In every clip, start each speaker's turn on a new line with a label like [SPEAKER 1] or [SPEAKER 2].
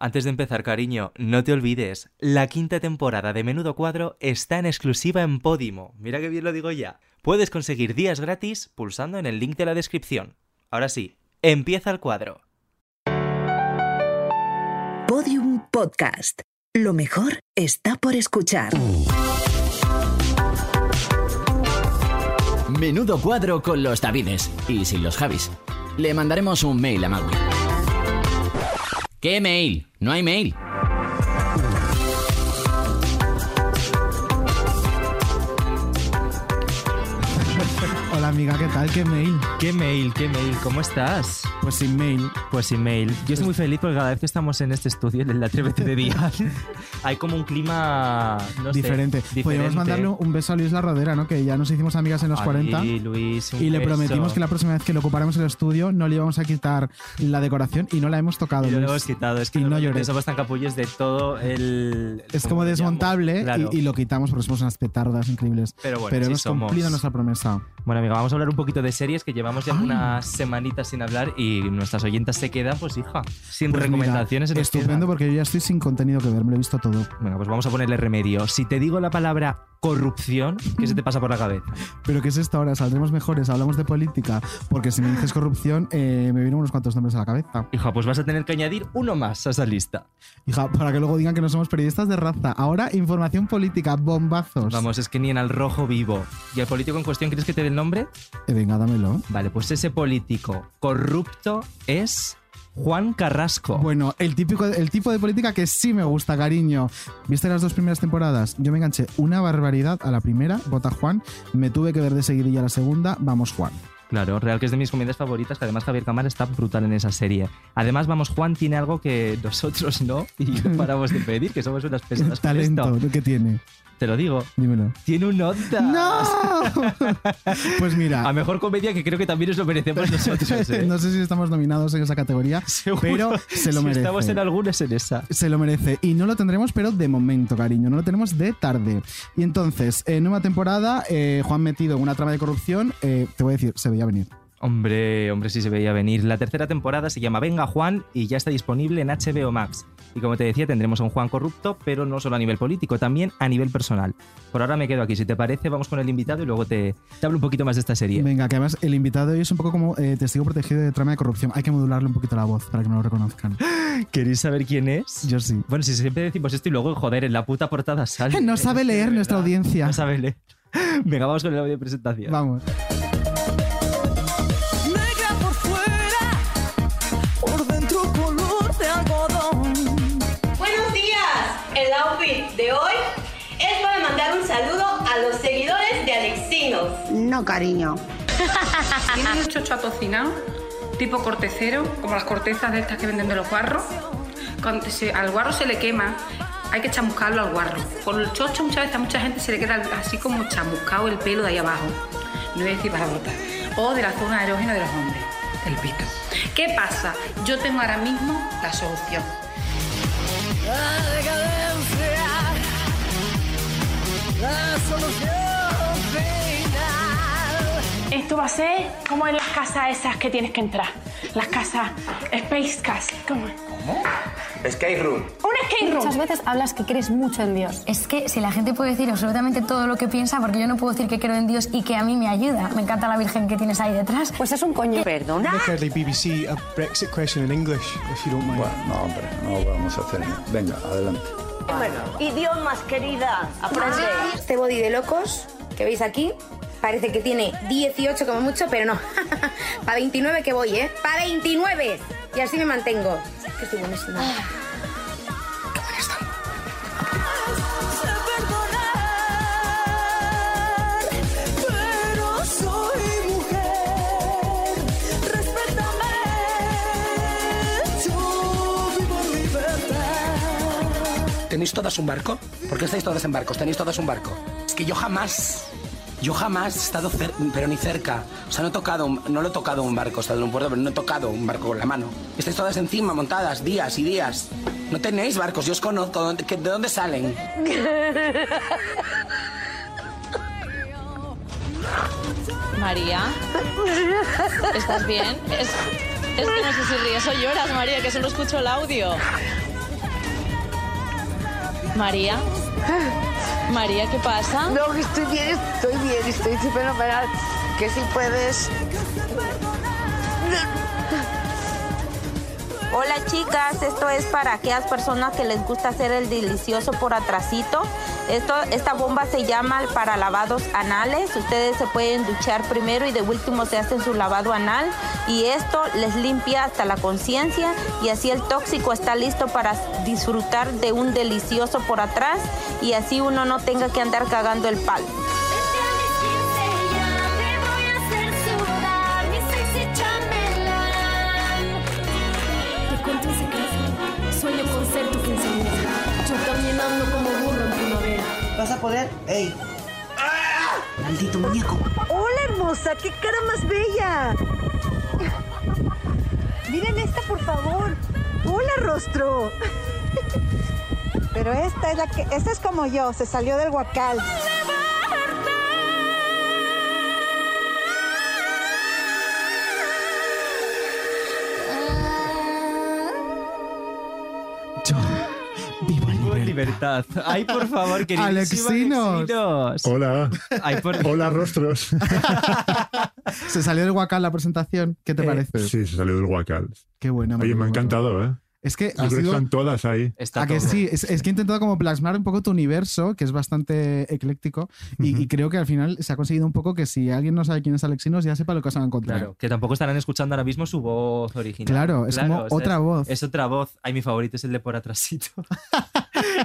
[SPEAKER 1] Antes de empezar, cariño, no te olvides, la quinta temporada de Menudo Cuadro está en exclusiva en Podimo. Mira que bien lo digo ya. Puedes conseguir días gratis pulsando en el link de la descripción. Ahora sí, empieza el cuadro.
[SPEAKER 2] Podium Podcast. Lo mejor está por escuchar.
[SPEAKER 3] Menudo cuadro con los Davides y sin los Javis. Le mandaremos un mail a Magui. ¿Qué mail? No hay mail.
[SPEAKER 4] Hola amiga, ¿qué tal? ¿Qué mail?
[SPEAKER 1] ¿Qué mail? ¿Qué mail? ¿Cómo estás?
[SPEAKER 4] Pues sin mail.
[SPEAKER 1] Pues sin mail. Yo estoy muy feliz porque cada vez que estamos en este estudio, en el Atrévete de Día, hay como un clima no sé,
[SPEAKER 4] Diferente. Podríamos mandarle un beso a Luis La Rodera, ¿no? Que ya nos hicimos amigas en los
[SPEAKER 1] Ay,
[SPEAKER 4] 40.
[SPEAKER 1] Luis, un
[SPEAKER 4] Y le
[SPEAKER 1] beso.
[SPEAKER 4] prometimos que la próxima vez que lo ocupáramos el estudio no le íbamos a quitar la decoración y no la hemos tocado.
[SPEAKER 1] Y lo
[SPEAKER 4] Luis.
[SPEAKER 1] hemos quitado. Es que
[SPEAKER 4] Y no
[SPEAKER 1] no
[SPEAKER 4] llores.
[SPEAKER 1] Somos tan capullos de todo el.
[SPEAKER 4] Es
[SPEAKER 1] ¿cómo
[SPEAKER 4] como
[SPEAKER 1] le llamo?
[SPEAKER 4] desmontable y-
[SPEAKER 1] Claro.
[SPEAKER 4] y, lo quitamos porque somos unas petardas increíbles.
[SPEAKER 1] Pero bueno,
[SPEAKER 4] Pero
[SPEAKER 1] sí
[SPEAKER 4] hemos
[SPEAKER 1] somos.
[SPEAKER 4] cumplido nuestra promesa.
[SPEAKER 1] Bueno, amiga, vamos a hablar un poquito de series que llevamos ya
[SPEAKER 4] Ay.
[SPEAKER 1] unas semanitas sin hablar y nuestras oyentas se quedan, pues hija, sin
[SPEAKER 4] Pues mira,
[SPEAKER 1] recomendaciones. se nos
[SPEAKER 4] Estupendo
[SPEAKER 1] quedan.
[SPEAKER 4] porque yo ya estoy sin contenido que ver, me lo he visto todo.
[SPEAKER 1] Bueno, pues vamos a ponerle remedio. Si te digo la palabra corrupción, ¿qué se te pasa por la cabeza?
[SPEAKER 4] Pero ¿qué es esto ahora? ¿Saldremos mejores? ¿Hablamos de política? Porque si me dices corrupción, eh, me vienen unos cuantos nombres a la cabeza.
[SPEAKER 1] Hija, pues vas a tener que añadir uno más a esa lista.
[SPEAKER 4] Hija, para que luego digan que no somos periodistas de raza. Ahora, información política, bombazos.
[SPEAKER 1] Vamos, es que ni en al rojo vivo. ¿Y el político en cuestión crees que te dé el nombre?
[SPEAKER 4] Eh, venga, dámelo.
[SPEAKER 1] Vale, pues ese político corrupto es Juan Carrasco.
[SPEAKER 4] Bueno, el, típico, el tipo de política que sí me gusta, cariño. ¿Viste las dos primeras temporadas? Yo me enganché una barbaridad a la primera, vota Juan. Me tuve que ver de seguidilla la segunda, vamos Juan.
[SPEAKER 1] Claro, Real que es de mis comedias favoritas, que además Javier Cámara está brutal en esa serie. Además, vamos, Juan tiene algo que nosotros no, y no paramos de pedir, que somos unas
[SPEAKER 4] El
[SPEAKER 1] personas
[SPEAKER 4] talento que tiene.
[SPEAKER 1] Te lo digo,
[SPEAKER 4] Dímelo.
[SPEAKER 1] tiene un nota.
[SPEAKER 4] ¡No! pues
[SPEAKER 1] A
[SPEAKER 4] mira,
[SPEAKER 1] mejor comedia que creo que también nos lo merecemos nosotros, ¿eh?
[SPEAKER 4] no sé si estamos nominados en esa categoría,
[SPEAKER 1] Seguro,
[SPEAKER 4] pero se lo
[SPEAKER 1] si
[SPEAKER 4] merece.
[SPEAKER 1] estamos en algunas en esa.
[SPEAKER 4] Se lo merece. Y no lo tendremos, pero de momento, cariño. No lo tenemos de tarde. Y entonces, eh, nueva temporada, eh, Juan metido en una trama de corrupción, eh, te voy a decir, se veía venir.
[SPEAKER 1] Hombre, hombre, sí se veía venir. La tercera temporada se llama Venga Juan y ya está disponible en HBO Max. Y como te decía, tendremos a un Juan corrupto, pero no solo a nivel político, también a nivel personal. Por ahora me quedo aquí. Si te parece, vamos con el invitado y luego te, te hablo un poquito más de esta serie.
[SPEAKER 4] Venga, que además el invitado hoy es un poco como eh, testigo protegido de trama de corrupción. Hay que modularle un poquito la voz para que me lo reconozcan.
[SPEAKER 1] ¿Queréis saber quién es?
[SPEAKER 4] Yo sí.
[SPEAKER 1] Bueno, si siempre decimos esto y luego, joder, en la puta portada sale.
[SPEAKER 4] No sabe
[SPEAKER 1] Es que de
[SPEAKER 4] leer nuestra
[SPEAKER 1] verdad,
[SPEAKER 4] audiencia.
[SPEAKER 1] No sabe leer. Venga, vamos con el audio de presentación.
[SPEAKER 4] Vamos.
[SPEAKER 5] Negra por fuera, por dentro color de algodón.
[SPEAKER 6] Buenos días. El outfit de hoy es para mandar un saludo a los seguidores de Alexinos.
[SPEAKER 7] No, cariño.
[SPEAKER 8] Tiene un chocho atocinado, tipo cortecero, como las cortezas de estas que venden de los guarros. Cuando se- al guarro se le quema, hay que chamuscarlo al guarro. Por el chocho muchas veces a mucha gente se le queda así como chamuscado el pelo de ahí abajo. No voy a decir palabrotas. O de la zona erógena de los hombres, del pito. ¿Qué pasa? Yo tengo ahora mismo la solución.
[SPEAKER 5] La decadencia, la solución final.
[SPEAKER 9] Esto va a ser como en las casas esas que tienes que entrar. Las casas Space Cast. ¿Cómo?
[SPEAKER 10] Sky Room.
[SPEAKER 9] Un escape room.
[SPEAKER 11] Muchas veces hablas que crees mucho en Dios. Es que si la gente puede decir absolutamente todo lo que piensa, porque yo no puedo decir que creo en Dios y que a mí me ayuda. Me encanta la Virgen que tienes ahí detrás. Pues es un coño.
[SPEAKER 7] Perdona.
[SPEAKER 10] BBC, a Brexit question in English, if you don't mind.
[SPEAKER 3] No, hombre, no vamos a hacer. Venga, adelante.
[SPEAKER 6] Idiomas, querida. Aprende.
[SPEAKER 11] Este body de locos que veis aquí parece que tiene 18 como mucho, pero no. Para 29 que voy, ¿eh? Para 29. Y así me mantengo. Que estoy buenísima.
[SPEAKER 5] Sé perdonar, pero soy mujer. Respétame, yo vivo en libertad.
[SPEAKER 10] ¿Tenéis todas un barco? ¿Por qué estáis todas en barcos? ¿Tenéis todas un barco? Es que yo jamás, yo jamás he estado, cer- pero ni cerca. O sea, no he tocado, un- no lo he tocado un barco, he estado en un puerto, pero no he tocado un barco con la mano. Estáis todas encima, montadas, días y días. No tenéis barcos, yo os conozco. ¿Dónde- qué- ¿De dónde salen?
[SPEAKER 8] María, ¿estás bien? Es, que no sé si ríes o lloras, María, que solo escucho el audio.
[SPEAKER 7] María. María, ¿qué pasa?
[SPEAKER 12] No, que estoy bien, estoy bien, estoy fenomenal. Que si puedes.
[SPEAKER 13] Hola chicas, esto es para aquellas personas que les gusta hacer el delicioso por atrasito. Esto, esta bomba se llama para lavados anales. Ustedes se pueden duchar primero y de último se hacen su lavado anal. Y esto les limpia hasta la conciencia y así el tóxico está listo para disfrutar de un delicioso por atrás y así uno no tenga que andar cagando el palo.
[SPEAKER 14] Te cuento un secreto. Sueño con ser tu quinceañera. Yo también ando como burro en primavera.
[SPEAKER 15] ¿Vas a poder? ¡Ey! ¡Maldito muñeco!
[SPEAKER 16] Hola hermosa, qué cara más bella. Miren esta, por favor. Hola rostro.
[SPEAKER 17] Pero esta es la que, esta es como yo, se salió del huacal.
[SPEAKER 1] Yo vivo en libertad. Ay, por favor, querido.
[SPEAKER 4] Alexinos.
[SPEAKER 18] Hola.
[SPEAKER 1] Ay, por-
[SPEAKER 18] Hola, rostros.
[SPEAKER 4] Se salió del guacal la presentación. ¿Qué
[SPEAKER 1] Eh,
[SPEAKER 4] te parece?
[SPEAKER 18] Sí, se salió del guacal.
[SPEAKER 4] Qué bueno.
[SPEAKER 18] Oye, me ha encantado, ¿eh?
[SPEAKER 4] Es que
[SPEAKER 18] Yo
[SPEAKER 4] ha
[SPEAKER 18] creo que
[SPEAKER 4] sido-
[SPEAKER 18] están todas ahí.
[SPEAKER 4] ¿A que sí? Es, es que he intentado como plasmar un poco tu universo, que es bastante ecléctico, y, y creo que al final se ha conseguido un poco que si alguien no sabe quién es Alexinos, ya sepa lo que se va a encontrar.
[SPEAKER 1] Claro, que tampoco estarán escuchando ahora mismo su voz original.
[SPEAKER 4] Claro, es como otra
[SPEAKER 1] es-
[SPEAKER 4] voz.
[SPEAKER 1] Es otra voz. Ay, mi favorito es el de por atrasito.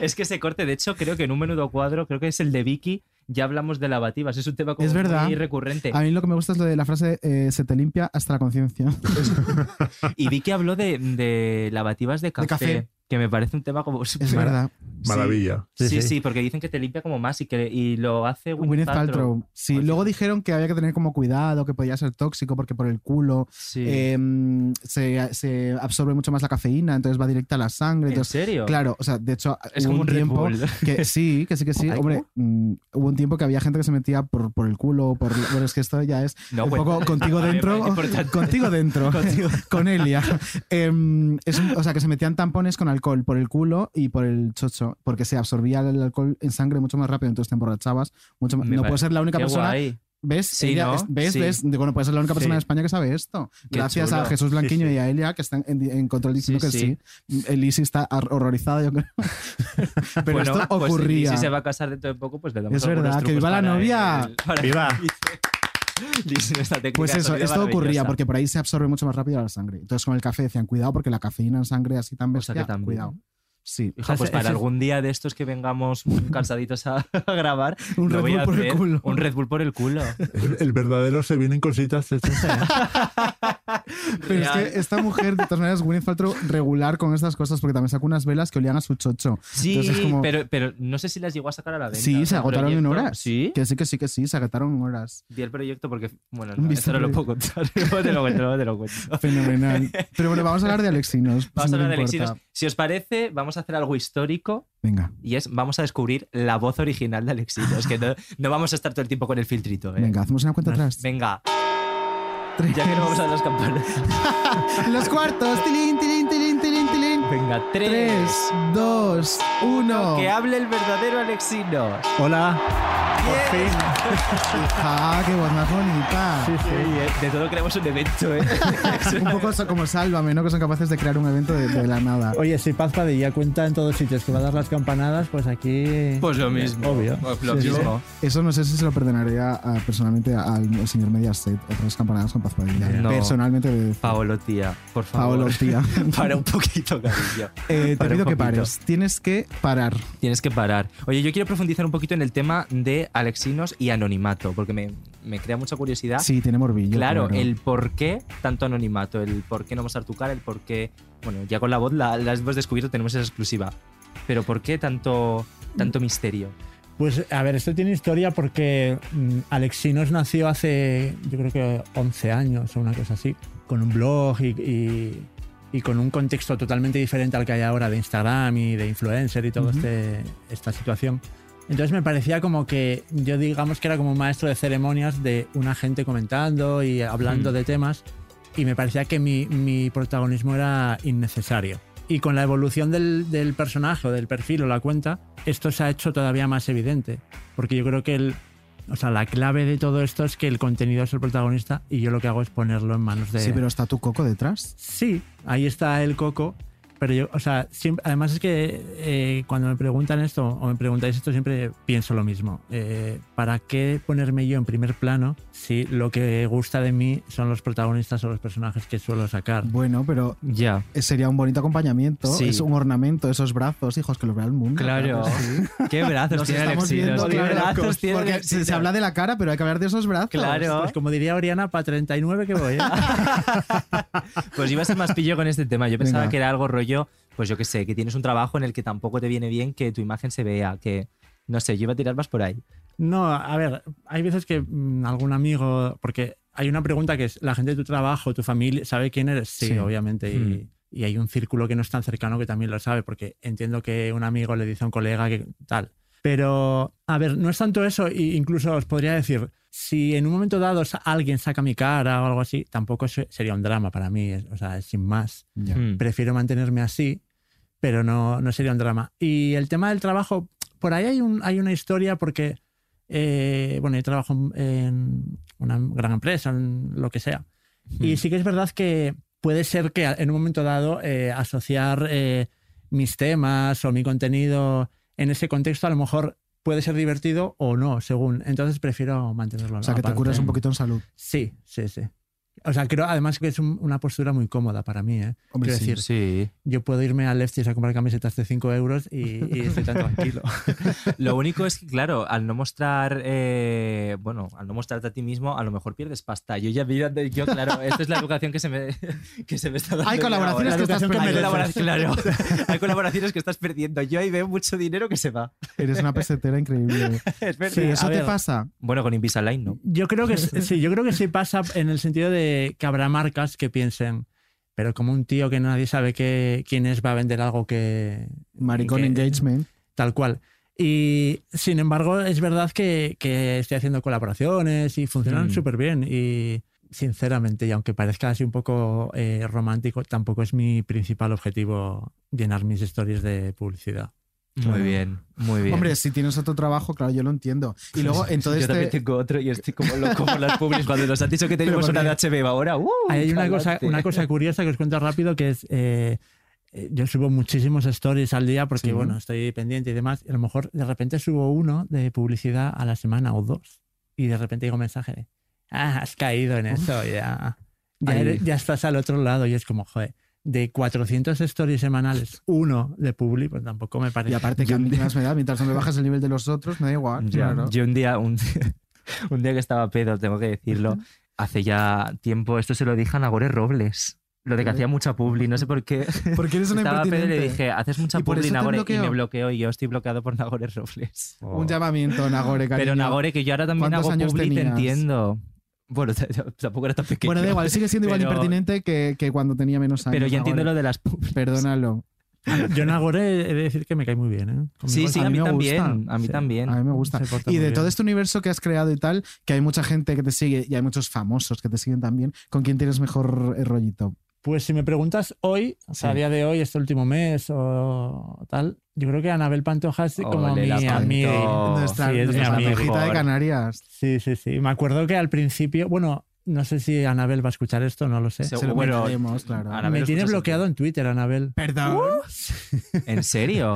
[SPEAKER 1] es que ese corte, de hecho, creo que en un menudo cuadro, creo que es el de Vicky, ya hablamos de lavativas. Es un tema como
[SPEAKER 4] Es verdad.
[SPEAKER 1] muy recurrente.
[SPEAKER 4] A mí lo que me gusta es lo de la frase eh, se te limpia hasta la conciencia.
[SPEAKER 1] Y Vicky habló de, de lavativas de café,
[SPEAKER 4] café.
[SPEAKER 1] que me parece un tema como... súper-
[SPEAKER 4] verdad.
[SPEAKER 1] Sí.
[SPEAKER 18] Maravilla.
[SPEAKER 1] Sí sí,
[SPEAKER 4] Sí, sí.
[SPEAKER 1] porque dicen que te limpia como más y que y lo hace
[SPEAKER 4] Gwyneth Paltrow. Sí,
[SPEAKER 1] Pues
[SPEAKER 4] luego dijeron que había que tener como cuidado, que podía ser tóxico porque por el culo eh, se, se absorbe mucho más la cafeína, entonces va directa a la sangre.
[SPEAKER 1] ¿En
[SPEAKER 4] entonces-
[SPEAKER 1] serio?
[SPEAKER 4] Claro, o sea, de hecho,
[SPEAKER 1] Es
[SPEAKER 4] hubo
[SPEAKER 1] como
[SPEAKER 4] un
[SPEAKER 1] un Red
[SPEAKER 4] tiempo
[SPEAKER 1] Bull.
[SPEAKER 4] que sí, que sí, que sí.
[SPEAKER 1] Ay,
[SPEAKER 4] Hombre, mm, hubo un tiempo que había gente que se metía por, por el culo, por, bueno, es que esto ya es
[SPEAKER 1] No,
[SPEAKER 4] un
[SPEAKER 1] cuéntalo.
[SPEAKER 4] poco contigo
[SPEAKER 1] Vale,
[SPEAKER 4] dentro,
[SPEAKER 1] vale, importante.
[SPEAKER 4] contigo dentro,
[SPEAKER 1] Contigo.
[SPEAKER 4] con Elia. Em, es un- o sea, que se metían tampones con alcohol por el culo y por el chocho, porque se absorbía el alcohol en sangre mucho más rápido, entonces te emborrachabas mucho más-
[SPEAKER 1] Me
[SPEAKER 4] No
[SPEAKER 1] pare-
[SPEAKER 4] puedes ser la única
[SPEAKER 1] qué
[SPEAKER 4] persona.
[SPEAKER 1] guay.
[SPEAKER 4] ¿Ves?
[SPEAKER 1] Sí,
[SPEAKER 4] Elia,
[SPEAKER 1] ¿no?
[SPEAKER 4] es- ¿Ves?
[SPEAKER 1] Sí.
[SPEAKER 4] ¿Ves? Bueno, puedes ser la única persona en
[SPEAKER 1] Sí.
[SPEAKER 4] España que sabe esto.
[SPEAKER 1] Qué
[SPEAKER 4] Gracias
[SPEAKER 1] chulo.
[SPEAKER 4] a Jesús
[SPEAKER 1] Sí,
[SPEAKER 4] Blanquiño y a Elia, que están en, en control diciendo
[SPEAKER 1] Sí,
[SPEAKER 4] que sí. Elisi está ar- horrorizada, yo creo. Pero
[SPEAKER 1] Bueno,
[SPEAKER 4] esto
[SPEAKER 1] pues,
[SPEAKER 4] ocurría.
[SPEAKER 1] si se va a casar dentro de poco, pues le damos
[SPEAKER 4] Es verdad,
[SPEAKER 1] algunos
[SPEAKER 4] que viva
[SPEAKER 1] trucos
[SPEAKER 4] la
[SPEAKER 1] para
[SPEAKER 4] novia.
[SPEAKER 1] el- para-
[SPEAKER 4] Viva.
[SPEAKER 1] Dicen esta técnica
[SPEAKER 4] pues
[SPEAKER 1] de
[SPEAKER 4] eso,
[SPEAKER 1] sonido
[SPEAKER 4] esto ocurría
[SPEAKER 1] maravillosa.
[SPEAKER 4] porque por ahí se absorbe mucho más rápido la sangre. Entonces con el café decían, cuidado porque la cafeína en sangre así tan bestia,
[SPEAKER 1] sea, que también.
[SPEAKER 4] cuidado. Sí.
[SPEAKER 1] Hija, pues
[SPEAKER 4] Ese-
[SPEAKER 1] para
[SPEAKER 4] ese-
[SPEAKER 1] algún día de estos que vengamos cansaditos a a grabar,
[SPEAKER 4] Un
[SPEAKER 1] lo
[SPEAKER 4] Red
[SPEAKER 1] voy a
[SPEAKER 4] Bull por el
[SPEAKER 1] hacer.
[SPEAKER 4] culo.
[SPEAKER 1] Un Red Bull por el culo.
[SPEAKER 18] El, el verdadero se vienen cositas. es ese, ¿eh?
[SPEAKER 4] Pero es que esta mujer, de todas maneras, Gwyneth Paltrow regular con estas cosas porque también sacó unas velas que olían a su chocho.
[SPEAKER 1] Sí,
[SPEAKER 4] Entonces, es como-
[SPEAKER 1] pero, pero no sé si las llegó a sacar a la venta.
[SPEAKER 4] Sí, se
[SPEAKER 1] El
[SPEAKER 4] agotaron en
[SPEAKER 1] proyecto-
[SPEAKER 4] horas.
[SPEAKER 1] Sí.
[SPEAKER 4] Que sí, que sí, que sí, se agotaron en horas.
[SPEAKER 1] Vi el proyecto porque, bueno,
[SPEAKER 4] ¿Viste
[SPEAKER 1] no, esto no
[SPEAKER 4] el
[SPEAKER 1] lo puedo contar. Luego te lo cuento, luego te lo cuento.
[SPEAKER 4] Fenomenal. Pero bueno, vamos a hablar de Alexinos.
[SPEAKER 1] Vamos
[SPEAKER 4] si
[SPEAKER 1] a
[SPEAKER 4] no
[SPEAKER 1] hablar de
[SPEAKER 4] te importa.
[SPEAKER 1] Alexinos. Si os parece, vamos a hacer algo histórico.
[SPEAKER 4] Venga.
[SPEAKER 1] Y es, vamos a descubrir la voz original de Alexinos. Que no, no vamos a estar todo el tiempo con el filtrito. ¿eh?
[SPEAKER 4] Venga, hacemos una cuenta atrás.
[SPEAKER 1] Venga. Ya que no vamos a las campanas.
[SPEAKER 4] Los cuartos. Tilín, tilín, tilín, tilín, tilín.
[SPEAKER 1] Venga, tres.
[SPEAKER 4] 2, 1.
[SPEAKER 1] Que hable el verdadero Alexinos.
[SPEAKER 4] Hola.
[SPEAKER 1] Bien.
[SPEAKER 4] Ah, qué voz más bonita.
[SPEAKER 1] Bien, De todo creamos un evento, ¿eh?
[SPEAKER 4] Un poco so- como Sálvame, ¿no? Que son capaces de crear un evento de, de la nada.
[SPEAKER 19] Oye, si Paz Padilla cuenta en todos sitios que va a dar las campanadas, pues aquí.
[SPEAKER 1] Pues lo mismo.
[SPEAKER 19] Obvio.
[SPEAKER 1] Pues lo
[SPEAKER 19] Sí, sí.
[SPEAKER 1] mismo.
[SPEAKER 4] Eso no sé si se lo perdonaría a- personalmente al, al señor Mediaset, otras campanadas con Paz Padilla.
[SPEAKER 1] No.
[SPEAKER 4] Personalmente, de-
[SPEAKER 1] Paolo, tía, por favor.
[SPEAKER 4] Paolo, tía.
[SPEAKER 1] Para un poquito, cariño.
[SPEAKER 4] Eh, te
[SPEAKER 1] Para un
[SPEAKER 4] pido que
[SPEAKER 1] poquito.
[SPEAKER 4] pares. Tienes que parar.
[SPEAKER 1] Tienes que parar. Oye, yo quiero profundizar un poquito en el tema de Alexinos y anonimato, porque me, me crea mucha curiosidad.
[SPEAKER 4] Sí, tiene morbillo.
[SPEAKER 1] Claro, el por qué tanto anonimato, el por qué no mostrar tu cara, el por qué. Bueno, ya con la voz la, la hemos descubierto, tenemos esa exclusiva. Pero ¿por qué tanto, tanto misterio?
[SPEAKER 19] Pues a ver, esto tiene historia porque mm, Alexinos nació hace, yo creo que 11 años o una cosa así, con un blog y, y- y con un contexto totalmente diferente al que hay ahora de Instagram y de influencer y toda
[SPEAKER 20] Ujú.
[SPEAKER 19] esta situación. Entonces me parecía como que yo digamos que era como un maestro de ceremonias de una gente comentando y hablando
[SPEAKER 20] Mm.
[SPEAKER 19] de temas y me parecía que mi, mi protagonismo era innecesario. Y Y con la evolución del, del personaje o del perfil o la cuenta, esto se ha hecho todavía más evidente. Porque yo creo que el, o sea, la clave de todo esto es que el contenido es el protagonista y yo lo que hago es ponerlo en manos de.
[SPEAKER 4] Sí, pero está tu coco detrás.
[SPEAKER 19] Sí, ahí está el coco. Pero yo, o sea, siempre- además es que eh, cuando me preguntan esto o me preguntáis esto, siempre pienso lo mismo. Eh, ¿Para qué ponerme yo en primer plano si lo que gusta de mí son los protagonistas o los personajes que suelo sacar?
[SPEAKER 4] Bueno, pero
[SPEAKER 1] Ya.
[SPEAKER 4] Eh, sería un bonito acompañamiento.
[SPEAKER 19] Sí.
[SPEAKER 4] Es un ornamento, esos brazos, hijos, que lo vea el mundo.
[SPEAKER 1] Claro.
[SPEAKER 4] que sí.
[SPEAKER 1] Qué brazos
[SPEAKER 4] Nos
[SPEAKER 1] tiene
[SPEAKER 4] estamos
[SPEAKER 1] Alexinos.
[SPEAKER 4] viendo,
[SPEAKER 1] Qué
[SPEAKER 4] claro,
[SPEAKER 1] brazos
[SPEAKER 4] porque
[SPEAKER 1] tiene
[SPEAKER 4] se,
[SPEAKER 1] Alexinos.
[SPEAKER 4] se habla de la cara, pero hay que hablar de esos brazos.
[SPEAKER 1] Claro.
[SPEAKER 19] Pues como diría Oriana, para 39 que voy. ¿eh?
[SPEAKER 1] Pues iba a ser más pillo con este tema. Yo pensaba
[SPEAKER 19] Venga.
[SPEAKER 1] que era algo rollo, pues yo qué sé, que tienes un trabajo en el que tampoco te viene bien que tu imagen se vea, que no sé, yo iba a tirar más por ahí.
[SPEAKER 19] No, a ver, hay veces que mm, algún amigo, porque hay una pregunta que es, ¿la gente de tu trabajo, tu familia, sabe quién eres? Sí,
[SPEAKER 1] Sí.
[SPEAKER 19] obviamente. y-
[SPEAKER 1] Mm.
[SPEAKER 19] Y, hay un círculo que no es tan cercano que también lo sabe, porque entiendo que un amigo le dice a un colega que tal. Pero, a ver, no es tanto eso, e incluso os podría decir, si en un momento dado sa- alguien saca mi cara o algo así, tampoco se- sería un drama para mí, es- o sea, es sin más.
[SPEAKER 4] Ya.
[SPEAKER 1] Mm.
[SPEAKER 19] Prefiero mantenerme así, pero no, no sería un drama. Y el tema del trabajo, por ahí hay, un, hay una historia porque, eh, bueno, yo trabajo en- en una gran empresa, en lo que sea. Y
[SPEAKER 1] Mm.
[SPEAKER 19] sí que es verdad que puede ser que a- en un momento dado eh, asociar eh, mis temas o mi contenido en ese contexto a lo mejor puede ser divertido o no, según. Entonces prefiero mantenerlo.
[SPEAKER 4] O sea, que te
[SPEAKER 19] aparte.
[SPEAKER 4] curas un poquito en salud.
[SPEAKER 19] Sí, sí, sí. O sea, creo además que es un- una postura muy cómoda para mí. ¿eh?
[SPEAKER 4] Hombre,
[SPEAKER 19] Quiero
[SPEAKER 4] sí.
[SPEAKER 19] decir,
[SPEAKER 1] Sí.
[SPEAKER 19] yo puedo irme a Lefties a comprar camisetas de 5 euros y, y estoy tan tranquilo.
[SPEAKER 1] Lo único es que, claro, al no mostrar, eh, bueno, al no mostrarte a ti mismo, a lo mejor pierdes pasta. Yo ya vi, yo, claro, esta es la educación que se me, que se me está dando.
[SPEAKER 4] Hay
[SPEAKER 1] yo
[SPEAKER 4] colaboraciones
[SPEAKER 1] ahora.
[SPEAKER 4] que estás
[SPEAKER 1] Hay
[SPEAKER 4] perdiendo.
[SPEAKER 1] colabora- Claro, hay colaboraciones que estás perdiendo. Yo ahí veo mucho dinero que se va.
[SPEAKER 4] Eres una pesetera increíble.
[SPEAKER 1] Es verdad.
[SPEAKER 4] Sí, eso
[SPEAKER 1] A
[SPEAKER 4] te
[SPEAKER 1] ver,
[SPEAKER 4] pasa.
[SPEAKER 1] Bueno, con Invisalign, ¿no?
[SPEAKER 19] Yo creo que s- sí, yo creo que sí pasa en el sentido de que habrá marcas que piensen, pero como un tío que nadie sabe que, quién es va a vender algo que.
[SPEAKER 4] Maricón
[SPEAKER 19] que-
[SPEAKER 4] engagement.
[SPEAKER 19] Tal cual. Y sin embargo, es verdad que, que estoy haciendo colaboraciones y funcionan
[SPEAKER 1] Mm.
[SPEAKER 19] súper bien. Y sinceramente, y aunque parezca así un poco eh, romántico, tampoco es mi principal objetivo llenar mis stories de publicidad.
[SPEAKER 1] Muy bien, muy bien.
[SPEAKER 4] Hombre, si tienes otro trabajo, claro, yo lo entiendo. Y luego, entonces.
[SPEAKER 1] Yo también
[SPEAKER 4] te-
[SPEAKER 1] tengo otro y estoy como loco por las publis cuando nos han dicho que tenemos
[SPEAKER 4] ¿por
[SPEAKER 1] una
[SPEAKER 4] qué?
[SPEAKER 1] de HBO ahora. ¡uh,
[SPEAKER 19] Hay una cosa,
[SPEAKER 1] chalate!
[SPEAKER 19] una cosa curiosa que os cuento rápido que es... eh, eh, yo subo muchísimos stories al día porque,
[SPEAKER 4] Sí.
[SPEAKER 19] bueno, estoy pendiente y demás. y a lo mejor de repente subo uno de publicidad a la semana o dos. Y de repente digo mensaje de, ah, has caído en eso, ya. Ya,
[SPEAKER 1] Ahí.
[SPEAKER 19] eres- ya estás al otro lado y es como, joder, de 400 stories semanales, uno de publi, pues tampoco me parece.
[SPEAKER 4] Y aparte, que a mí qué más me da, mientras no me bajas el nivel de los otros, me da igual.
[SPEAKER 1] Ya,
[SPEAKER 4] claro.
[SPEAKER 1] Mm, Yo un día, un, un día que estaba pedo, tengo que decirlo, hace ya tiempo, esto se lo dije a Nagore Robles. Lo de que
[SPEAKER 4] Vale.
[SPEAKER 1] hacía mucha publi, no sé por qué.
[SPEAKER 4] Porque eres una
[SPEAKER 1] Estaba pedo y le
[SPEAKER 4] impertinente.
[SPEAKER 1] dije, haces mucha
[SPEAKER 4] Y por
[SPEAKER 1] publi,
[SPEAKER 4] eso te
[SPEAKER 1] Nagore, y me
[SPEAKER 4] bloqueó. Oh.
[SPEAKER 1] bloqueó y yo estoy bloqueado por Nagore Robles.
[SPEAKER 4] Un llamamiento, Nagore, cariño.
[SPEAKER 1] Pero Nagore, que yo ahora también
[SPEAKER 4] ¿Cuántos
[SPEAKER 1] hago
[SPEAKER 4] años
[SPEAKER 1] publi, te
[SPEAKER 4] tenías?
[SPEAKER 1] entiendo. Bueno, t- t- tampoco era tan pequeño.
[SPEAKER 4] Bueno, da igual, sigue siendo igual
[SPEAKER 1] Pero-
[SPEAKER 4] impertinente que, que cuando tenía menos años.
[SPEAKER 1] Pero ya entiendo
[SPEAKER 4] Nagore.
[SPEAKER 1] lo de las publis.
[SPEAKER 4] Perdónalo.
[SPEAKER 19] Yo en Agora he he de decir que me cae muy bien. ¿eh? Conmigo
[SPEAKER 1] Sí, sí,
[SPEAKER 19] es-
[SPEAKER 1] a mí
[SPEAKER 4] me
[SPEAKER 1] también.
[SPEAKER 4] gusta.
[SPEAKER 1] A mí
[SPEAKER 19] Sí.
[SPEAKER 1] también.
[SPEAKER 4] A mí me gusta.
[SPEAKER 19] se porta
[SPEAKER 4] Y
[SPEAKER 19] muy
[SPEAKER 4] de
[SPEAKER 19] bien.
[SPEAKER 4] todo este universo que has creado y tal, que hay mucha gente que te sigue y hay muchos famosos que te siguen también, ¿con quién tienes mejor eh, rollito?
[SPEAKER 19] Pues si me preguntas hoy, o sea,
[SPEAKER 4] Sí.
[SPEAKER 19] a día de hoy, este último mes o tal, yo creo que Anabel Pantoja es como
[SPEAKER 1] Ole,
[SPEAKER 19] mi
[SPEAKER 1] la Panto.
[SPEAKER 19] amiga.
[SPEAKER 4] nuestra
[SPEAKER 19] sí, es mi
[SPEAKER 4] nuestra
[SPEAKER 19] amigo.
[SPEAKER 4] abejita de Canarias.
[SPEAKER 19] Sí, sí, sí. Me acuerdo que al principio, bueno, no sé si Anabel va a escuchar esto, no lo sé.
[SPEAKER 1] Se-
[SPEAKER 4] Se lo
[SPEAKER 1] Bueno,
[SPEAKER 4] meteremos, claro.
[SPEAKER 1] Anabel,
[SPEAKER 19] me
[SPEAKER 1] ¿lo
[SPEAKER 19] tiene
[SPEAKER 1] escuchas?
[SPEAKER 19] bloqueado en Twitter, Anabel.
[SPEAKER 4] Perdón.
[SPEAKER 1] ¿En serio?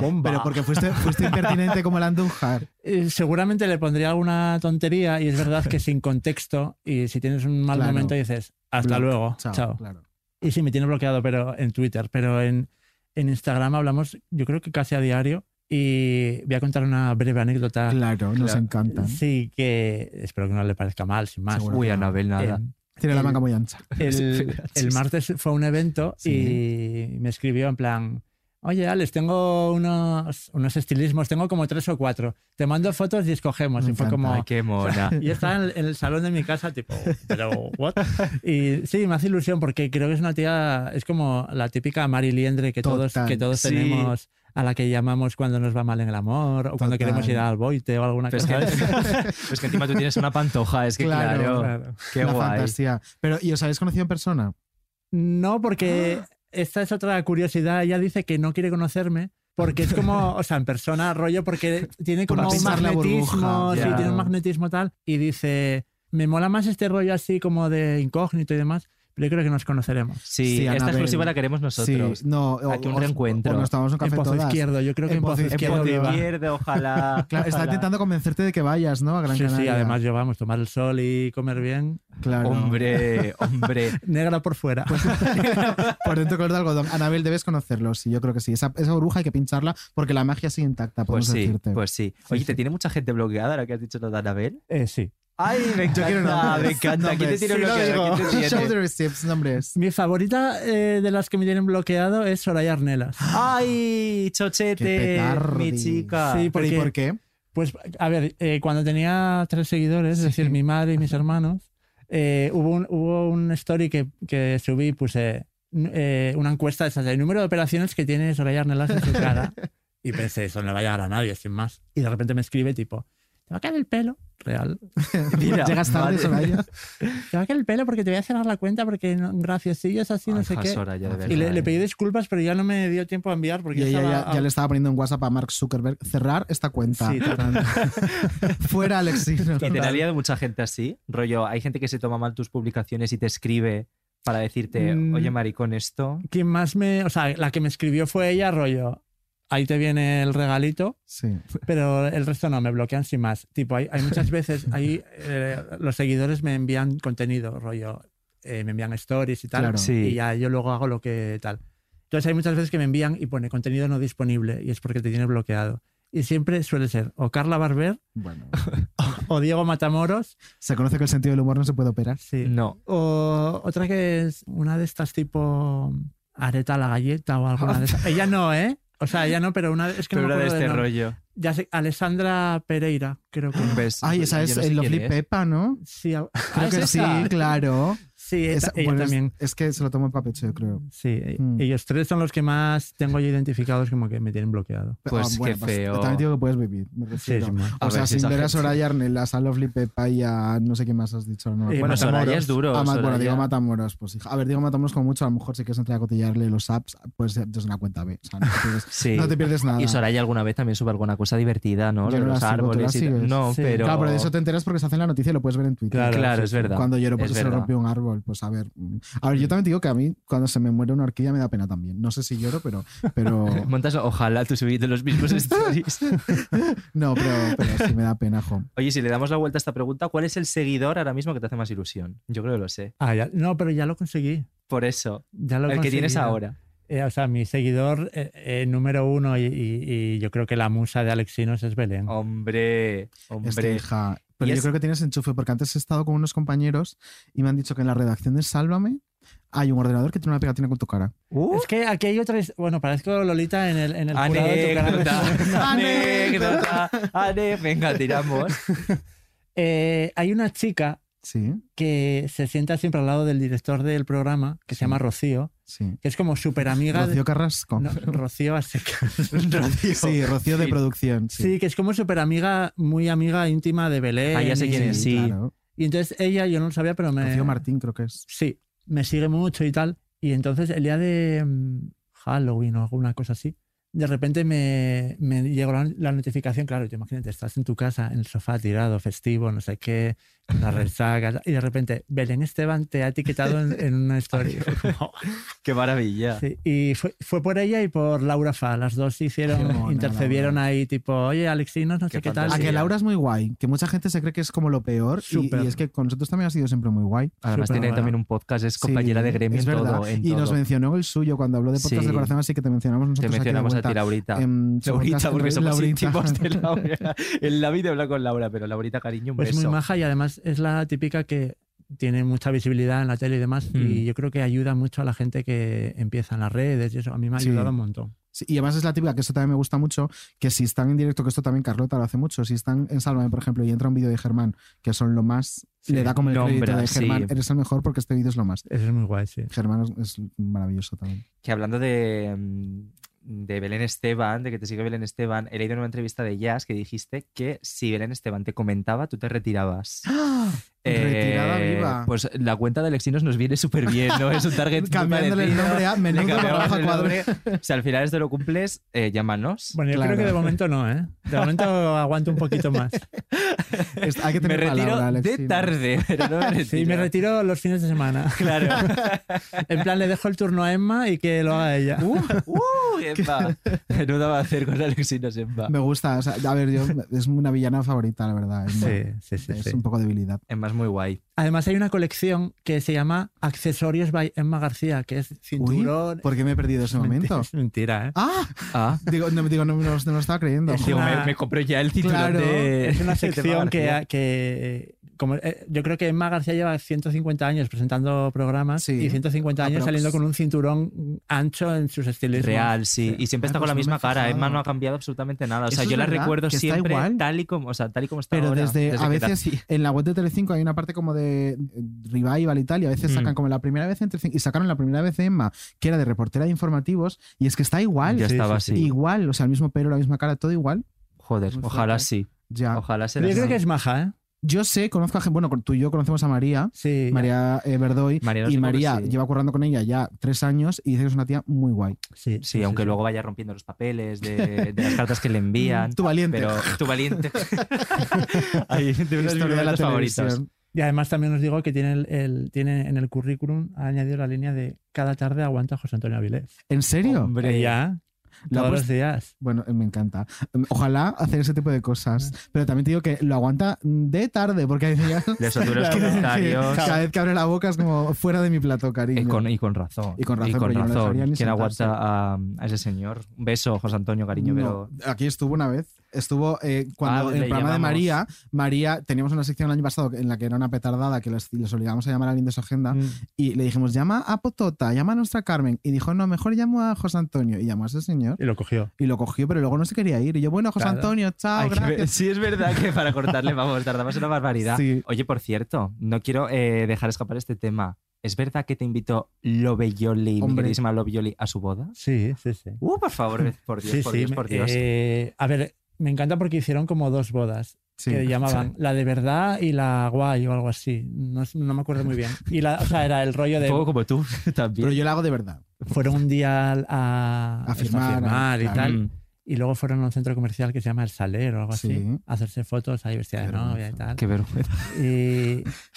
[SPEAKER 19] Bomba.
[SPEAKER 4] Pero porque fuiste, fuiste impertinente como el Andújar.
[SPEAKER 19] Eh, Seguramente le pondría alguna tontería y es verdad que sin contexto y si tienes un mal
[SPEAKER 4] Claro.
[SPEAKER 19] momento dices hasta
[SPEAKER 4] Block.
[SPEAKER 19] luego,
[SPEAKER 4] Chao,
[SPEAKER 19] chao.
[SPEAKER 4] claro.
[SPEAKER 19] Y sí, me tiene bloqueado pero en Twitter, pero en, en Instagram hablamos yo creo que casi a diario y voy a contar una breve anécdota.
[SPEAKER 4] Claro, nos
[SPEAKER 1] Claro.
[SPEAKER 4] encanta.
[SPEAKER 19] Sí, que espero que no le parezca mal, sin más.
[SPEAKER 4] Seguro.
[SPEAKER 1] Ah, Uy, Anabel, nada.
[SPEAKER 19] Eh,
[SPEAKER 4] Tiene la
[SPEAKER 19] el-
[SPEAKER 4] manga muy ancha.
[SPEAKER 19] el, el martes fue a un evento y me escribió en plan, oye, Alex, tengo unos, unos estilismos, tengo como tres o cuatro, te mando fotos y escogemos.
[SPEAKER 4] Me
[SPEAKER 19] y fue
[SPEAKER 4] encanta.
[SPEAKER 19] como...
[SPEAKER 1] Ay, qué mona.
[SPEAKER 19] Y estaba en el, en el salón de mi casa, tipo, pero, ¿what? Y sí, me hace ilusión porque creo que es una tía, es como la típica Mari Liendre que todos,
[SPEAKER 4] Total,
[SPEAKER 19] que todos
[SPEAKER 1] sí.
[SPEAKER 19] tenemos, a la que llamamos cuando nos va mal en el amor, o cuando
[SPEAKER 4] Total.
[SPEAKER 19] queremos ir al boite o alguna
[SPEAKER 1] Pues que,
[SPEAKER 19] cosa. de esa.
[SPEAKER 1] pues que encima tú tienes una pantoja, es que claro.
[SPEAKER 4] Claro,
[SPEAKER 1] Qué
[SPEAKER 4] la
[SPEAKER 1] guay.
[SPEAKER 4] fantasía. Pero, ¿y os habéis conocido en persona?
[SPEAKER 19] No, porque Esta es otra curiosidad. Ella dice que no quiere conocerme porque es como, o sea, en persona, rollo, porque tiene
[SPEAKER 4] Por
[SPEAKER 19] como un
[SPEAKER 4] pisar la
[SPEAKER 19] magnetismo,
[SPEAKER 4] burbuja,
[SPEAKER 19] sí,
[SPEAKER 4] ya.
[SPEAKER 19] tiene un magnetismo tal. Y dice, me mola más este rollo así como de incógnito y demás, pero yo creo que nos conoceremos.
[SPEAKER 1] Sí, esta
[SPEAKER 4] Anabel.
[SPEAKER 1] exclusiva la queremos nosotros.
[SPEAKER 4] Sí, no, o-
[SPEAKER 1] Aquí un
[SPEAKER 4] o-
[SPEAKER 1] reencuentro.
[SPEAKER 4] o nos tomamos un café
[SPEAKER 19] En Pozo
[SPEAKER 4] todas.
[SPEAKER 19] Izquierdo, yo creo que en Pozo Izquierdo
[SPEAKER 1] Pozo
[SPEAKER 19] iba.
[SPEAKER 1] izquierdo, ojalá.
[SPEAKER 4] Claro, está
[SPEAKER 1] ojalá.
[SPEAKER 4] intentando convencerte de que vayas, ¿no? A Gran
[SPEAKER 19] Sí,
[SPEAKER 4] Canaria.
[SPEAKER 19] sí, además yo vamos, tomar el sol y comer bien.
[SPEAKER 4] Claro.
[SPEAKER 1] Hombre, hombre.
[SPEAKER 19] Negra por fuera.
[SPEAKER 4] Pues, Por dentro color de algodón. Anabel, debes conocerlo, sí, yo creo que sí. Esa, esa burbuja hay que pincharla porque la magia sigue intacta, podemos
[SPEAKER 1] Pues sí,
[SPEAKER 4] decirte.
[SPEAKER 1] pues sí. Oye, ¿te tiene mucha gente bloqueada ahora que has dicho lo de Anabel?
[SPEAKER 19] Eh, sí.
[SPEAKER 1] Ay, me
[SPEAKER 4] Yo quiero
[SPEAKER 1] encanta,
[SPEAKER 4] nombres.
[SPEAKER 1] me encanta. ¿Quién te
[SPEAKER 4] Nombres.
[SPEAKER 1] tiene
[SPEAKER 4] Sí, lo digo.
[SPEAKER 1] bloqueado? ¿Quién te tiene?
[SPEAKER 4] Show the receipts, nombres.
[SPEAKER 19] Mi favorita eh, de las que me tienen bloqueado es Soraya Arnelas.
[SPEAKER 1] ¡Ay, chochete! Ah, Mi chica.
[SPEAKER 19] Sí,
[SPEAKER 4] ¿Pero y
[SPEAKER 19] porque-
[SPEAKER 4] por qué?
[SPEAKER 19] Pues, a ver, eh, cuando tenía tres seguidores, es decir, mi madre y mis hermanos, eh, hubo, un, hubo un story que, que subí y puse n- eh, una encuesta de esas, el número de operaciones que tiene Soraya Arnelas en su cara. Y pensé, eso no le va a llegar a nadie, sin más. Y de repente me escribe tipo, te va a caer el pelo, real.
[SPEAKER 1] Mira,
[SPEAKER 4] Llegas tarde,
[SPEAKER 1] madre.
[SPEAKER 4] Soraya.
[SPEAKER 19] Te va a caer el pelo porque te voy a cerrar la cuenta porque no, graciosillos así, no
[SPEAKER 1] Ay,
[SPEAKER 19] sé
[SPEAKER 1] ja,
[SPEAKER 19] qué.
[SPEAKER 1] Soraya, de verdad,
[SPEAKER 19] y le, le
[SPEAKER 1] eh.
[SPEAKER 19] pedí disculpas, pero ya no me dio tiempo a enviar porque
[SPEAKER 4] Y ella
[SPEAKER 19] estaba
[SPEAKER 4] ya, ya le estaba poniendo en WhatsApp a Mark Zuckerberg cerrar esta cuenta.
[SPEAKER 19] Sí, total.
[SPEAKER 4] Fuera, Alexis.
[SPEAKER 1] ¿Y te la ha liado mucha gente así? Rollo, hay gente que se toma mal tus publicaciones y te escribe para decirte,
[SPEAKER 19] Mm.
[SPEAKER 1] oye, maricón, esto.
[SPEAKER 19] quien más me. O sea, la que me escribió fue ella, rollo. Ahí te viene el regalito,
[SPEAKER 4] Sí.
[SPEAKER 19] pero el resto no, me bloquean sin más. Tipo, hay, hay muchas veces, ahí eh, los seguidores me envían contenido, rollo, eh, me envían stories y tal,
[SPEAKER 4] Claro.
[SPEAKER 1] Sí.
[SPEAKER 19] y ya yo luego hago lo que tal. Entonces hay muchas veces que me envían y pone contenido no disponible y es porque te tiene bloqueado. Y siempre suele ser o Carla Barber
[SPEAKER 4] Bueno,
[SPEAKER 19] o Diego Matamoros.
[SPEAKER 4] se conoce que el sentido del humor no se puede operar.
[SPEAKER 19] Sí.
[SPEAKER 1] No.
[SPEAKER 19] O otra que es una de estas tipo Areta la galleta o alguna de esas. Ella no, ¿eh? O sea, ella no, pero una es que
[SPEAKER 1] Pero
[SPEAKER 19] no me
[SPEAKER 1] era de
[SPEAKER 19] acuerdo
[SPEAKER 1] este
[SPEAKER 19] del nombre.
[SPEAKER 1] rollo.
[SPEAKER 19] Ya sé, Alessandra Pereira, creo que.
[SPEAKER 1] Un beso.
[SPEAKER 4] Ay, esa
[SPEAKER 1] Yo
[SPEAKER 4] es
[SPEAKER 1] no
[SPEAKER 4] el
[SPEAKER 1] sé quién
[SPEAKER 4] Lovely
[SPEAKER 1] es.
[SPEAKER 4] Pepa, ¿no?
[SPEAKER 19] Sí, a-
[SPEAKER 4] Creo
[SPEAKER 1] Ah,
[SPEAKER 4] que
[SPEAKER 1] ¿es
[SPEAKER 4] sí,
[SPEAKER 1] esa?
[SPEAKER 4] claro.
[SPEAKER 19] sí ella-
[SPEAKER 4] Esa-
[SPEAKER 19] ella
[SPEAKER 4] bueno, es- pues
[SPEAKER 19] también.
[SPEAKER 4] Es, que se lo toma para pecho, yo creo.
[SPEAKER 19] Sí,
[SPEAKER 4] Mm.
[SPEAKER 19] ellos tres son los que más tengo yo identificados como que me tienen bloqueado.
[SPEAKER 4] Ah,
[SPEAKER 1] Pues qué feo.
[SPEAKER 4] también digo que puedes vivir, me
[SPEAKER 19] Sí,
[SPEAKER 4] refiero.
[SPEAKER 19] sí, man.
[SPEAKER 1] A
[SPEAKER 4] o
[SPEAKER 1] ver
[SPEAKER 4] sea,
[SPEAKER 1] si
[SPEAKER 4] sin
[SPEAKER 1] esa
[SPEAKER 4] ver a
[SPEAKER 1] gente-
[SPEAKER 4] Soraya Arnelas, a Lovely Pepa y a no sé quién más has dicho. No, me
[SPEAKER 19] Eh,
[SPEAKER 4] acuerdo.
[SPEAKER 1] Bueno, Soraya es duro.
[SPEAKER 4] Ah, ma- bueno,
[SPEAKER 1] Soraya.
[SPEAKER 4] digo Matamoros, pues hija. A ver, digo Matamoros como mucho. A lo mejor si quieres entrar a cotillarle los apps, pues eh, desde una cuenta B. O sea, no te pierdes,
[SPEAKER 1] Sí.
[SPEAKER 4] pues, no te pierdes nada.
[SPEAKER 1] Y Soraya alguna vez también sube alguna cosa divertida,
[SPEAKER 4] Yo
[SPEAKER 1] ¿no? Lo de
[SPEAKER 4] no la
[SPEAKER 1] los
[SPEAKER 4] sigo, ¿tú
[SPEAKER 1] árboles
[SPEAKER 4] la
[SPEAKER 1] y tal.
[SPEAKER 4] sigues?
[SPEAKER 1] No,
[SPEAKER 19] Sí.
[SPEAKER 1] pero.
[SPEAKER 4] Claro, pero de eso te enteras porque se hace en la noticia y lo puedes ver en Twitter.
[SPEAKER 19] Claro,
[SPEAKER 1] Claro,
[SPEAKER 19] sí,
[SPEAKER 1] es
[SPEAKER 19] sí.
[SPEAKER 1] verdad.
[SPEAKER 4] Cuando lloro porque se
[SPEAKER 1] Es
[SPEAKER 4] le
[SPEAKER 1] verdad.
[SPEAKER 4] rompió un árbol. Pues a ver. mm. A ver, yo también te digo que a mí, cuando se me muere una orquídea, me da pena también. No sé si lloro, pero. pero
[SPEAKER 1] Montas, ojalá tú subís los mismos stories.
[SPEAKER 4] no, pero, pero sí me da pena, jo.
[SPEAKER 1] Oye, si le damos la vuelta a esta pregunta, ¿cuál es el seguidor ahora mismo que te hace más ilusión? Yo creo que lo sé.
[SPEAKER 19] Ah, ya- no, pero ya lo conseguí.
[SPEAKER 1] Por eso.
[SPEAKER 19] Ya lo
[SPEAKER 1] el que
[SPEAKER 19] conseguí,
[SPEAKER 1] tienes
[SPEAKER 19] ya.
[SPEAKER 1] ahora.
[SPEAKER 19] Eh, o sea, mi seguidor eh, eh, número uno y, y- y yo creo que la musa de Alexinos es Belén.
[SPEAKER 1] Hombre, hombre.
[SPEAKER 4] Es que, hija, Este, Pero
[SPEAKER 1] Y
[SPEAKER 4] yo
[SPEAKER 1] es-
[SPEAKER 4] creo que tienes enchufe, porque antes he estado con unos compañeros y me han dicho que en la redacción de Sálvame hay un ordenador que tiene una pegatina con tu cara.
[SPEAKER 19] Es que aquí hay otra. his- Bueno, parezco Lolita en el, en el
[SPEAKER 4] Ah,
[SPEAKER 19] jurado de tu canal de
[SPEAKER 1] Anécdota,
[SPEAKER 19] Suena.
[SPEAKER 1] anécdota, ane- Venga, tiramos.
[SPEAKER 19] Eh, hay una chica
[SPEAKER 4] Sí,
[SPEAKER 19] que se sienta siempre al lado del director del programa, que se llama Rocío,
[SPEAKER 4] sí.
[SPEAKER 19] que es como súper amiga.
[SPEAKER 4] Rocío Carrasco.
[SPEAKER 19] Rocío a secas.
[SPEAKER 1] Rocío.
[SPEAKER 4] Sí, Rocío de
[SPEAKER 1] Sí.
[SPEAKER 4] producción. Sí,
[SPEAKER 19] Sí, que es como súper amiga, muy amiga íntima de Belén.
[SPEAKER 1] Ah, ya sé
[SPEAKER 19] y-
[SPEAKER 1] quién es, sí.
[SPEAKER 4] claro.
[SPEAKER 19] Y entonces ella, yo no lo sabía, pero me.
[SPEAKER 4] Rocío Martín, creo que es.
[SPEAKER 19] Sí, me sigue mucho y tal. Y entonces el día de mm, Halloween o alguna cosa así, de repente me, me llegó la, la notificación, claro, te imagínate, estás en tu casa, en el sofá tirado, festivo, no sé qué, con la resaca, y de repente Belén Esteban te ha etiquetado en, en una historia.
[SPEAKER 1] Qué maravilla.
[SPEAKER 19] Sí, y fue, fue por ella y por Laura Fa, las dos hicieron,
[SPEAKER 4] Qué mona,
[SPEAKER 19] intercedieron
[SPEAKER 4] Laura.
[SPEAKER 19] ahí tipo, oye, Alexinos, no
[SPEAKER 1] Qué
[SPEAKER 19] sé qué tal.
[SPEAKER 4] A
[SPEAKER 1] Sí,
[SPEAKER 4] que
[SPEAKER 1] ya.
[SPEAKER 4] Laura es muy guay, que mucha gente se cree que es como lo peor y- y,
[SPEAKER 19] Súper.
[SPEAKER 4] es que con nosotros también ha sido siempre muy guay.
[SPEAKER 1] Además,
[SPEAKER 19] Súper
[SPEAKER 1] tiene
[SPEAKER 19] buena.
[SPEAKER 1] también un podcast, es
[SPEAKER 4] Sí,
[SPEAKER 1] compañera de gremio
[SPEAKER 4] es
[SPEAKER 1] en
[SPEAKER 4] verdad.
[SPEAKER 1] todo. en
[SPEAKER 4] y nos
[SPEAKER 1] todo.
[SPEAKER 4] mencionó el suyo cuando habló de podcast
[SPEAKER 1] Sí.
[SPEAKER 4] de corazón, así que te mencionamos
[SPEAKER 1] Te
[SPEAKER 4] nosotros. aquí de
[SPEAKER 1] mencionamos a
[SPEAKER 4] vuelta.
[SPEAKER 1] ti, Laurita.
[SPEAKER 4] Em, su
[SPEAKER 1] Laurita,
[SPEAKER 4] podcast-
[SPEAKER 1] porque somos
[SPEAKER 4] Laurita.
[SPEAKER 1] íntimos de Laura. En la vida habla con Laura, pero Laurita, cariño, un
[SPEAKER 19] Pues muy
[SPEAKER 1] beso.
[SPEAKER 19] maja y además es la típica que tiene mucha visibilidad en la tele y demás
[SPEAKER 1] Mm.
[SPEAKER 19] y yo creo que ayuda mucho a la gente que empieza en las redes y eso a mí me ha
[SPEAKER 4] Sí.
[SPEAKER 19] ayudado un montón.
[SPEAKER 4] Sí, y además es la típica, que esto también me gusta mucho, que si están en directo, que esto también Carlota lo hace mucho, si están en Sálvame, por ejemplo, y entra un vídeo de Germán, que son lo más,
[SPEAKER 19] Sí,
[SPEAKER 4] le da como el
[SPEAKER 1] nombra,
[SPEAKER 4] crédito de
[SPEAKER 1] sí.
[SPEAKER 4] Germán, eres el mejor porque este vídeo es lo más.
[SPEAKER 19] Eso es muy guay, sí.
[SPEAKER 4] Germán es, es maravilloso también.
[SPEAKER 1] Que hablando de, mm, de Belén Esteban, de que te sigue Belén Esteban, he leído en una entrevista de Jazz que dijiste que si Belén Esteban te comentaba, tú te retirabas.
[SPEAKER 4] Ah, Retirada viva.
[SPEAKER 1] Pues la cuenta de Lexinos nos viene súper bien, ¿no? Es un target muy
[SPEAKER 4] Cambiándole el
[SPEAKER 1] parecido.
[SPEAKER 4] nombre a
[SPEAKER 1] Le
[SPEAKER 4] menudo
[SPEAKER 1] cambiamos
[SPEAKER 4] baraja
[SPEAKER 1] el
[SPEAKER 4] cuadro.
[SPEAKER 1] nombre. Si al final esto lo cumples, eh, llámanos.
[SPEAKER 19] Bueno, yo creo que de momento no, ¿eh? De momento aguanto un poquito más.
[SPEAKER 4] Es- Hay que
[SPEAKER 1] me
[SPEAKER 4] tener
[SPEAKER 1] retiro
[SPEAKER 4] palabra,
[SPEAKER 1] de
[SPEAKER 4] Alexina.
[SPEAKER 1] tarde, pero no me retiro.
[SPEAKER 19] Sí, me retiro los fines de semana.
[SPEAKER 1] Claro.
[SPEAKER 19] En plan, le dejo el turno a Emma y que lo haga ella.
[SPEAKER 1] ¡Uh! Emma. Menuda va a hacer con Alexinos,
[SPEAKER 19] Ah.
[SPEAKER 1] Emma.
[SPEAKER 4] Me gusta. o sea, a ver, yo, es una villana favorita, la verdad. Es,
[SPEAKER 19] sí, sí,
[SPEAKER 4] es
[SPEAKER 19] sí.
[SPEAKER 4] un poco debilidad.
[SPEAKER 1] Emma es muy guay.
[SPEAKER 19] Además, hay una colección que se llama Accesorios by Emma García, que es
[SPEAKER 4] Uy,
[SPEAKER 19] cinturón.
[SPEAKER 4] ¿por qué me he perdido ese momento?
[SPEAKER 19] Es mentira, ¿eh?
[SPEAKER 4] ¡Ah!
[SPEAKER 1] Ah.
[SPEAKER 4] Digo, no, digo, no, me lo- no me lo estaba creyendo.
[SPEAKER 19] Es
[SPEAKER 1] Digo,
[SPEAKER 19] una-
[SPEAKER 1] me, me compró ya el título
[SPEAKER 4] Claro.
[SPEAKER 1] de.
[SPEAKER 19] Es una
[SPEAKER 1] de Emma
[SPEAKER 19] sección que,
[SPEAKER 1] García.
[SPEAKER 19] que- como, eh, yo creo que Emma García lleva 150 años presentando programas
[SPEAKER 4] Sí.
[SPEAKER 19] y 150 años
[SPEAKER 4] Aprox.
[SPEAKER 19] saliendo con un cinturón ancho en sus estilismos.
[SPEAKER 1] Real, sí. Y
[SPEAKER 4] Ah,
[SPEAKER 1] siempre está
[SPEAKER 4] pues
[SPEAKER 1] con la
[SPEAKER 4] no me he
[SPEAKER 1] misma cara.
[SPEAKER 4] fijado.
[SPEAKER 1] Emma no ha cambiado absolutamente nada. O sea,
[SPEAKER 4] Eso
[SPEAKER 1] yo
[SPEAKER 4] es
[SPEAKER 1] la
[SPEAKER 4] verdad,
[SPEAKER 1] recuerdo
[SPEAKER 4] que está
[SPEAKER 1] siempre
[SPEAKER 4] igual.
[SPEAKER 1] tal y como, o sea, tal y como está
[SPEAKER 4] Pero
[SPEAKER 1] ahora,
[SPEAKER 4] desde, a
[SPEAKER 1] que
[SPEAKER 4] veces en la web de Telecinco hay una parte como de eh, revival y tal, y a veces
[SPEAKER 19] Mm.
[SPEAKER 4] sacan como la primera vez en Telecinco, y sacaron la primera vez Emma, que era de reportera de informativos, y es que está igual.
[SPEAKER 1] Ya
[SPEAKER 19] Sí,
[SPEAKER 1] estaba
[SPEAKER 19] sí,
[SPEAKER 1] así.
[SPEAKER 4] Igual, o sea, el mismo pelo, la misma cara, todo igual.
[SPEAKER 1] Joder,
[SPEAKER 4] Muy
[SPEAKER 1] ojalá
[SPEAKER 4] fuerte.
[SPEAKER 1] sí.
[SPEAKER 4] Ya.
[SPEAKER 1] Ojalá se
[SPEAKER 19] Yo
[SPEAKER 1] las-
[SPEAKER 19] creo que es maja, ¿eh?
[SPEAKER 4] Yo sé, conozco a gente, bueno, tú y yo conocemos a María,
[SPEAKER 19] Sí.
[SPEAKER 4] María eh, Verdoy,
[SPEAKER 1] María nos
[SPEAKER 4] y
[SPEAKER 1] dijo que
[SPEAKER 4] María
[SPEAKER 1] sí.
[SPEAKER 4] lleva currando con ella ya tres años y dice que es una tía muy guay.
[SPEAKER 19] Sí,
[SPEAKER 1] Sí, aunque luego vaya rompiendo los papeles de, de las cartas que le envían.
[SPEAKER 4] Mm, Tú valiente.
[SPEAKER 1] Pero tu valiente. Ahí, de uno de mis
[SPEAKER 4] Historia de la
[SPEAKER 1] momentos favoritos.
[SPEAKER 4] televisión.
[SPEAKER 19] Y además también os digo que tiene, el, el- tiene en el currículum, ha añadido la línea de cada tarde aguanta José Antonio Avilés.
[SPEAKER 4] ¿En serio?
[SPEAKER 1] eh,
[SPEAKER 19] Hombre, ya.
[SPEAKER 4] La
[SPEAKER 19] Todos
[SPEAKER 4] pues-
[SPEAKER 19] los días.
[SPEAKER 4] Bueno, me encanta. Em, Ojalá hacer ese tipo de cosas. Pero también te digo que lo aguanta mm, de tarde, porque hay días.
[SPEAKER 1] Les saturo los
[SPEAKER 4] Quiero decir,
[SPEAKER 1] comentarios.
[SPEAKER 4] Cada vez que abre la boca es como fuera de mi plato, cariño.
[SPEAKER 1] Y con, y con razón.
[SPEAKER 4] Y con razón, pero yo no dejaría ni
[SPEAKER 1] ¿Quién
[SPEAKER 4] sentarse.
[SPEAKER 1] aguanta a, a ese señor? Un beso, José Antonio, cariño,
[SPEAKER 4] No,
[SPEAKER 1] pero.
[SPEAKER 4] Aquí estuvo una vez. Estuvo eh, cuando
[SPEAKER 1] Ah,
[SPEAKER 4] en el
[SPEAKER 1] le
[SPEAKER 4] programa de
[SPEAKER 1] llamamos.
[SPEAKER 4] María, María, teníamos una sección el año pasado en la que era una petardada que les, les obligábamos a llamar a alguien de su agenda
[SPEAKER 19] Mm.
[SPEAKER 4] y le dijimos, llama a Potota, llama a nuestra Carmen. Y dijo, no, mejor llamo a José Antonio. Y llamó a ese señor
[SPEAKER 19] Y lo cogió.
[SPEAKER 4] y lo cogió, pero luego no se quería ir. Y yo, bueno, José
[SPEAKER 19] Claro.
[SPEAKER 4] Antonio, chao,
[SPEAKER 1] Hay que ver-
[SPEAKER 4] gracias.
[SPEAKER 1] Sí, es verdad que para cortarle, vamos, tardamos una barbaridad.
[SPEAKER 4] Sí.
[SPEAKER 1] Oye, por cierto, no quiero eh, dejar escapar este tema. ¿Es verdad que te invitó Lovejoly, mi
[SPEAKER 4] Hombre.
[SPEAKER 1] queridísima Lovejoly, a su boda?
[SPEAKER 19] Sí, sí, sí.
[SPEAKER 1] Uh, por favor, por Dios,
[SPEAKER 19] Mm. sí,
[SPEAKER 1] por
[SPEAKER 19] sí,
[SPEAKER 1] Dios,
[SPEAKER 19] me-
[SPEAKER 1] por Dios.
[SPEAKER 19] eh, a ver, me encanta porque hicieron como dos bodas.
[SPEAKER 4] Sí.
[SPEAKER 19] que llamaban la de verdad y la guay o algo así. No, es- no me acuerdo muy bien. Y la, o sea, era el rollo
[SPEAKER 1] Un poco
[SPEAKER 19] de
[SPEAKER 1] como tú
[SPEAKER 4] Pero
[SPEAKER 1] también.
[SPEAKER 4] yo la hago de verdad.
[SPEAKER 19] fueron un día al- a,
[SPEAKER 4] A firmar,
[SPEAKER 19] firmar y
[SPEAKER 4] claro.
[SPEAKER 19] tal.
[SPEAKER 1] Mm,
[SPEAKER 19] Y luego fueron a un centro comercial que se llama El Saler o algo
[SPEAKER 4] Sí.
[SPEAKER 19] así, a hacerse fotos ahí vestida de
[SPEAKER 4] Qué
[SPEAKER 19] novia y
[SPEAKER 4] vergüenza.
[SPEAKER 19] tal.
[SPEAKER 1] Qué vergüenza.
[SPEAKER 19] Y,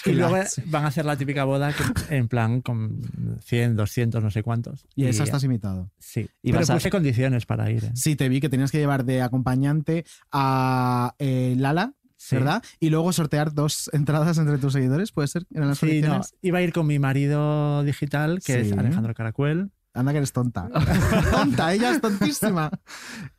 [SPEAKER 4] Qué
[SPEAKER 19] y luego
[SPEAKER 4] lache.
[SPEAKER 19] van a hacer la típica boda que- en plan con 100, 200, no sé cuántos.
[SPEAKER 4] Y, esa estás imitado.
[SPEAKER 19] Sí.
[SPEAKER 1] Y
[SPEAKER 19] Pero
[SPEAKER 1] vas a-
[SPEAKER 19] puse condiciones para ir. ¿eh?
[SPEAKER 4] Sí, te vi que tenías que llevar de acompañante a eh, Lala,
[SPEAKER 19] Sí.
[SPEAKER 4] ¿verdad? Y luego sortear dos entradas entre tus seguidores, ¿puede ser? ¿Eran las
[SPEAKER 19] Sí, no,
[SPEAKER 4] condiciones?
[SPEAKER 19] iba a ir con mi marido digital, que es
[SPEAKER 4] Sí.
[SPEAKER 19] Alejandro Caracuel.
[SPEAKER 4] Anda que eres tonta. tonta, ¿eh? ella es tontísima.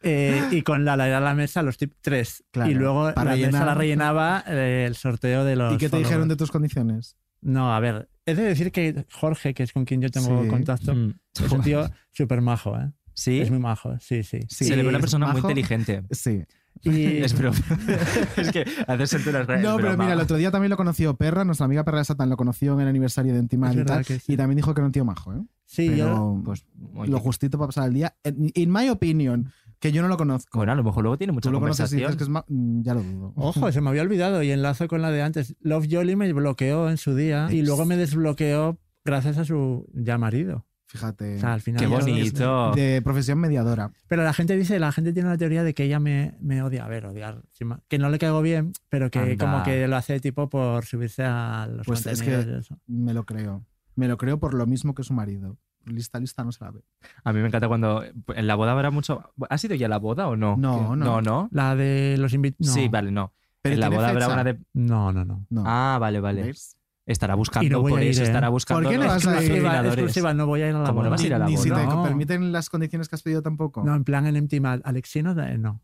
[SPEAKER 19] Eh, y con la era la mesa los tip 3.
[SPEAKER 4] Claro,
[SPEAKER 19] y luego
[SPEAKER 4] para
[SPEAKER 19] la
[SPEAKER 4] llenar.
[SPEAKER 19] mesa la rellenaba eh, el sorteo de los.
[SPEAKER 4] ¿Y qué te
[SPEAKER 19] followers.
[SPEAKER 4] dijeron de tus condiciones?
[SPEAKER 19] No, a ver. Es de decir que Jorge, que es con quien yo tengo
[SPEAKER 4] Sí.
[SPEAKER 19] contacto,
[SPEAKER 1] Mm.
[SPEAKER 19] es un tío súper majo, ¿eh?
[SPEAKER 1] ¿Sí?
[SPEAKER 19] Es muy majo, sí, sí.
[SPEAKER 4] Sí.
[SPEAKER 1] Se le ve una persona muy
[SPEAKER 4] majo.
[SPEAKER 1] inteligente.
[SPEAKER 4] Sí.
[SPEAKER 19] Y,
[SPEAKER 1] Es broma. es que hacerse el túnel es
[SPEAKER 4] No, pero
[SPEAKER 1] Eh, broma.
[SPEAKER 4] mira, el otro día también lo conoció Perra, nuestra amiga Perra de Satán lo conoció en el aniversario de Entimar
[SPEAKER 19] Es
[SPEAKER 4] y
[SPEAKER 19] verdad
[SPEAKER 4] tal.
[SPEAKER 19] que sí.
[SPEAKER 4] Y también dijo que era un tío majo, ¿eh?
[SPEAKER 19] sí, yo.
[SPEAKER 4] Pero
[SPEAKER 1] Pues, oye,
[SPEAKER 4] lo justito para pasar el día. En- In my opinion, que yo no lo conozco.
[SPEAKER 1] Bueno, a lo mejor luego tiene mucha
[SPEAKER 4] Tú lo conoces y dices
[SPEAKER 1] conversación.
[SPEAKER 4] que es ma- mm, Ya lo dudo.
[SPEAKER 19] Ojo, se me había olvidado y enlazo con la de antes. Love Jolly me bloqueó en su día y luego me desbloqueó gracias a su ya marido.
[SPEAKER 4] Fíjate.
[SPEAKER 19] O sea, al final
[SPEAKER 1] Qué
[SPEAKER 19] ya lo-
[SPEAKER 1] bonito.
[SPEAKER 4] De profesión mediadora.
[SPEAKER 19] Pero la gente dice, la gente tiene la teoría de que ella me, me odia. A ver, odiar. sin más. Que no le caigo bien, pero que
[SPEAKER 1] Anda.
[SPEAKER 19] como que lo hace tipo por subirse a los
[SPEAKER 4] Pues es
[SPEAKER 19] contenidos
[SPEAKER 4] que-
[SPEAKER 19] y eso.
[SPEAKER 4] Me lo creo. Me lo creo por lo mismo que su marido. Lista, lista, no se la ve.
[SPEAKER 1] A mí me encanta cuando en la boda habrá mucho. ¿Ha sido ya la boda o no?
[SPEAKER 4] No, no.
[SPEAKER 1] No, no.
[SPEAKER 19] La de los invitados.
[SPEAKER 1] Sí, vale, no.
[SPEAKER 4] Pero
[SPEAKER 1] en la
[SPEAKER 4] tiene
[SPEAKER 1] boda habrá
[SPEAKER 4] fecha.
[SPEAKER 1] una de.
[SPEAKER 19] No, no, no.
[SPEAKER 4] No.
[SPEAKER 1] Ah, vale, vale.
[SPEAKER 4] ¿Ves?
[SPEAKER 1] Estará buscando
[SPEAKER 19] Y no voy
[SPEAKER 1] por
[SPEAKER 19] a ir,
[SPEAKER 1] eso,
[SPEAKER 19] ¿eh?
[SPEAKER 1] estará buscando.
[SPEAKER 4] ¿Por qué no
[SPEAKER 1] los
[SPEAKER 4] vas a ir?
[SPEAKER 19] Exclusiva,
[SPEAKER 1] patrocinadores.
[SPEAKER 19] exclusiva, no voy a ir a la
[SPEAKER 1] ¿Cómo no
[SPEAKER 19] boda.
[SPEAKER 1] vas a ir a la
[SPEAKER 4] Ni si
[SPEAKER 1] boda?
[SPEAKER 4] te
[SPEAKER 19] No.
[SPEAKER 4] permiten las condiciones que has pedido tampoco.
[SPEAKER 19] No, en plan en Empty Mad. Alexino, de- no.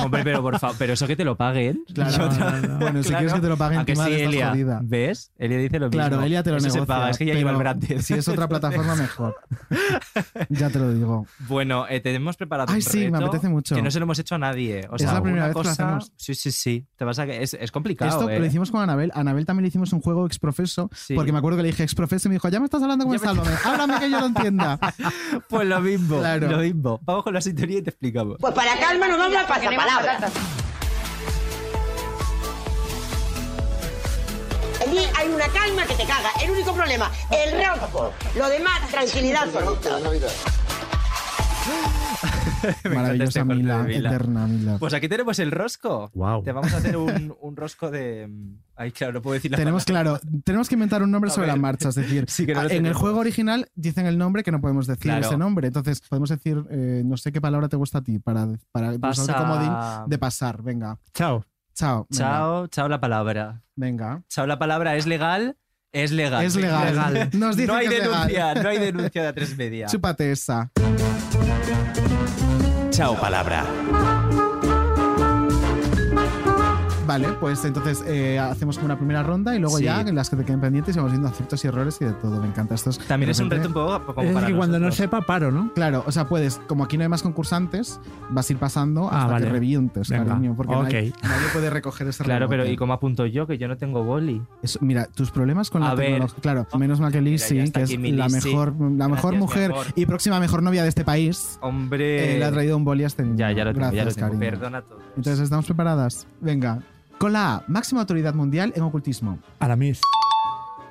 [SPEAKER 1] Hombre, pero por favor, pero eso que te lo paguen.
[SPEAKER 4] Claro.
[SPEAKER 1] Yo
[SPEAKER 19] No, no, no.
[SPEAKER 4] Bueno, si
[SPEAKER 1] Claro.
[SPEAKER 4] quieres que te lo paguen,
[SPEAKER 1] ¿A que
[SPEAKER 4] encima
[SPEAKER 1] sí,
[SPEAKER 4] estás
[SPEAKER 1] Elia?
[SPEAKER 4] jodida.
[SPEAKER 1] ¿Ves? Elia dice lo mismo.
[SPEAKER 4] Claro, Elia te lo
[SPEAKER 1] Eso se
[SPEAKER 4] negocia.
[SPEAKER 1] paga, es que ya lleva el
[SPEAKER 4] pero
[SPEAKER 1] branded.
[SPEAKER 4] Si es otra plataforma, mejor. ya te lo digo.
[SPEAKER 1] Bueno, eh, tenemos preparado
[SPEAKER 4] Ay,
[SPEAKER 1] un
[SPEAKER 4] sí, me
[SPEAKER 1] reto
[SPEAKER 4] apetece mucho.
[SPEAKER 1] que no se lo hemos hecho a nadie. O
[SPEAKER 4] Es
[SPEAKER 1] sea,
[SPEAKER 4] la primera
[SPEAKER 1] una
[SPEAKER 4] vez que lo
[SPEAKER 1] cosa-
[SPEAKER 4] hacemos.
[SPEAKER 1] Sí, sí, sí. Te vas a... es, es complicado,
[SPEAKER 4] Esto
[SPEAKER 1] ¿eh?
[SPEAKER 4] lo hicimos con Anabel. A Anabel también le hicimos un juego exprofeso.
[SPEAKER 1] Sí.
[SPEAKER 4] Porque me acuerdo que le dije exprofeso y me dijo, ya me estás hablando como
[SPEAKER 1] Ya
[SPEAKER 4] el
[SPEAKER 1] me-
[SPEAKER 4] Sálvame. Háblame que yo lo entienda.
[SPEAKER 1] Pues lo mismo,
[SPEAKER 4] Claro.
[SPEAKER 1] lo mismo. Vamos con la sintonía y te explicamos.
[SPEAKER 5] Pues para acá, hermano, vamos a pasar palabras.
[SPEAKER 20] Aquí hay una calma que te caga. El único problema, el rojo. Lo demás, tranquilidad absoluta.
[SPEAKER 4] Maravillosa
[SPEAKER 1] este corte
[SPEAKER 4] Mila,
[SPEAKER 1] de Mila.
[SPEAKER 4] eterna Mila.
[SPEAKER 1] Pues aquí tenemos el rosco.
[SPEAKER 4] Guau.
[SPEAKER 1] Te vamos a hacer un, un rosco de. mm, Ay, claro, no puedo decir la
[SPEAKER 4] Tenemos
[SPEAKER 1] palabra.
[SPEAKER 4] claro, tenemos que inventar un nombre
[SPEAKER 1] A
[SPEAKER 4] sobre
[SPEAKER 1] ver.
[SPEAKER 4] la marcha, es decir,
[SPEAKER 1] Sí, que no
[SPEAKER 4] a-
[SPEAKER 1] lo
[SPEAKER 4] en el
[SPEAKER 1] tenemos.
[SPEAKER 4] juego original dicen el nombre que no podemos decir
[SPEAKER 1] Claro.
[SPEAKER 4] ese nombre, entonces podemos decir, eh, no sé qué palabra te gusta a ti para, para usar de
[SPEAKER 1] Pasa-
[SPEAKER 4] comodín de pasar, venga,
[SPEAKER 19] Chao.
[SPEAKER 4] chao, venga,
[SPEAKER 1] Chao, chao la palabra.
[SPEAKER 4] venga.
[SPEAKER 1] Chao la palabra, ¿es legal? Es legal.
[SPEAKER 4] Es legal. Nos dicen
[SPEAKER 1] no hay
[SPEAKER 4] que es
[SPEAKER 1] denuncia,
[SPEAKER 4] legal.
[SPEAKER 1] no hay denuncia de a tres media.
[SPEAKER 4] Chúpate esa.
[SPEAKER 21] Chao palabra.
[SPEAKER 4] Vale, pues entonces eh, hacemos como una primera ronda y luego
[SPEAKER 1] Sí.
[SPEAKER 4] ya en las que te queden pendientes y vamos viendo aciertos y errores y de todo. Me encanta esto.
[SPEAKER 1] También
[SPEAKER 4] de
[SPEAKER 1] es un
[SPEAKER 4] repente-
[SPEAKER 1] reto un poco como
[SPEAKER 19] Es
[SPEAKER 1] para
[SPEAKER 19] que cuando no
[SPEAKER 1] nosotros.
[SPEAKER 19] sepa, paro, ¿no?
[SPEAKER 4] Claro, o sea, puedes, como aquí no hay más concursantes, vas a ir pasando
[SPEAKER 19] Ah,
[SPEAKER 4] hasta
[SPEAKER 19] vale.
[SPEAKER 4] que revientes,
[SPEAKER 19] Venga,
[SPEAKER 4] cariño, porque no hay-
[SPEAKER 19] ok.
[SPEAKER 4] nadie puede recoger ese
[SPEAKER 1] Claro, pero
[SPEAKER 4] rebote.
[SPEAKER 1] ¿y cómo apunto yo? Que yo no tengo boli.
[SPEAKER 4] Eso, mira, tus problemas con
[SPEAKER 1] A
[SPEAKER 4] la
[SPEAKER 1] ver. Oh,
[SPEAKER 4] tecnología. Claro, menos mal que Lizzy,
[SPEAKER 1] ya está
[SPEAKER 4] que
[SPEAKER 1] aquí
[SPEAKER 4] es
[SPEAKER 1] mi
[SPEAKER 4] la
[SPEAKER 1] Lizzy.
[SPEAKER 4] mejor, la mejor
[SPEAKER 1] mi
[SPEAKER 4] mujer
[SPEAKER 1] amor.
[SPEAKER 4] y próxima mejor novia de este país,
[SPEAKER 1] Hombre.
[SPEAKER 4] eh, le ha traído un boli a este niño.
[SPEAKER 1] Ya, ya lo tengo,
[SPEAKER 4] Gracias,
[SPEAKER 1] ya lo tengo.
[SPEAKER 4] cariño.
[SPEAKER 1] Perdona todo.
[SPEAKER 4] Entonces, ¿estamos preparadas? Venga. Con la A, máxima autoridad mundial en ocultismo.
[SPEAKER 19] Aramis.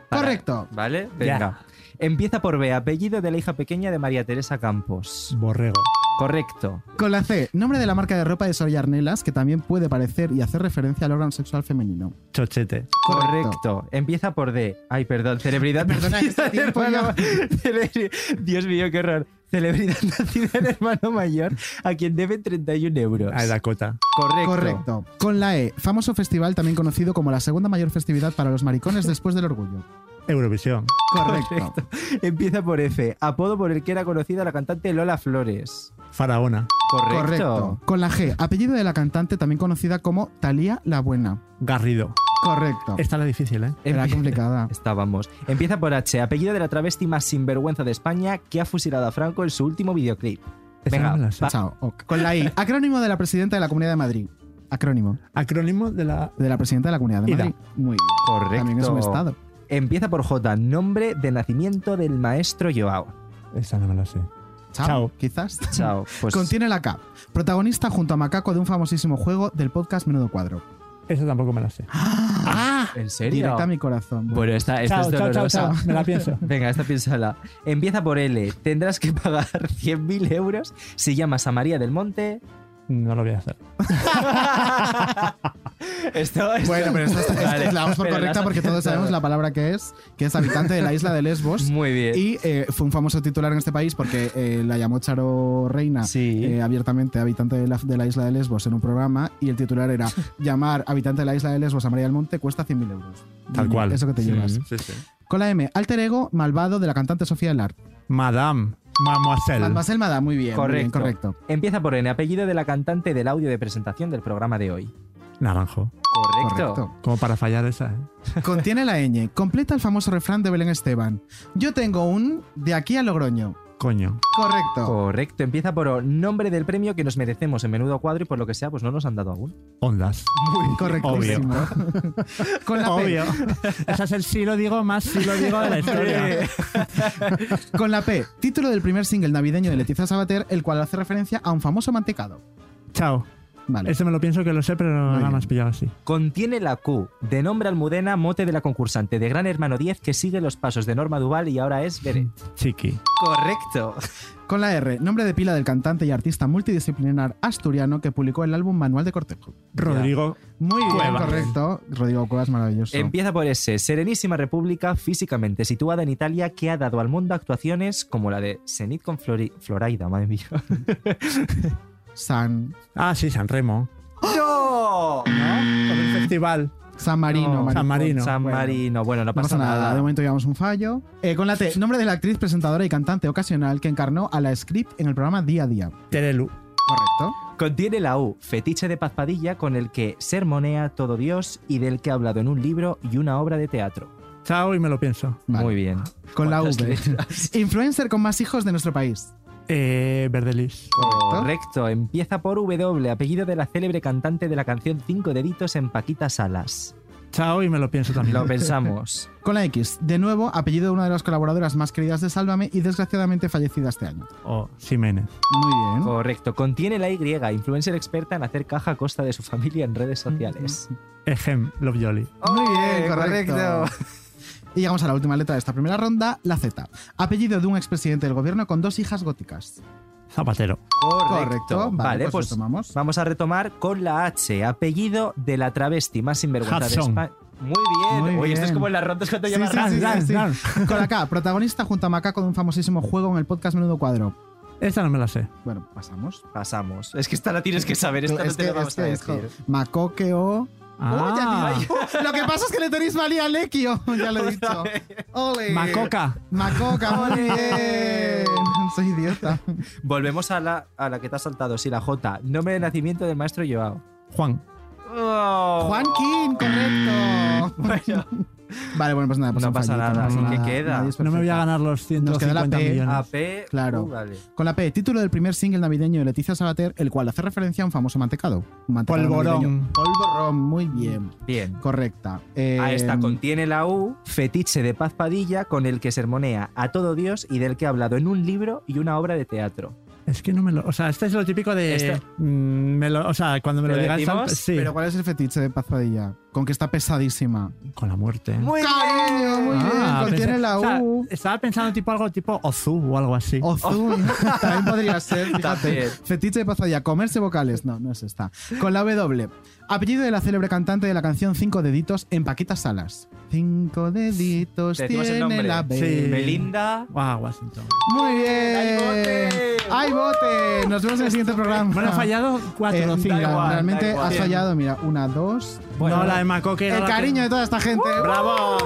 [SPEAKER 1] Para-
[SPEAKER 4] Correcto.
[SPEAKER 1] ¿Vale? Venga. Empieza por B, apellido de la hija pequeña de María Teresa Campos.
[SPEAKER 19] Borrego.
[SPEAKER 1] Correcto.
[SPEAKER 4] Con la C, nombre de la marca de ropa de Soria Arnelas, que también puede parecer y hacer referencia al órgano sexual femenino.
[SPEAKER 19] Chochete.
[SPEAKER 1] Correcto. Empieza por D. Ay, perdón. Celebridad.
[SPEAKER 4] Perdona, que este tiempo
[SPEAKER 1] hermano- Cele- Dios mío, qué horror. Celebridad nacida en hermano mayor a quien deben 31 euros.
[SPEAKER 19] A Dakota.
[SPEAKER 1] Correcto.
[SPEAKER 4] Correcto. Con la E, famoso festival también conocido como la segunda mayor festividad para los maricones después del orgullo.
[SPEAKER 19] Eurovisión.
[SPEAKER 4] Correcto.
[SPEAKER 1] Empieza por F. Apodo por el que era conocida la cantante Lola Flores.
[SPEAKER 19] Faraona.
[SPEAKER 1] Correcto.
[SPEAKER 4] Correcto. Con la G, apellido de la cantante también conocida como Talía la Buena.
[SPEAKER 19] Garrido.
[SPEAKER 4] Correcto.
[SPEAKER 19] Esta es la difícil, ¿eh?
[SPEAKER 4] Era complicada.
[SPEAKER 1] Estábamos. Empieza por H. Apellido de la travesti más sinvergüenza de España que ha fusilado a Franco en su último videoclip.
[SPEAKER 19] Esa
[SPEAKER 1] Venga,
[SPEAKER 19] no me la sé.
[SPEAKER 1] va-
[SPEAKER 4] Chao. ok. Con la I, acrónimo de la presidenta de la Comunidad de Madrid. Acrónimo
[SPEAKER 19] Acrónimo de la
[SPEAKER 4] de la presidenta de la Comunidad de
[SPEAKER 19] Ida.
[SPEAKER 4] Madrid. Muy bien.
[SPEAKER 1] Correcto.
[SPEAKER 4] También es un estado.
[SPEAKER 1] Empieza por J. Nombre de nacimiento del maestro Joao.
[SPEAKER 19] Esa no me la sé.
[SPEAKER 4] Chao.
[SPEAKER 19] Chao.
[SPEAKER 4] Quizás.
[SPEAKER 1] este. Chao. Pues
[SPEAKER 4] Contiene la K, protagonista junto a Macaco de un famosísimo juego del podcast Menudo Cuadro. ¡Ah!
[SPEAKER 19] Esa tampoco me la sé.
[SPEAKER 1] ¿En serio?
[SPEAKER 4] Directa a mi corazón.
[SPEAKER 1] Bueno, esta, esta
[SPEAKER 19] Chao,
[SPEAKER 1] es
[SPEAKER 19] chao, chao,
[SPEAKER 1] dolorosa.
[SPEAKER 19] chao. Me la pienso.
[SPEAKER 1] Venga, esta piénsala. Empieza por L. Tendrás que pagar 100.000 euros si llamas a María del Monte.
[SPEAKER 19] No lo voy a hacer.
[SPEAKER 1] Esto es.
[SPEAKER 4] Bueno, pero esta, esta- esta
[SPEAKER 1] Vale,
[SPEAKER 4] la damos por
[SPEAKER 1] pero la
[SPEAKER 4] correcta
[SPEAKER 1] has
[SPEAKER 4] porque todos
[SPEAKER 1] acertado.
[SPEAKER 4] sabemos la palabra que es, que es habitante de la isla de Lesbos.
[SPEAKER 1] Muy bien.
[SPEAKER 4] Y eh, fue un famoso titular en este país porque eh, la llamó Charo Reina
[SPEAKER 1] Sí.
[SPEAKER 4] eh, abiertamente habitante de la, de la isla de Lesbos en un programa y el titular era llamar habitante de la isla de Lesbos a María del Monte cuesta 100.000 euros.
[SPEAKER 19] Tal
[SPEAKER 4] Y
[SPEAKER 19] cual.
[SPEAKER 4] Eso que te llevas.
[SPEAKER 18] Sí, sí.
[SPEAKER 4] Con la M, alter ego malvado de la cantante Sofía Elar.
[SPEAKER 19] Madame. Mademoiselle.
[SPEAKER 4] Mademoiselle Mada, muy bien. muy bien,
[SPEAKER 1] Correcto.
[SPEAKER 4] correcto.
[SPEAKER 1] Empieza por N. Apellido de la cantante del audio de presentación del programa de hoy.
[SPEAKER 19] Naranjo.
[SPEAKER 1] Correcto.
[SPEAKER 4] Correcto.
[SPEAKER 19] Como para fallar esa, ¿eh?
[SPEAKER 4] Contiene la ñ. Completa el famoso refrán de Belén Esteban. Yo tengo un de aquí a Logroño.
[SPEAKER 19] Coño.
[SPEAKER 4] Correcto.
[SPEAKER 1] Correcto. Empieza por O. Nombre del premio que nos merecemos en menudo cuadro y por lo que sea, pues no nos han dado aún.
[SPEAKER 19] Ondas.
[SPEAKER 4] Correctísimo. Con la, P,
[SPEAKER 19] Obvio. Ese es el sí lo digo más sí lo digo de la historia.
[SPEAKER 4] con la P, título del primer single navideño de Leticia Sabater, el cual hace referencia a un famoso mantecado.
[SPEAKER 19] Chao.
[SPEAKER 4] Vale.
[SPEAKER 19] Ese me lo pienso que lo sé, pero
[SPEAKER 4] Muy
[SPEAKER 19] nada
[SPEAKER 4] bien.
[SPEAKER 19] más pillado así.
[SPEAKER 1] Contiene la Q. De nombre Almudena, mote de la concursante de Gran Hermano 10 que sigue los pasos de Norma Duval y ahora es Beret.
[SPEAKER 19] Chiqui.
[SPEAKER 1] Correcto.
[SPEAKER 4] Con la R, nombre de pila del cantante y artista multidisciplinar asturiano que publicó el álbum Manual de Cortejo.
[SPEAKER 19] Rodrigo.
[SPEAKER 4] Muy bien,
[SPEAKER 19] Cuevas.
[SPEAKER 4] correcto. Rodrigo Cuevas, maravilloso.
[SPEAKER 1] Empieza por S. Serenísima República, físicamente situada en Italia, que ha dado al mundo actuaciones como la de Zenit con Flori- Floraida, madre mía.
[SPEAKER 4] San,
[SPEAKER 19] Ah, sí, San Remo.
[SPEAKER 1] ¡No!
[SPEAKER 19] Con el festival.
[SPEAKER 4] San Marino.
[SPEAKER 1] No,
[SPEAKER 19] San Marino.
[SPEAKER 1] San
[SPEAKER 4] Bueno.
[SPEAKER 1] Marino. Bueno, no
[SPEAKER 4] No
[SPEAKER 1] pasa, nada.
[SPEAKER 4] De momento llevamos un fallo. Eh, con la T, nombre de la actriz, presentadora y cantante ocasional que encarnó a la script en el programa Día a Día.
[SPEAKER 19] Terelu.
[SPEAKER 4] Correcto.
[SPEAKER 1] Contiene la U, fetiche de Pazpadilla con el que sermonea todo Dios y del que ha hablado en un libro y una obra de teatro.
[SPEAKER 19] Chao y me lo pienso.
[SPEAKER 4] Vale.
[SPEAKER 1] Muy bien.
[SPEAKER 4] Con la
[SPEAKER 1] ¿Cuántas
[SPEAKER 4] V.
[SPEAKER 1] letras?
[SPEAKER 4] Influencer con más hijos de nuestro país.
[SPEAKER 19] Eh, Verdelis.
[SPEAKER 1] Correcto. Empieza por W, apellido de la célebre cantante de la canción Cinco Deditos en Paquita Salas.
[SPEAKER 19] Chao y me lo pienso también.
[SPEAKER 1] Lo pensamos.
[SPEAKER 4] Con la X, de nuevo, apellido de una de las colaboradoras más queridas de Sálvame y desgraciadamente fallecida este año.
[SPEAKER 19] O Jiménez.
[SPEAKER 4] Muy bien.
[SPEAKER 1] Correcto. Contiene la Y, influencer experta en hacer caja a costa de su familia en
[SPEAKER 4] Mm,
[SPEAKER 1] redes sociales.
[SPEAKER 19] Ejem, Love Jolly.
[SPEAKER 4] Muy bien, correcto. Y llegamos a la última letra de esta primera ronda, la Z. Apellido de un expresidente del gobierno con dos hijas góticas.
[SPEAKER 19] Zapatero.
[SPEAKER 4] Correcto. Vale, pues lo tomamos.
[SPEAKER 1] vamos a retomar con la H, apellido de la travesti más sinvergüenza
[SPEAKER 4] Hudson.
[SPEAKER 1] de España. Muy bien.
[SPEAKER 4] Muy
[SPEAKER 1] Oye, esto es
[SPEAKER 4] bien.
[SPEAKER 1] como en las rondas cuando
[SPEAKER 4] Sí,
[SPEAKER 1] llaman
[SPEAKER 4] sí,
[SPEAKER 1] ran,
[SPEAKER 4] sí,
[SPEAKER 1] ran,
[SPEAKER 4] sí, sí.
[SPEAKER 1] ran.
[SPEAKER 4] Con la K, protagonista junto a Macaco de un famosísimo juego en el podcast Menudo Cuadro.
[SPEAKER 19] Esta no me la sé.
[SPEAKER 4] Bueno, pasamos.
[SPEAKER 1] Pasamos. Es que esta la tienes que saber, esta
[SPEAKER 4] Es
[SPEAKER 1] no te
[SPEAKER 4] que-
[SPEAKER 1] la vamos
[SPEAKER 4] es que
[SPEAKER 1] a
[SPEAKER 4] esto-
[SPEAKER 1] decir.
[SPEAKER 4] Macoque o.
[SPEAKER 19] Ah.
[SPEAKER 4] Oh, ya te- Lo que pasa es que le tenéis valía al Equio, ya lo he dicho.
[SPEAKER 1] eh.
[SPEAKER 4] Ole.
[SPEAKER 19] Macoca.
[SPEAKER 4] Macoca, muy bien. Soy idiota.
[SPEAKER 1] Volvemos a la, a la que te has saltado, sí, la J. Nombre de nacimiento del maestro Joao.
[SPEAKER 19] Juan.
[SPEAKER 1] Oh.
[SPEAKER 4] Juanquín, correcto. Vale, bueno, pues nada, pues
[SPEAKER 1] No
[SPEAKER 4] un
[SPEAKER 1] pasa
[SPEAKER 4] fallito,
[SPEAKER 1] nada,
[SPEAKER 4] no pasa
[SPEAKER 1] así que
[SPEAKER 4] nada.
[SPEAKER 1] queda.
[SPEAKER 4] Nadie es
[SPEAKER 19] No me voy a
[SPEAKER 4] perfecta.
[SPEAKER 19] ganar los
[SPEAKER 4] Nos queda la
[SPEAKER 19] 150
[SPEAKER 4] P.
[SPEAKER 19] millones.
[SPEAKER 1] AP.
[SPEAKER 4] Claro.
[SPEAKER 1] uh, vale.
[SPEAKER 4] Con la P, título del primer single navideño de Leticia Sabater, el cual hace referencia a un famoso mantecado. Un mantecado
[SPEAKER 19] Polvorón.
[SPEAKER 4] navideño. Polvorón, muy bien.
[SPEAKER 1] Bien.
[SPEAKER 4] Correcta.
[SPEAKER 1] A
[SPEAKER 4] Eh,
[SPEAKER 1] esta contiene la U, fetiche de Paz Padilla, con el que sermonea a todo Dios y del que ha hablado en un libro y una obra de teatro.
[SPEAKER 19] Es que no me lo. O sea, este es lo típico de.
[SPEAKER 1] Este-
[SPEAKER 19] Mm, me lo- o sea, cuando me lo
[SPEAKER 1] ¿Te lo
[SPEAKER 19] digas.
[SPEAKER 1] decimos?
[SPEAKER 19] sí.
[SPEAKER 4] Pero ¿cuál es el fetiche de Paz Padilla? Con que está pesadísima.
[SPEAKER 19] Con la muerte.
[SPEAKER 1] Muy
[SPEAKER 4] Cariño, muy bien.
[SPEAKER 19] Ah,
[SPEAKER 4] Contiene
[SPEAKER 19] pensé-
[SPEAKER 4] la
[SPEAKER 19] o sea,
[SPEAKER 4] U.
[SPEAKER 19] estaba pensando tipo algo tipo Ozu o algo así.
[SPEAKER 4] Ozu, también podría ser, fíjate.
[SPEAKER 1] También.
[SPEAKER 4] Fetiche de pasadilla, comerse vocales. No, no es esta. Con la W. Apellido de la célebre cantante de la canción Cinco Deditos en Paquita Salas. Cinco deditos
[SPEAKER 1] Te decimos el
[SPEAKER 4] tiene
[SPEAKER 1] nombre.
[SPEAKER 4] la B.
[SPEAKER 19] Sí.
[SPEAKER 1] Belinda.
[SPEAKER 19] Ah, Washington.
[SPEAKER 4] Muy bien.
[SPEAKER 1] ¡Ay, bote!
[SPEAKER 4] ¡Ay, bote! Nos vemos en el siguiente programa.
[SPEAKER 19] Este, Bueno, he fallado
[SPEAKER 4] Eh,
[SPEAKER 19] cuatro o cinco.
[SPEAKER 4] mira,
[SPEAKER 1] igual,
[SPEAKER 4] realmente
[SPEAKER 1] da igual.
[SPEAKER 4] has fallado, mira, una, dos.
[SPEAKER 1] Bueno,
[SPEAKER 19] no, la de Macoque. no
[SPEAKER 4] el
[SPEAKER 19] la ¡Uh!
[SPEAKER 4] cariño de toda esta gente.
[SPEAKER 19] tengo. ¡Bravo!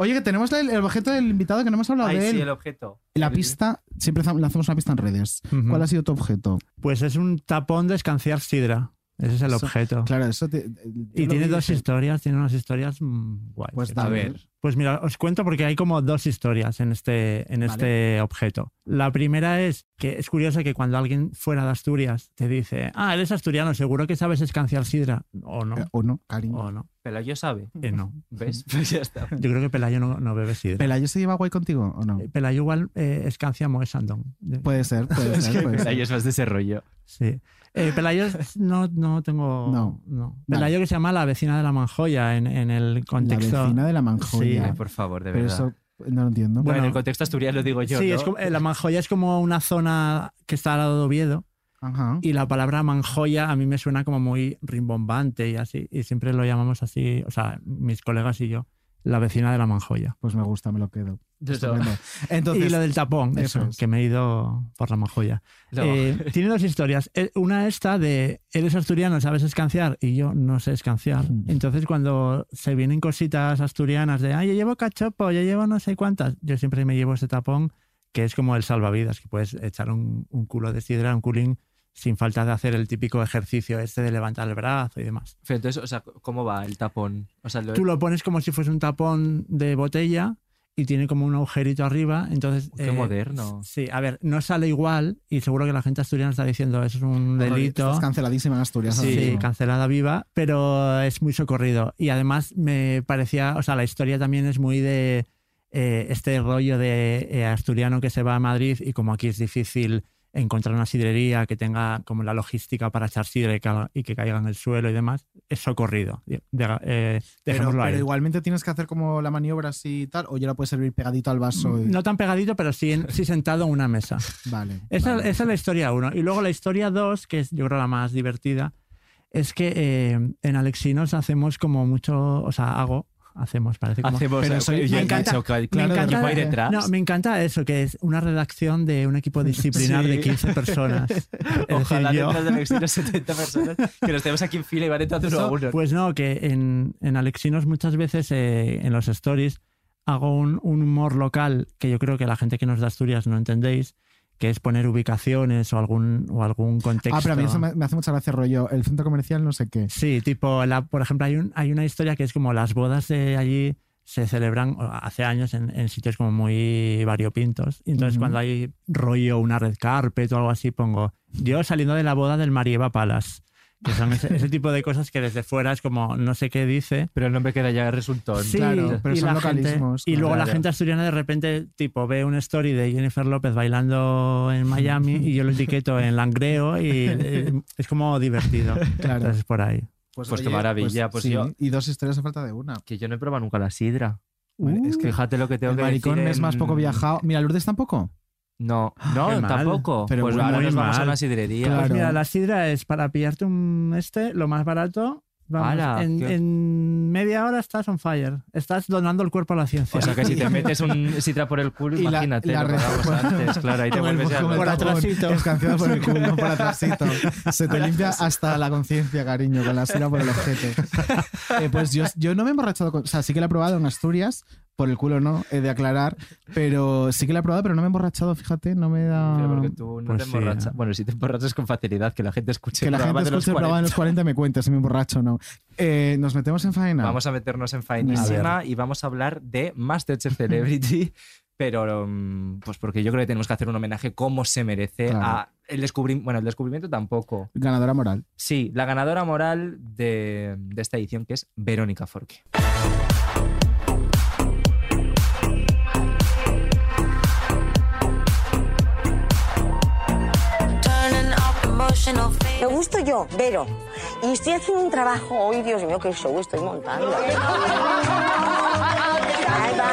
[SPEAKER 4] Oye, que tenemos el, el objeto del invitado que no hemos hablado
[SPEAKER 1] Ahí
[SPEAKER 4] de él.
[SPEAKER 1] sí, el objeto.
[SPEAKER 4] La pista, siempre lanzamos una pista en redes.
[SPEAKER 19] Ujú.
[SPEAKER 4] ¿Cuál ha sido tu objeto?
[SPEAKER 19] Pues es un tapón de escanciar sidra. Ese es el
[SPEAKER 4] Eso-
[SPEAKER 19] objeto.
[SPEAKER 4] Claro, eso te-
[SPEAKER 19] Y
[SPEAKER 4] yo lo
[SPEAKER 19] tiene
[SPEAKER 4] vi
[SPEAKER 19] dos
[SPEAKER 4] dije,
[SPEAKER 19] historias, tiene unas historias mm, guay.
[SPEAKER 4] Pues
[SPEAKER 1] A
[SPEAKER 4] dale.
[SPEAKER 1] ver.
[SPEAKER 19] Pues mira, os cuento porque hay como dos historias en este, en
[SPEAKER 4] Vale.
[SPEAKER 19] este objeto. La primera es que es curioso que cuando alguien fuera de Asturias te dice, ah, eres asturiano, seguro que sabes escanciar sidra. O no,
[SPEAKER 4] Eh, O no, cariño.
[SPEAKER 19] o no,
[SPEAKER 1] Pero yo sabe.
[SPEAKER 19] eh, no.
[SPEAKER 1] ¿Ves? Pues ya está.
[SPEAKER 19] Yo creo que ¿eh? Pelayo no, no bebe sidra.
[SPEAKER 4] ¿Pelayo se lleva guay contigo o no?
[SPEAKER 19] Eh, Pelayo igual eh, escancia Moe Sandón.
[SPEAKER 4] Puede ser, puede
[SPEAKER 1] Es
[SPEAKER 4] ser.
[SPEAKER 1] que
[SPEAKER 4] puede ser.
[SPEAKER 1] ahí es más desarrollo.
[SPEAKER 19] Sí. Eh, Pelayo es- no, no tengo...
[SPEAKER 4] No. Vale.
[SPEAKER 19] Pelayo que se llama la vecina de la Manjoya en, en el
[SPEAKER 4] La
[SPEAKER 19] contexto...
[SPEAKER 4] vecina de la manjoya.
[SPEAKER 19] Sí,
[SPEAKER 1] Ay, por favor, de
[SPEAKER 4] Pero
[SPEAKER 1] verdad.
[SPEAKER 4] eso no lo entiendo.
[SPEAKER 1] Bueno, en
[SPEAKER 19] bueno.
[SPEAKER 1] el contexto asturiano digo yo.
[SPEAKER 19] sí,
[SPEAKER 1] ¿no?
[SPEAKER 19] es como- eh, la Manjoya es como una zona que está al lado de Oviedo
[SPEAKER 4] Ajá.
[SPEAKER 19] y la palabra Manjoya a mí me suena como muy rimbombante y así, y siempre lo llamamos así, o sea, mis colegas y yo, la vecina de la Manjoya.
[SPEAKER 4] Pues me gusta, me lo quedo.
[SPEAKER 1] Eso.
[SPEAKER 4] Estupendo.
[SPEAKER 19] y
[SPEAKER 4] Entonces,
[SPEAKER 19] lo del tapón,
[SPEAKER 4] eso
[SPEAKER 19] pues eso,
[SPEAKER 4] es.
[SPEAKER 19] que me he ido por la Manjoya.
[SPEAKER 1] No.
[SPEAKER 19] Eh, tiene dos historias. Eh, Una esta de, eres asturiano, ¿sabes escanciar? Y yo no sé escanciar.
[SPEAKER 4] Mm.
[SPEAKER 19] Entonces cuando se vienen cositas asturianas de, ay, yo llevo cachopo, yo llevo no sé cuántas, yo siempre me llevo ese tapón que es como el salvavidas, que puedes echar un, un culo de sidra, un culín, sin falta de hacer el típico ejercicio este de levantar el brazo y demás.
[SPEAKER 1] Pero entonces, o sea, ¿cómo va el tapón? O sea, lo-
[SPEAKER 19] Tú lo pones como si fuese un tapón de botella y tiene como un agujerito arriba, entonces... eh,
[SPEAKER 1] Qué moderno.
[SPEAKER 19] Sí, a ver, no sale igual y seguro que la gente asturiana está diciendo eso es un delito.
[SPEAKER 4] Estás canceladísima en Asturias. ahora
[SPEAKER 19] Sí,
[SPEAKER 4] mismo.
[SPEAKER 19] cancelada viva, pero es muy socorrido. Y además me parecía, o sea, la historia también es muy de eh, este rollo de eh, asturiano que se va a Madrid y como aquí es difícil encontrar una sidrería que tenga como la logística para echar sidra y ca- y que caiga en el suelo y demás, es socorrido. De- de- eh,
[SPEAKER 4] pero,
[SPEAKER 19] dejémoslo
[SPEAKER 4] pero
[SPEAKER 19] ahí.
[SPEAKER 4] igualmente tienes que hacer como la maniobra así y tal, o ya la puedes servir pegadito al
[SPEAKER 1] Mm,
[SPEAKER 4] vaso. y-
[SPEAKER 19] No tan pegadito, pero sí, en- sí sentado a una mesa.
[SPEAKER 4] Vale. Ah,
[SPEAKER 19] Esa,
[SPEAKER 4] vale.
[SPEAKER 19] esa es la historia 1. Y luego la historia 2, que es yo creo la más divertida, es que eh, en Alexinos hacemos como mucho, o sea, hago, hacemos, parece como...
[SPEAKER 1] Hacemos. eh,
[SPEAKER 4] Pero soy-
[SPEAKER 1] yo
[SPEAKER 4] me
[SPEAKER 1] he
[SPEAKER 19] encanta-
[SPEAKER 1] dicho, claro,
[SPEAKER 19] encanta-
[SPEAKER 1] yo voy detrás.
[SPEAKER 19] No, me encanta eso, que es una redacción de un equipo disciplinar
[SPEAKER 1] Sí.
[SPEAKER 19] de 15 personas. Es
[SPEAKER 1] Ojalá
[SPEAKER 19] decir, yo-
[SPEAKER 1] detrás del exilio 70 personas que nos tenemos aquí en fila y van entrando uno a
[SPEAKER 19] Eso,
[SPEAKER 1] uno.
[SPEAKER 19] Pues no, que en, en Alexinos muchas veces eh, en los stories hago un, un humor local que yo creo que la gente que nos de Asturias no entendéis, que es poner ubicaciones o algún, o algún contexto.
[SPEAKER 4] Ah, pero a mí eso me, me hace mucha gracia rollo. El centro comercial no sé qué.
[SPEAKER 19] Sí, tipo, la, por ejemplo, hay, un, hay una historia que es como las bodas de allí se celebran hace años en, en sitios como muy variopintos. Y Entonces,
[SPEAKER 4] Ujú.
[SPEAKER 19] cuando hay rollo, una red carpet o algo así, pongo yo saliendo de la boda del Marieva Palas. Que son ese, ese tipo de cosas que desde fuera es como no sé qué dice.
[SPEAKER 1] Pero el nombre queda ya resultón.
[SPEAKER 19] Sí,
[SPEAKER 4] Claro, pero
[SPEAKER 19] y
[SPEAKER 4] son
[SPEAKER 19] la gente-
[SPEAKER 4] localismos,
[SPEAKER 19] y luego la
[SPEAKER 4] claro.
[SPEAKER 19] gente asturiana de repente tipo ve una story de Jennifer López bailando en Miami y yo lo etiqueto en Langreo y eh, es como divertido.
[SPEAKER 4] Claro.
[SPEAKER 19] Entonces por ahí.
[SPEAKER 4] Pues,
[SPEAKER 1] Pues qué
[SPEAKER 4] oye,
[SPEAKER 1] maravilla, pues
[SPEAKER 4] sí,
[SPEAKER 1] yo-
[SPEAKER 4] Y dos historias a falta de una.
[SPEAKER 1] Que yo no he probado nunca la sidra.
[SPEAKER 4] Uh,
[SPEAKER 1] es que fíjate lo que tengo
[SPEAKER 4] el
[SPEAKER 1] que
[SPEAKER 4] maricón
[SPEAKER 1] decir
[SPEAKER 4] es más
[SPEAKER 1] en-
[SPEAKER 4] poco viajado. Mira, Lourdes tampoco.
[SPEAKER 1] No,
[SPEAKER 19] Qué
[SPEAKER 1] no,
[SPEAKER 19] mal.
[SPEAKER 1] tampoco.
[SPEAKER 4] Pero
[SPEAKER 1] pues
[SPEAKER 4] muy,
[SPEAKER 1] ahora
[SPEAKER 4] muy
[SPEAKER 1] nos vamos a
[SPEAKER 4] mal.
[SPEAKER 1] una sidrería.
[SPEAKER 19] Pues
[SPEAKER 4] Claro.
[SPEAKER 19] mira, la sidra es para pillarte un este, lo más barato. Vamos,
[SPEAKER 1] Ala,
[SPEAKER 19] en,
[SPEAKER 1] qué-
[SPEAKER 19] en media hora estás on fire. Estás donando el cuerpo a la ciencia.
[SPEAKER 1] O sea que si te metes un sidra por el culo,
[SPEAKER 4] Y la-
[SPEAKER 1] imagínate,
[SPEAKER 4] la
[SPEAKER 1] lo que
[SPEAKER 4] red-
[SPEAKER 1] hablamos antes. Claro, ahí te
[SPEAKER 4] Como el-
[SPEAKER 1] vuelves ya
[SPEAKER 4] como el
[SPEAKER 19] Por
[SPEAKER 4] tapón,
[SPEAKER 19] atrásito.
[SPEAKER 4] escanciado por el culo, por atrásito. Se te
[SPEAKER 1] pues
[SPEAKER 4] limpia hasta la conciencia, cariño, con la sira por el ojete. Eh, pues yo, yo no me he emborrachado con... O sea, sí que la he probado en Asturias, por el culo no, he de aclarar. Pero sí que la he probado, pero no me he emborrachado, fíjate, no me da...
[SPEAKER 1] Pero porque tú no
[SPEAKER 19] Pues
[SPEAKER 1] te
[SPEAKER 19] sí,
[SPEAKER 1] emborrachas.
[SPEAKER 19] ¿eh?
[SPEAKER 1] Bueno, si te emborrachas con facilidad, que la gente escuche
[SPEAKER 4] Que
[SPEAKER 1] el
[SPEAKER 4] la gente
[SPEAKER 1] programa de los
[SPEAKER 4] escuche el programa de los 40 y me cuente si me emborracho o no. Eh, Nos metemos en faena.
[SPEAKER 1] Vamos a meternos en faenísima y vamos a hablar de Masterchef Celebrity, pero mm, pues porque yo creo que tenemos que hacer un homenaje como se merece
[SPEAKER 4] Claro.
[SPEAKER 1] a el descubrimiento, bueno, el descubrimiento tampoco.
[SPEAKER 4] Ganadora moral.
[SPEAKER 1] Sí, la ganadora moral de, de esta edición que es Verónica Forque.
[SPEAKER 16] Me gusto yo, Vero. Y estoy haciendo un trabajo. Hoy, Dios mío, qué show estoy montando. Ahí va.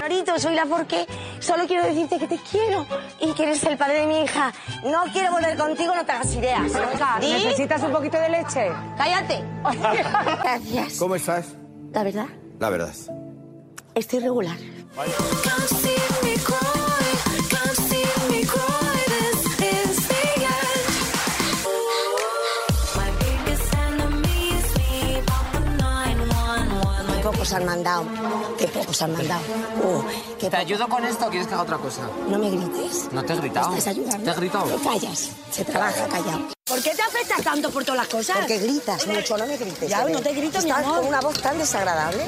[SPEAKER 16] Norito, soy la porque solo quiero decirte que te quiero y que eres el padre de mi hija. No quiero volver contigo, no te hagas ideas. ¿Di?
[SPEAKER 8] ¿necesitas un poquito de leche?
[SPEAKER 16] Cállate. Gracias.
[SPEAKER 22] ¿Cómo estás?
[SPEAKER 16] La verdad,
[SPEAKER 22] La verdad.
[SPEAKER 16] estoy regular. Qué pocos han mandado. Qué pocos han mandado. Uh, qué
[SPEAKER 23] ¿Te
[SPEAKER 16] po-
[SPEAKER 23] ayudo con esto o quieres que haga otra cosa?
[SPEAKER 16] No me grites.
[SPEAKER 23] No te he gritado.
[SPEAKER 16] ¿Me estás ayudando?
[SPEAKER 23] Te he gritado.
[SPEAKER 16] Te callas. Se trabaja callado. ¿Por qué te afectas tanto por todas las cosas?
[SPEAKER 8] Porque gritas mucho, no me grites.
[SPEAKER 16] Ya,
[SPEAKER 8] Adel.
[SPEAKER 16] no te grito, mi
[SPEAKER 8] Estás
[SPEAKER 16] amor.
[SPEAKER 8] con una voz tan desagradable,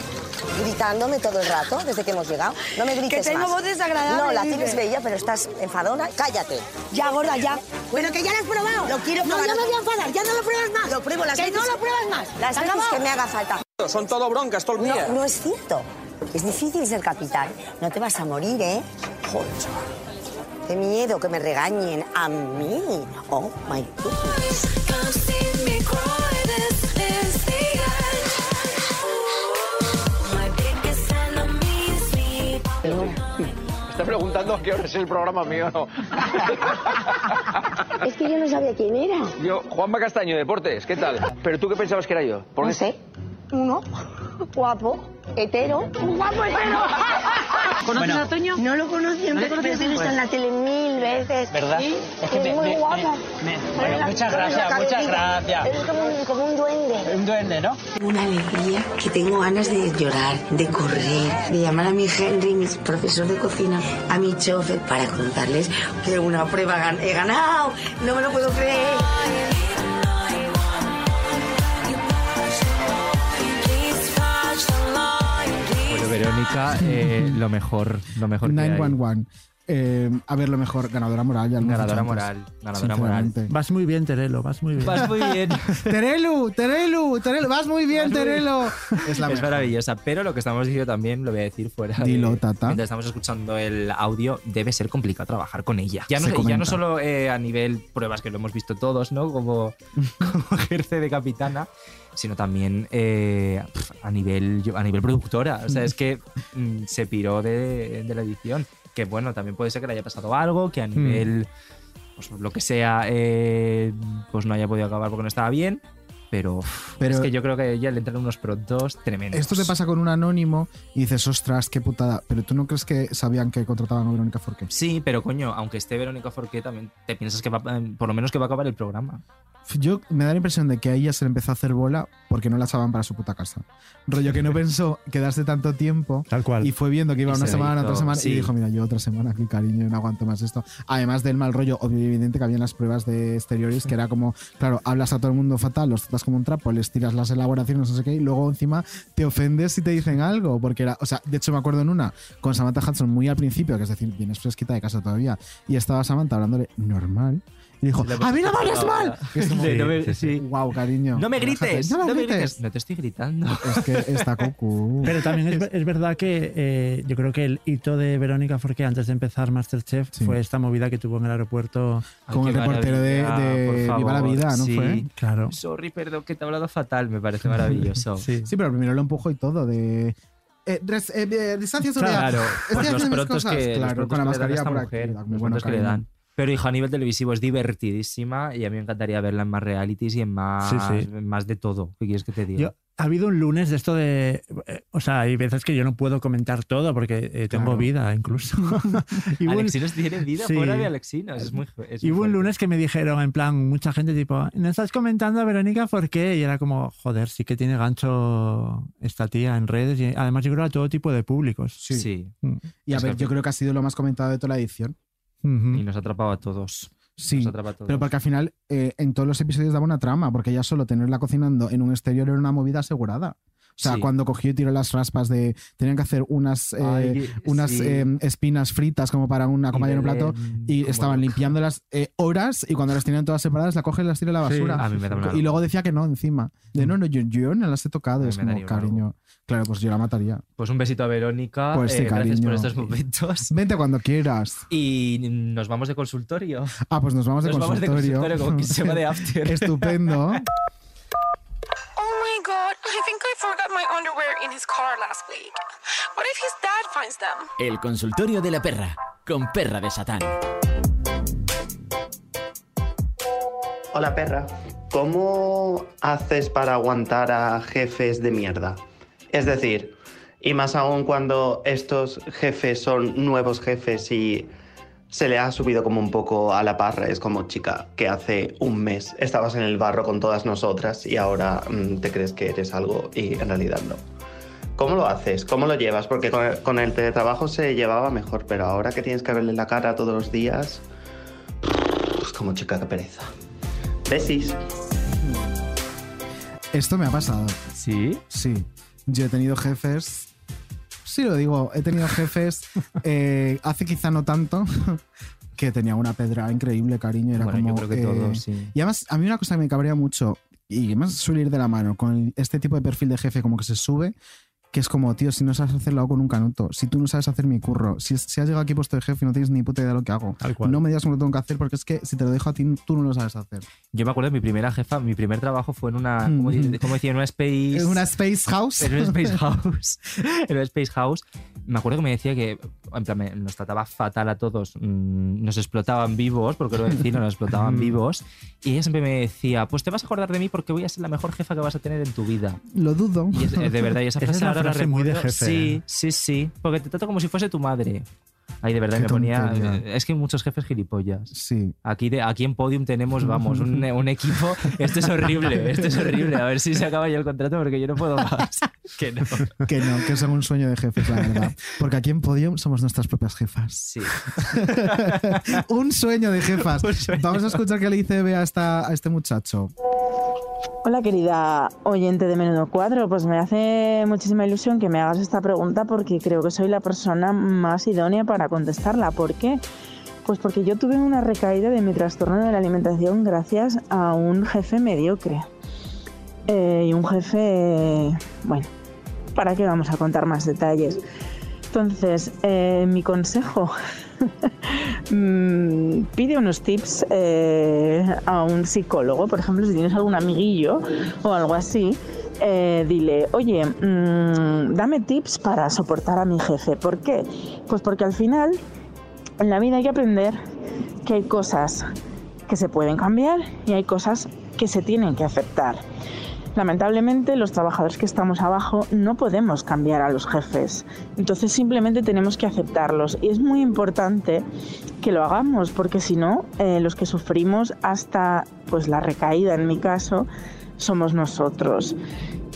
[SPEAKER 8] gritándome todo el rato desde que hemos llegado. No me grites
[SPEAKER 16] tengo
[SPEAKER 8] más.
[SPEAKER 16] voz desagradable,
[SPEAKER 8] No, la
[SPEAKER 16] dime.
[SPEAKER 8] tienes bella, pero estás enfadona. Cállate.
[SPEAKER 16] Ya, gorda, ya. Bueno, que ya lo has probado.
[SPEAKER 8] Lo quiero
[SPEAKER 16] no,
[SPEAKER 8] probar.
[SPEAKER 16] No, no me voy a enfadar. Ya no lo pruebas más.
[SPEAKER 8] Lo pruebo las
[SPEAKER 16] Que
[SPEAKER 8] veces
[SPEAKER 16] no lo
[SPEAKER 8] que-
[SPEAKER 16] pruebas más.
[SPEAKER 8] Las
[SPEAKER 16] ¿Se
[SPEAKER 8] veces
[SPEAKER 16] acabó?
[SPEAKER 8] que me haga falta.
[SPEAKER 23] Son todo broncas todo el
[SPEAKER 8] No,
[SPEAKER 23] día.
[SPEAKER 8] no es cierto. Es difícil ser capitán. No te vas a morir, ¿eh?
[SPEAKER 23] Joder, chaval.
[SPEAKER 8] Qué miedo que me regañen a mí. Oh, my goodness.
[SPEAKER 5] Está preguntando a qué hora es el programa mío no.
[SPEAKER 16] Es que yo no sabía quién era.
[SPEAKER 5] Yo, Juanma Castaño, Deportes, ¿qué tal? ¿Pero tú qué pensabas que era yo? Porque
[SPEAKER 16] No sé. Uno, guapo, hetero. Un guapo hetero.
[SPEAKER 5] ¿Conoces Bueno. a
[SPEAKER 16] Toño? No lo conocí,
[SPEAKER 23] ¿No
[SPEAKER 16] no
[SPEAKER 23] le
[SPEAKER 16] he
[SPEAKER 23] conoces?
[SPEAKER 16] conocido
[SPEAKER 23] pues.
[SPEAKER 16] pero está en la tele mil veces.
[SPEAKER 23] ¿Verdad?
[SPEAKER 16] Sí,
[SPEAKER 23] Es
[SPEAKER 16] Es,
[SPEAKER 23] que me-
[SPEAKER 16] muy
[SPEAKER 23] me-
[SPEAKER 16] guapo.
[SPEAKER 23] me- me-
[SPEAKER 16] Con
[SPEAKER 23] bueno, muchas
[SPEAKER 16] con la
[SPEAKER 23] gracias,
[SPEAKER 16] cabecita.
[SPEAKER 23] muchas gracias.
[SPEAKER 16] Es como un, como un duende.
[SPEAKER 23] Un duende, ¿no?
[SPEAKER 16] Una alegría.
[SPEAKER 8] Que tengo ganas de llorar, de correr, de llamar a mi Henry, mi profesor de cocina, a mi chofer, para contarles que una prueba gan- he ganado. No me lo puedo creer.
[SPEAKER 1] Bueno, Pues Verónica, eh, lo mejor, lo mejor que hay.
[SPEAKER 4] 911. Eh, a ver, lo mejor, ganadora moral. Ya lo hemos dicho
[SPEAKER 1] Ganadora
[SPEAKER 4] antes,
[SPEAKER 1] moral, ganadora moral.
[SPEAKER 4] sinceramente.
[SPEAKER 19] Vas muy bien, Terelo, vas muy bien.
[SPEAKER 1] Vas muy bien.
[SPEAKER 4] Terelu, Terelu, Terelu, vas muy bien, Terelu. Es la
[SPEAKER 1] es
[SPEAKER 4] mejor.
[SPEAKER 1] maravillosa, pero lo que estamos diciendo también lo voy a decir fuera. de-
[SPEAKER 4] Dilo, Tata.
[SPEAKER 1] Mientras estamos escuchando el audio, debe ser complicado trabajar con ella. Ya
[SPEAKER 4] Se
[SPEAKER 1] no, y ya
[SPEAKER 4] comenta.
[SPEAKER 1] no solo eh, a nivel pruebas, que lo hemos visto todos, ¿no? Como, como ejerce de capitana, sino también eh, pf, a, nivel, yo- a nivel productora. O sea, es que mm, se piró de, de la edición. Que bueno, también puede ser que le haya pasado algo,
[SPEAKER 4] Hmm.
[SPEAKER 1] que a nivel, pues, lo que sea, eh, pues no haya podido acabar porque no estaba bien. Pero, uf,
[SPEAKER 4] Pero-
[SPEAKER 1] es que yo creo que a ella le entran unos prontos tremendos.
[SPEAKER 4] Esto te pasa con un anónimo y dices, ostras, qué putada. Pero tú no crees que sabían que contrataban a Verónica Forqué.
[SPEAKER 1] em, Sí, pero coño, aunque esté Verónica Forqué, también te piensas que va, por lo menos que va a acabar el programa.
[SPEAKER 4] yo me da la impresión de que a ella se le empezó a hacer bola porque no la echaban para su puta casa. Rollo que no pensó quedarse tanto tiempo.
[SPEAKER 19] Tal cual.
[SPEAKER 4] Y fue viendo que iba
[SPEAKER 19] Y
[SPEAKER 4] una
[SPEAKER 19] se la
[SPEAKER 4] semana,
[SPEAKER 19] hizo,
[SPEAKER 4] otra semana,
[SPEAKER 19] sí.
[SPEAKER 4] y dijo, mira, yo otra semana aquí, cariño, yo no aguanto más esto. Además del mal rollo, obvio y evidente que había en las pruebas de exteriores, que era como, claro, hablas a todo el mundo fatal, los tratas como un trapo, les tiras las elaboraciones, no sé qué, y luego encima te ofendes si te dicen algo. Porque era, o sea, de hecho me acuerdo en una con Samantha Hudson muy al principio, que es decir, vienes fresquita de casa todavía, y estaba Samantha hablándole normal. Y dijo, ¡A mí no me hables mal! Que es como,
[SPEAKER 1] Sí, no me- sí.
[SPEAKER 4] Wow, cariño.
[SPEAKER 1] No me
[SPEAKER 4] Relájate.
[SPEAKER 1] grites,
[SPEAKER 4] No me grites.
[SPEAKER 1] No te estoy gritando.
[SPEAKER 4] Es que está cucú.
[SPEAKER 19] Pero también es, es verdad que eh, yo creo que el hito de Verónica Forqué antes de empezar Masterchef fue esta movida que tuvo en el aeropuerto
[SPEAKER 4] Ay, Con qué el reportero de- maravilla, de por Viva favor, la Vida, ¿no sí. fue?
[SPEAKER 19] Claro.
[SPEAKER 1] Sorry, perdón, que te he hablado fatal, me parece maravilloso.
[SPEAKER 19] sí.
[SPEAKER 4] pero primero lo empujo y todo de... Eh, res- eh, eh, distancia social.
[SPEAKER 1] Claro,
[SPEAKER 4] Estoy haciendo
[SPEAKER 1] pues los
[SPEAKER 4] este mis
[SPEAKER 1] prontos
[SPEAKER 4] cosas.
[SPEAKER 1] que, los
[SPEAKER 4] Claro,
[SPEAKER 1] prontos
[SPEAKER 4] con la
[SPEAKER 1] que le dan a
[SPEAKER 4] mascarilla
[SPEAKER 1] esta
[SPEAKER 4] por aquí.
[SPEAKER 1] mujer,
[SPEAKER 4] Muy
[SPEAKER 1] los
[SPEAKER 4] bueno,
[SPEAKER 1] prontos que le
[SPEAKER 4] cariño.
[SPEAKER 1] dan. Pero hijo, a nivel televisivo es divertidísima y a mí me encantaría verla en más realities y en más,
[SPEAKER 19] Sí, sí.
[SPEAKER 1] en más de todo. ¿Qué quieres que te diga?
[SPEAKER 19] Yo- ha habido un lunes de esto de. eh, o sea, hay veces que yo no puedo comentar todo porque eh, tengo
[SPEAKER 1] Claro.
[SPEAKER 19] vida incluso. Y hubo un-
[SPEAKER 1] Alexinos tiene vida
[SPEAKER 19] Sí.
[SPEAKER 1] fuera de Alexinos. Es muy, es
[SPEAKER 19] Y
[SPEAKER 1] muy
[SPEAKER 19] hubo un
[SPEAKER 1] fuerte.
[SPEAKER 19] lunes que me dijeron, en plan, mucha gente tipo, ¿no estás comentando a Verónica por qué? Y era como, joder, sí que tiene gancho esta tía en redes. Y además, yo creo a todo tipo de públicos.
[SPEAKER 4] Sí.
[SPEAKER 1] Sí.
[SPEAKER 19] Mm.
[SPEAKER 4] Y a
[SPEAKER 1] Es
[SPEAKER 4] ver,
[SPEAKER 1] que-
[SPEAKER 4] yo creo que ha sido lo más comentado de toda la edición.
[SPEAKER 19] Ujú.
[SPEAKER 1] Y nos ha atrapado a todos.
[SPEAKER 4] Sí,
[SPEAKER 1] Nos atrapa a todos.
[SPEAKER 4] Pero porque al final eh, en todos los episodios daba una trama, porque ya solo tenerla cocinando en un exterior era una movida asegurada. O sea,
[SPEAKER 1] Sí.
[SPEAKER 4] cuando cogió y tiró las raspas de... Tenían que hacer unas, eh,
[SPEAKER 1] Ay,
[SPEAKER 4] unas
[SPEAKER 1] sí.
[SPEAKER 4] eh, espinas fritas como para una compañía en un plato
[SPEAKER 1] Belén,
[SPEAKER 4] y
[SPEAKER 1] como
[SPEAKER 4] estaban limpiándolas eh, horas y cuando las tenían todas separadas la coge y las tira a la
[SPEAKER 1] Sí,
[SPEAKER 4] basura.
[SPEAKER 1] a mí me da una-
[SPEAKER 4] Y luego decía que no encima. De no, no, yo, yo no las he tocado.
[SPEAKER 1] mí
[SPEAKER 4] Es
[SPEAKER 1] me daría
[SPEAKER 4] como,
[SPEAKER 1] una-
[SPEAKER 4] cariño. Claro, pues yo la mataría.
[SPEAKER 1] Pues un besito a Verónica.
[SPEAKER 4] Pues sí,
[SPEAKER 1] eh, gracias por
[SPEAKER 4] cariño.
[SPEAKER 1] estos momentos.
[SPEAKER 4] Vente cuando quieras.
[SPEAKER 1] Y nos vamos de consultorio.
[SPEAKER 4] Ah, pues nos vamos de
[SPEAKER 1] Nos vamos de
[SPEAKER 4] consultorio.
[SPEAKER 1] consultorio, como que se va de after.
[SPEAKER 4] Estupendo.
[SPEAKER 5] Oh my god, I think I forgot my underwear in his car last week. What if his dad finds them?
[SPEAKER 3] El consultorio de la perra, con perra de Satán.
[SPEAKER 9] Hola perra, ¿cómo haces para aguantar a jefes de mierda? Es decir, y más aún cuando estos jefes son nuevos jefes y se le ha subido como un poco a la parra, es como chica que hace un mes estabas en el barro con todas nosotras y ahora mm, te crees que eres algo y en realidad no. ¿Cómo lo haces? ¿Cómo lo llevas? Porque con el, con el teletrabajo se llevaba mejor, pero ahora que tienes que verle la cara todos los días, es como chica, qué pereza. Besis.
[SPEAKER 4] Esto me ha pasado.
[SPEAKER 1] ¿Sí?
[SPEAKER 4] Sí. Yo he tenido jefes. Sí, lo digo. He tenido jefes. eh, hace quizá no tanto. Que tenía una pedra increíble, cariño. Era
[SPEAKER 1] Bueno, yo
[SPEAKER 4] como,
[SPEAKER 1] creo que
[SPEAKER 4] eh,
[SPEAKER 1] todos, sí.
[SPEAKER 4] Y además, a mí una cosa que me cabrea mucho, y además suele ir de la mano, con el- este tipo de perfil de jefe como que se sube, que es como, tío, si no sabes hacerlo hago con un canuto, si tú no sabes hacer mi curro, si, si has llegado aquí puesto de jefe y no tienes ni puta idea de lo que hago, no me digas cómo lo tengo que hacer, porque es que si te lo dejo a ti, tú no lo sabes hacer.
[SPEAKER 1] Yo me acuerdo de mi primera jefa, mi primer trabajo fue en una,
[SPEAKER 4] Mm.
[SPEAKER 1] ¿cómo, di- cómo decía? En una space...
[SPEAKER 4] En una space house.
[SPEAKER 1] En una space house. en una space house. Me acuerdo que me decía que en plan, me- nos trataba fatal a todos, mm, nos explotaban vivos, porque lo vecinos nos explotaban vivos. Y ella siempre me decía, pues te vas a acordar de mí porque voy a ser la mejor jefa que vas a tener en tu vida.
[SPEAKER 4] Lo dudo.
[SPEAKER 1] Y es- es de verdad, y esa
[SPEAKER 19] Esa
[SPEAKER 1] frase,
[SPEAKER 19] es una
[SPEAKER 1] ahora la
[SPEAKER 19] frase muy de
[SPEAKER 1] recuerdo.
[SPEAKER 19] jefe,
[SPEAKER 1] Sí,
[SPEAKER 19] ¿eh?
[SPEAKER 1] sí, sí. Porque te trato como si fuese tu madre. Ay, de verdad,
[SPEAKER 4] Qué
[SPEAKER 1] me ponía. eh,
[SPEAKER 4] tontería.
[SPEAKER 1] Es que hay muchos jefes gilipollas.
[SPEAKER 4] Sí.
[SPEAKER 1] Aquí, de, aquí en Podium tenemos, vamos, un, un equipo. Esto es horrible, esto es horrible. A ver si se acaba ya el contrato porque yo no puedo más. que no.
[SPEAKER 4] Que no, que son un sueño de jefes, la verdad. Porque aquí en Podium somos nuestras propias jefas.
[SPEAKER 1] Sí.
[SPEAKER 4] un sueño de jefas. Vamos a escuchar qué le dice Bea a, esta- a este muchacho.
[SPEAKER 23] Hola querida oyente de Menudo Cuadro, pues me hace muchísima ilusión que me hagas esta pregunta porque creo que soy la persona más idónea para contestarla. ¿Por qué? Pues porque yo tuve una recaída de mi trastorno de la alimentación gracias a un jefe mediocre. Eh, y un jefe, bueno, ¿para qué vamos a contar más detalles? Entonces, eh, mi consejo, mm, pide unos tips eh, a un psicólogo, por ejemplo, si tienes algún amiguillo o algo así, eh, dile, oye, mm, dame tips para soportar a mi jefe. ¿Por qué? Pues porque al final en la vida hay que aprender que hay cosas que se pueden cambiar y hay cosas que se tienen que aceptar. Lamentablemente los trabajadores que estamos abajo no podemos cambiar a los jefes, entonces simplemente tenemos que aceptarlos y es muy importante que lo hagamos porque si no, eh, los que sufrimos hasta pues la recaída en mi caso somos nosotros.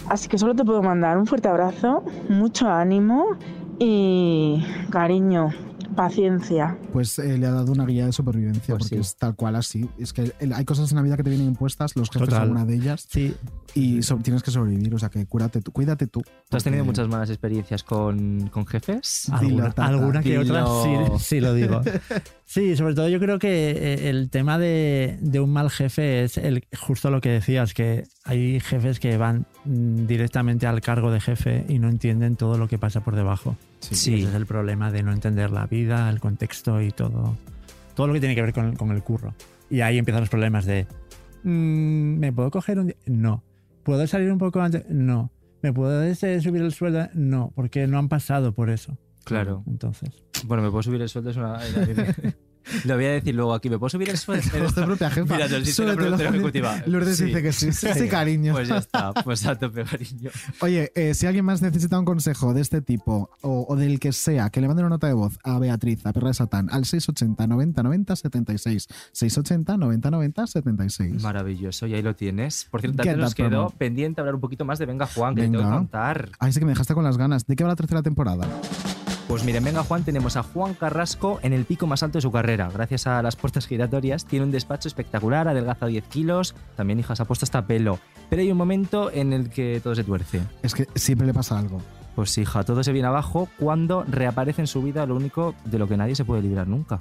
[SPEAKER 23] Así que solo te puedo mandar un fuerte abrazo, mucho ánimo y cariño, paciencia.
[SPEAKER 4] Pues eh, le ha dado una guía de supervivencia,
[SPEAKER 1] Pues
[SPEAKER 4] porque
[SPEAKER 1] sí.
[SPEAKER 4] es tal cual así. Es que el- hay cosas en la vida que te vienen impuestas, los jefes
[SPEAKER 1] Total.
[SPEAKER 4] son una de ellas.
[SPEAKER 19] Sí.
[SPEAKER 4] Y so- tienes que sobrevivir, o sea que cúrate tú, cuídate tú.
[SPEAKER 1] ¿Tú has tenido
[SPEAKER 4] porque-
[SPEAKER 1] muchas malas experiencias con, con jefes?
[SPEAKER 4] Dilo,
[SPEAKER 19] Alguna,
[SPEAKER 4] tata.
[SPEAKER 19] alguna que otra
[SPEAKER 1] Dilo.
[SPEAKER 19] sí, sí lo digo. Sí, sobre todo yo creo que eh, el tema de, de un mal jefe es el, justo lo que decías, que hay jefes que van mm, directamente al cargo de jefe y no entienden todo lo que pasa por debajo.
[SPEAKER 1] Sí. Sí.
[SPEAKER 19] Ese es el problema de no entender la vida, el contexto y todo, todo lo que tiene que ver con, con el curro. Y ahí empiezan los problemas de, mm, ¿me puedo coger un día? No. ¿Puedo salir un poco antes? No. ¿Me puedes eh, subir el sueldo? No, porque no han pasado por eso.
[SPEAKER 1] Claro.
[SPEAKER 19] Entonces.
[SPEAKER 1] Bueno, me puedo subir el sueldo, es una. Lo voy a decir luego aquí. ¿Me puedo subir el sueldo?
[SPEAKER 4] Eres tu propia jefa.
[SPEAKER 1] Mira, Lourdes dice la
[SPEAKER 4] Súbetelo.
[SPEAKER 1] productora ejecutiva.
[SPEAKER 4] Lourdes dice que sí. Sí, cariño.
[SPEAKER 1] Pues ya está. Pues a tope, cariño.
[SPEAKER 4] Oye, eh, si alguien más necesita un consejo de este tipo o, o del que sea, que le manden una nota de voz a Beatriz, a Perra de Satán, al 680 90 90 76. 680 90 90 76.
[SPEAKER 1] Maravilloso, y ahí lo tienes. Por cierto, antes
[SPEAKER 4] Get
[SPEAKER 1] nos
[SPEAKER 4] that promo.
[SPEAKER 1] quedó pendiente hablar un poquito más de Venga Juan, que te tengo
[SPEAKER 4] Venga.
[SPEAKER 1] que contar.
[SPEAKER 4] Ay, sí que me dejaste con las ganas. ¿De qué va la tercera temporada?
[SPEAKER 1] Pues miren, venga Juan, tenemos a Juan Carrasco en el pico más alto de su carrera. Gracias a las puertas giratorias, tiene un despacho espectacular, adelgaza 10 kilos, también hijas ha puesto hasta pelo. Pero hay un momento en el que todo se tuerce.
[SPEAKER 4] Es que siempre le pasa algo.
[SPEAKER 1] Pues hija, todo se viene abajo cuando reaparece en su vida lo único de lo que nadie se puede librar nunca.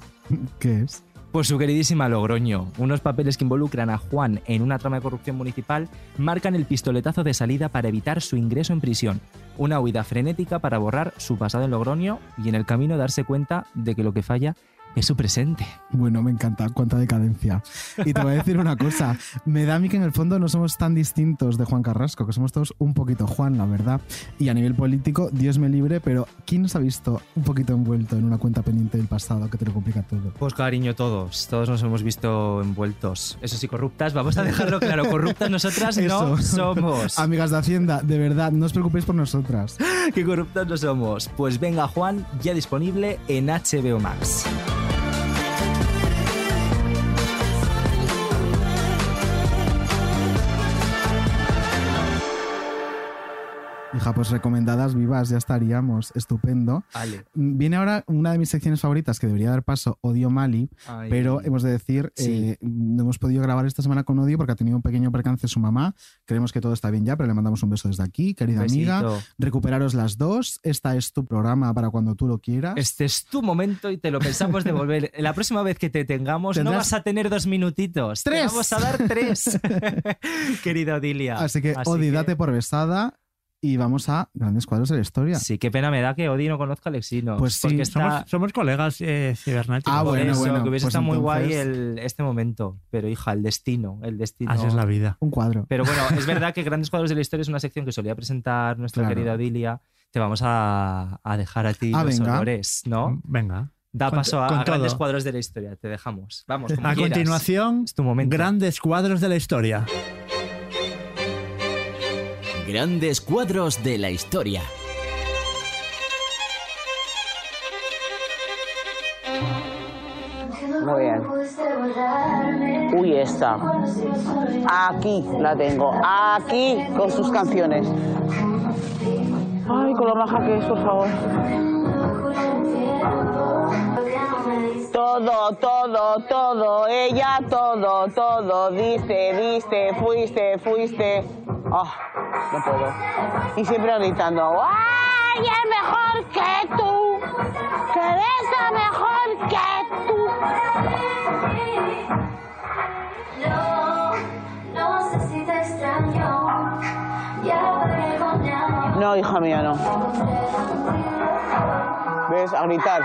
[SPEAKER 4] ¿Qué es?
[SPEAKER 1] Pues su queridísima Logroño. Unos papeles que involucran a Juan en una trama de corrupción municipal marcan el pistoletazo de salida para evitar su ingreso en prisión. Una huida frenética para borrar su pasado en Logroño y en el camino darse cuenta de que lo que falla es su presente.
[SPEAKER 4] Bueno, me encanta, cuánta decadencia. Y te voy a decir una cosa, me da a mí que en el fondo no somos tan distintos de Juan Carrasco, que somos todos un poquito Juan, la verdad. Y a nivel político, Dios me libre, pero ¿quién nos ha visto un poquito envuelto en una cuenta pendiente del pasado que te lo complica todo?
[SPEAKER 1] Pues cariño, todos, todos nos hemos visto envueltos. Eso sí, corruptas, vamos a dejarlo claro, corruptas nosotras no
[SPEAKER 4] Eso.
[SPEAKER 1] somos.
[SPEAKER 4] Amigas de Hacienda, de verdad, no os preocupéis por nosotras.
[SPEAKER 1] Qué corruptas no somos. Pues venga Juan, ya disponible en HBO Max.
[SPEAKER 4] Hija, pues recomendadas vivas, ya estaríamos, estupendo.
[SPEAKER 1] Ale.
[SPEAKER 4] Viene ahora una de mis secciones favoritas que debería dar paso, Odio Mali,
[SPEAKER 1] Ay.
[SPEAKER 4] pero hemos de decir,
[SPEAKER 1] Sí.
[SPEAKER 4] eh, no hemos podido grabar esta semana con Odio porque ha tenido un pequeño percance su mamá. Creemos que todo está bien ya, pero le mandamos un beso desde aquí, querida
[SPEAKER 1] Besito.
[SPEAKER 4] amiga. Recuperaros las dos, esta es tu programa para cuando tú lo quieras.
[SPEAKER 1] Este es tu momento y te lo pensamos devolver. La próxima vez que te tengamos, no
[SPEAKER 4] Tendrás-
[SPEAKER 1] vas a tener dos minutitos. Te
[SPEAKER 4] ¡Tres!
[SPEAKER 1] vamos a dar tres. Querida Odilia.
[SPEAKER 4] Así que, Odi, date por besada y vamos a grandes cuadros de la historia.
[SPEAKER 1] Sí, qué pena me da que Odi no conozca a Lexino.
[SPEAKER 4] Pues sí,
[SPEAKER 1] porque está...
[SPEAKER 19] Somos, somos colegas eh, cibernéticos.
[SPEAKER 4] Ah,
[SPEAKER 1] por
[SPEAKER 4] bueno,
[SPEAKER 1] eso,
[SPEAKER 4] bueno,
[SPEAKER 1] que hubiese
[SPEAKER 4] pues
[SPEAKER 1] estado muy guay
[SPEAKER 4] entonces-
[SPEAKER 1] el- este momento. Pero hija, el destino, el destino.
[SPEAKER 19] Así es la vida.
[SPEAKER 4] Un cuadro.
[SPEAKER 1] Pero bueno, es verdad que Grandes Cuadros de la Historia es una sección que solía presentar nuestra
[SPEAKER 4] Claro.
[SPEAKER 1] querida Odilia. Te vamos a, a dejar a ti
[SPEAKER 4] Ah,
[SPEAKER 1] los
[SPEAKER 4] venga.
[SPEAKER 1] honores, ¿no?
[SPEAKER 19] Mm, Venga.
[SPEAKER 1] Da
[SPEAKER 19] Con-
[SPEAKER 1] paso a,
[SPEAKER 19] con
[SPEAKER 1] a Grandes
[SPEAKER 19] todo.
[SPEAKER 1] Cuadros de la Historia. Te dejamos. Vamos, como
[SPEAKER 19] A
[SPEAKER 1] quieras.
[SPEAKER 19] continuación,
[SPEAKER 1] Es tu momento.
[SPEAKER 19] grandes cuadros de la historia.
[SPEAKER 3] Grandes cuadros de la historia.
[SPEAKER 16] No vean. Uy, esta. Aquí la tengo. Aquí con sus canciones. Ay, con lo maja que es, por favor. Todo, todo, todo, ella todo, todo, diste, diste, fuiste, fuiste. Ah, no puedo. Y siempre gritando, ¡ay, es mejor que tú! ¡Que eres la mejor que tú!
[SPEAKER 5] No sé si te extraño.
[SPEAKER 16] No, hija mía, no. ¿Ves? A gritar.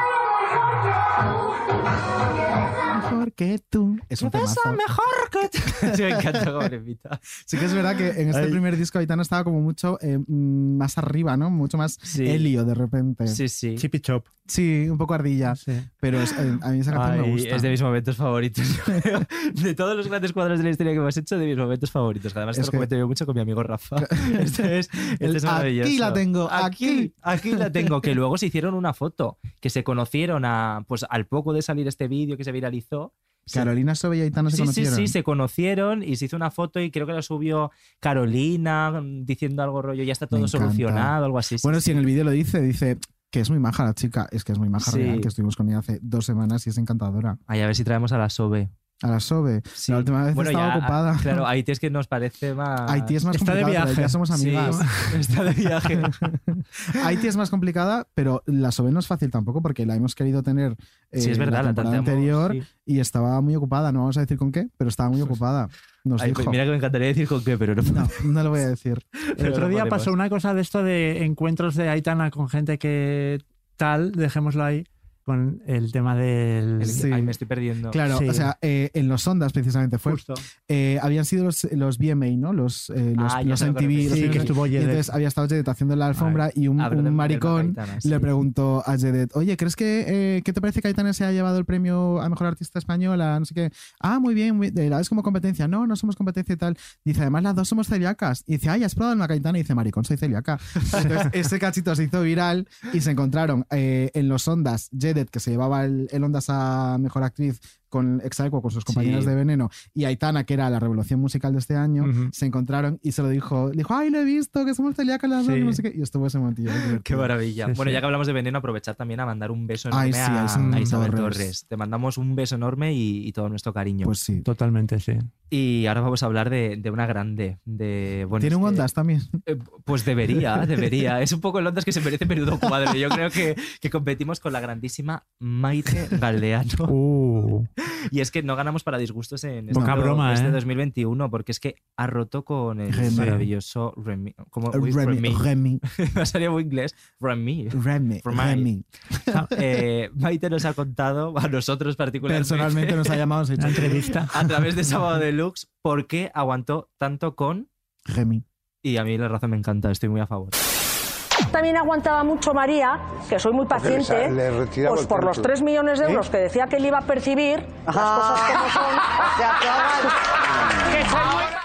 [SPEAKER 4] Mejor que tú. Es un temazo.
[SPEAKER 5] mejor que
[SPEAKER 1] cut. sí, me encanta cómo le pita.
[SPEAKER 4] Sí que es verdad que en este
[SPEAKER 1] Ay.
[SPEAKER 4] primer disco Aitana estaba como mucho eh, mm, más arriba, ¿no? Mucho más
[SPEAKER 1] Sí.
[SPEAKER 4] helio de repente.
[SPEAKER 1] Sí, sí.
[SPEAKER 19] Chip y chop.
[SPEAKER 4] Sí, un poco ardilla. Pero es- eh, a mí esa canción me
[SPEAKER 1] Ay,
[SPEAKER 4] gusta.
[SPEAKER 1] es de mis momentos favoritos. yo creo. de todos los grandes cuadros de la historia que hemos hecho, de mis momentos favoritos. Además,
[SPEAKER 4] Es
[SPEAKER 1] esto
[SPEAKER 4] que-
[SPEAKER 1] lo comento yo mucho con mi amigo Rafa. este es, este
[SPEAKER 4] El
[SPEAKER 1] es maravilloso.
[SPEAKER 4] aquí la tengo, aquí.
[SPEAKER 1] Aquí la tengo, que luego se hicieron una foto, que se conocieron a, pues, al poco de salir este vídeo que se viralizó. Se-
[SPEAKER 4] Carolina Sobe y Aitana se
[SPEAKER 1] sí, sí,
[SPEAKER 4] conocieron.
[SPEAKER 1] sí, se conocieron y se hizo una foto y creo que la subió Carolina mm, diciendo algo rollo, ya está todo
[SPEAKER 4] encanta.
[SPEAKER 1] solucionado, algo así. sí,
[SPEAKER 4] Bueno,
[SPEAKER 1] sí.
[SPEAKER 4] si en el vídeo lo dice, dice que es muy maja la chica. Es que es muy maja
[SPEAKER 1] Sí.
[SPEAKER 4] real, que estuvimos con ella hace dos semanas y es encantadora.
[SPEAKER 1] Ay, a ver si traemos a la Sobe.
[SPEAKER 4] A la Sobe. La última vez estaba
[SPEAKER 1] ya,
[SPEAKER 4] ocupada.
[SPEAKER 1] Claro, Haití es que nos parece más.
[SPEAKER 4] Haití es más
[SPEAKER 19] Está de
[SPEAKER 4] complicada, pero
[SPEAKER 19] viaje.
[SPEAKER 4] ya somos
[SPEAKER 1] Sí,
[SPEAKER 4] amigas.
[SPEAKER 1] está de viaje.
[SPEAKER 4] Haití es más complicada, pero la Sobe no es fácil tampoco porque la hemos querido tener eh,
[SPEAKER 1] Sí, es verdad, la
[SPEAKER 4] la temporada
[SPEAKER 1] tanteamos,
[SPEAKER 4] anterior
[SPEAKER 1] sí.
[SPEAKER 4] y estaba muy ocupada. No vamos a decir con qué, pero estaba muy ocupada. Nos
[SPEAKER 1] Ay, pues
[SPEAKER 4] dijo.
[SPEAKER 1] Mira que me encantaría decir con qué, pero no.
[SPEAKER 4] No, no lo voy a decir.
[SPEAKER 1] Pero
[SPEAKER 19] El otro
[SPEAKER 1] lo
[SPEAKER 19] día
[SPEAKER 1] ponemos.
[SPEAKER 19] pasó una cosa de esto de encuentros de Aitana con gente que tal, dejémoslo ahí, con el tema del...
[SPEAKER 1] El-
[SPEAKER 4] Sí.
[SPEAKER 1] Ay, me estoy perdiendo.
[SPEAKER 4] Claro,
[SPEAKER 19] Sí.
[SPEAKER 4] o sea, eh, en los Ondas precisamente fue.
[SPEAKER 19] Justo.
[SPEAKER 4] Eh, habían sido los, los BMA, ¿no? Los, eh, los,
[SPEAKER 1] Ah, ya
[SPEAKER 4] los
[SPEAKER 1] sé a lo que
[SPEAKER 4] MTV.
[SPEAKER 1] refieres.
[SPEAKER 4] los
[SPEAKER 19] Sí,
[SPEAKER 4] MTV.
[SPEAKER 19] que estuvo
[SPEAKER 4] Y
[SPEAKER 19] Yedet.
[SPEAKER 4] entonces había estado Jedet haciendo la alfombra y un,
[SPEAKER 1] Hablo del-
[SPEAKER 4] un
[SPEAKER 1] del
[SPEAKER 4] maricón
[SPEAKER 1] Macaitana,
[SPEAKER 4] le
[SPEAKER 1] sí.
[SPEAKER 4] preguntó a Jedet, oye, ¿crees que eh, qué te parece que Aitana se ha llevado el premio a Mejor Artista Española? No sé qué. Ah, muy bien, muy- eh, la ves como competencia. No, no somos competencia y tal. Dice, además las dos somos celíacas. Y dice, ay, has probado el Macaitana. Y dice, maricón, soy celíaca. Entonces ese cachito se hizo viral y se encontraron eh, en los Ondas Jedet, que se llevaba el, el Ondas a Mejor Actriz con Exaequo, con sus compañeras
[SPEAKER 1] Sí.
[SPEAKER 4] de Veneno, y Aitana, que era la revolución musical de este año,
[SPEAKER 1] Ujú.
[SPEAKER 4] se encontraron y se lo dijo. Le dijo, ay, lo he visto, que somos celíacas las dos,
[SPEAKER 1] Sí.
[SPEAKER 4] no sé qué. Y estuvo ese momentillo. muy divertido.
[SPEAKER 1] Qué maravilla.
[SPEAKER 19] Sí,
[SPEAKER 1] bueno,
[SPEAKER 19] sí.
[SPEAKER 1] ya que hablamos de veneno, aprovechar también a mandar un beso enorme
[SPEAKER 4] Ay, sí, a
[SPEAKER 1] a,
[SPEAKER 4] Isabel
[SPEAKER 1] a Isabel
[SPEAKER 4] Torres.
[SPEAKER 1] Torres. Te mandamos un beso enorme y, y todo nuestro cariño.
[SPEAKER 4] Pues sí.
[SPEAKER 19] Totalmente, sí.
[SPEAKER 1] y ahora vamos a hablar de, de una grande. De, bueno,
[SPEAKER 4] Tiene
[SPEAKER 1] es
[SPEAKER 4] un
[SPEAKER 1] que-
[SPEAKER 4] Ondas también.
[SPEAKER 1] Eh, Pues debería, debería. Es un poco el Ondas que se merece menudo cuadro. Yo creo que, que competimos con la grandísima Maite Galdeano.
[SPEAKER 19] Uh,
[SPEAKER 1] Y es que no ganamos para disgustos en
[SPEAKER 19] Poca
[SPEAKER 1] este-
[SPEAKER 19] broma,
[SPEAKER 1] este
[SPEAKER 19] ¿eh?
[SPEAKER 1] 2021, porque es que ha roto con el
[SPEAKER 4] Remy.
[SPEAKER 1] maravilloso Remy. Como, uy,
[SPEAKER 4] Remy,
[SPEAKER 1] Remy.
[SPEAKER 4] Remy,
[SPEAKER 1] Me ha salido muy inglés. Remy.
[SPEAKER 4] Remy,
[SPEAKER 1] From
[SPEAKER 4] Remy.
[SPEAKER 1] Eh, Maite nos ha contado, a nosotros particularmente,
[SPEAKER 4] Personalmente nos ha llamado y nos
[SPEAKER 19] una
[SPEAKER 4] ha dicho,
[SPEAKER 19] entrevista.
[SPEAKER 1] a través de Sábado Deluxe, por qué aguantó tanto con.
[SPEAKER 4] Remy.
[SPEAKER 1] Y a mí la razón me encanta, estoy muy a favor.
[SPEAKER 8] También aguantaba mucho María, que soy muy paciente,
[SPEAKER 5] Pero, o sea, le retiraba
[SPEAKER 8] pues
[SPEAKER 5] el
[SPEAKER 8] por los
[SPEAKER 5] punto.
[SPEAKER 8] 3 millones de
[SPEAKER 5] ¿Eh?
[SPEAKER 8] euros que decía que él iba a percibir, las cosas como son.
[SPEAKER 24] Se acaban.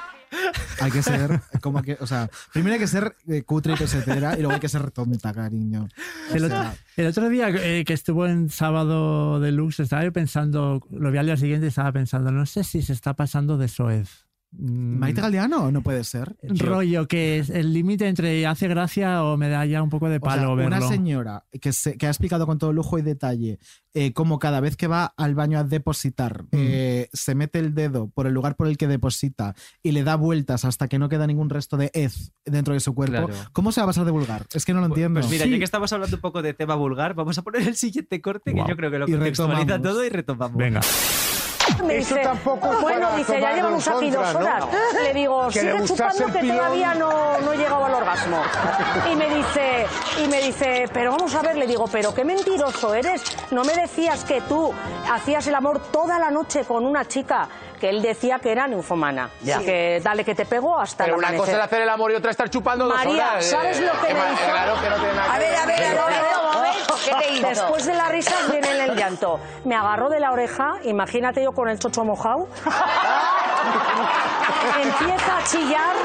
[SPEAKER 4] Hay que ser como que, o sea, primero hay que ser eh, cutre y pesetera y luego hay que ser tonta, cariño. O
[SPEAKER 19] El otro,
[SPEAKER 4] sea,
[SPEAKER 19] el otro día eh, que estuvo en sábado deluxe, estaba yo pensando, lo vi al día siguiente y estaba pensando, no sé si se está pasando de soez. Mm,
[SPEAKER 4] Maite Galdeano no puede ser.
[SPEAKER 19] rollo que es el límite entre hace gracia o me da ya un poco de
[SPEAKER 4] O sea,
[SPEAKER 19] palo verlo.
[SPEAKER 4] una señora que, se- que ha explicado con todo lujo y detalle eh, cómo cada vez que va al baño a
[SPEAKER 1] Mm.
[SPEAKER 4] depositar eh, se mete el dedo por el lugar por el que deposita y le da vueltas hasta que no queda ningún resto de ez dentro de su cuerpo,
[SPEAKER 1] Claro.
[SPEAKER 4] ¿cómo se va a pasar de vulgar? Es que no lo entiendo.
[SPEAKER 1] Pues mira,
[SPEAKER 19] Sí.
[SPEAKER 1] ya que estamos hablando un poco de tema vulgar, vamos a poner el siguiente corte que
[SPEAKER 19] Guau.
[SPEAKER 1] yo creo que lo
[SPEAKER 4] Y
[SPEAKER 1] contextualiza
[SPEAKER 4] retomamos.
[SPEAKER 1] todo y retomamos.
[SPEAKER 19] Venga.
[SPEAKER 8] Me
[SPEAKER 5] Eso
[SPEAKER 8] dice,
[SPEAKER 5] tampoco es
[SPEAKER 8] bueno,
[SPEAKER 5] para
[SPEAKER 8] dice, ya
[SPEAKER 5] tomarlo
[SPEAKER 8] llevamos
[SPEAKER 5] en
[SPEAKER 8] aquí dos
[SPEAKER 5] contra, ¿no?
[SPEAKER 8] horas. Le digo,
[SPEAKER 5] Que le
[SPEAKER 8] sigue
[SPEAKER 5] gustase
[SPEAKER 8] chupando
[SPEAKER 5] el
[SPEAKER 8] que
[SPEAKER 5] pilón.
[SPEAKER 8] todavía no, no he llegado al orgasmo. Y me dice, y me dice, pero vamos a ver, le digo, pero qué mentiroso eres. No me decías que tú hacías el amor toda la noche con una chica que él decía que era ninfomana.
[SPEAKER 24] Ya.
[SPEAKER 8] Que dale que te pego hasta
[SPEAKER 3] Pero
[SPEAKER 8] el
[SPEAKER 3] una cosa
[SPEAKER 8] amanecer.
[SPEAKER 3] es hacer el amor y otra estar chupando dos
[SPEAKER 8] María,
[SPEAKER 3] horas.
[SPEAKER 8] ¿sabes
[SPEAKER 3] eh,
[SPEAKER 8] lo que me
[SPEAKER 3] Emma,
[SPEAKER 8] hizo?
[SPEAKER 3] Claro que no tiene nada
[SPEAKER 8] A
[SPEAKER 3] que
[SPEAKER 8] ver, a ver, a ver, a ver, un momento, ¿qué te hizo? Después de la risa viene el llanto. Me agarró de la oreja, imagínate yo con el chocho mojado. Empieza a chillar,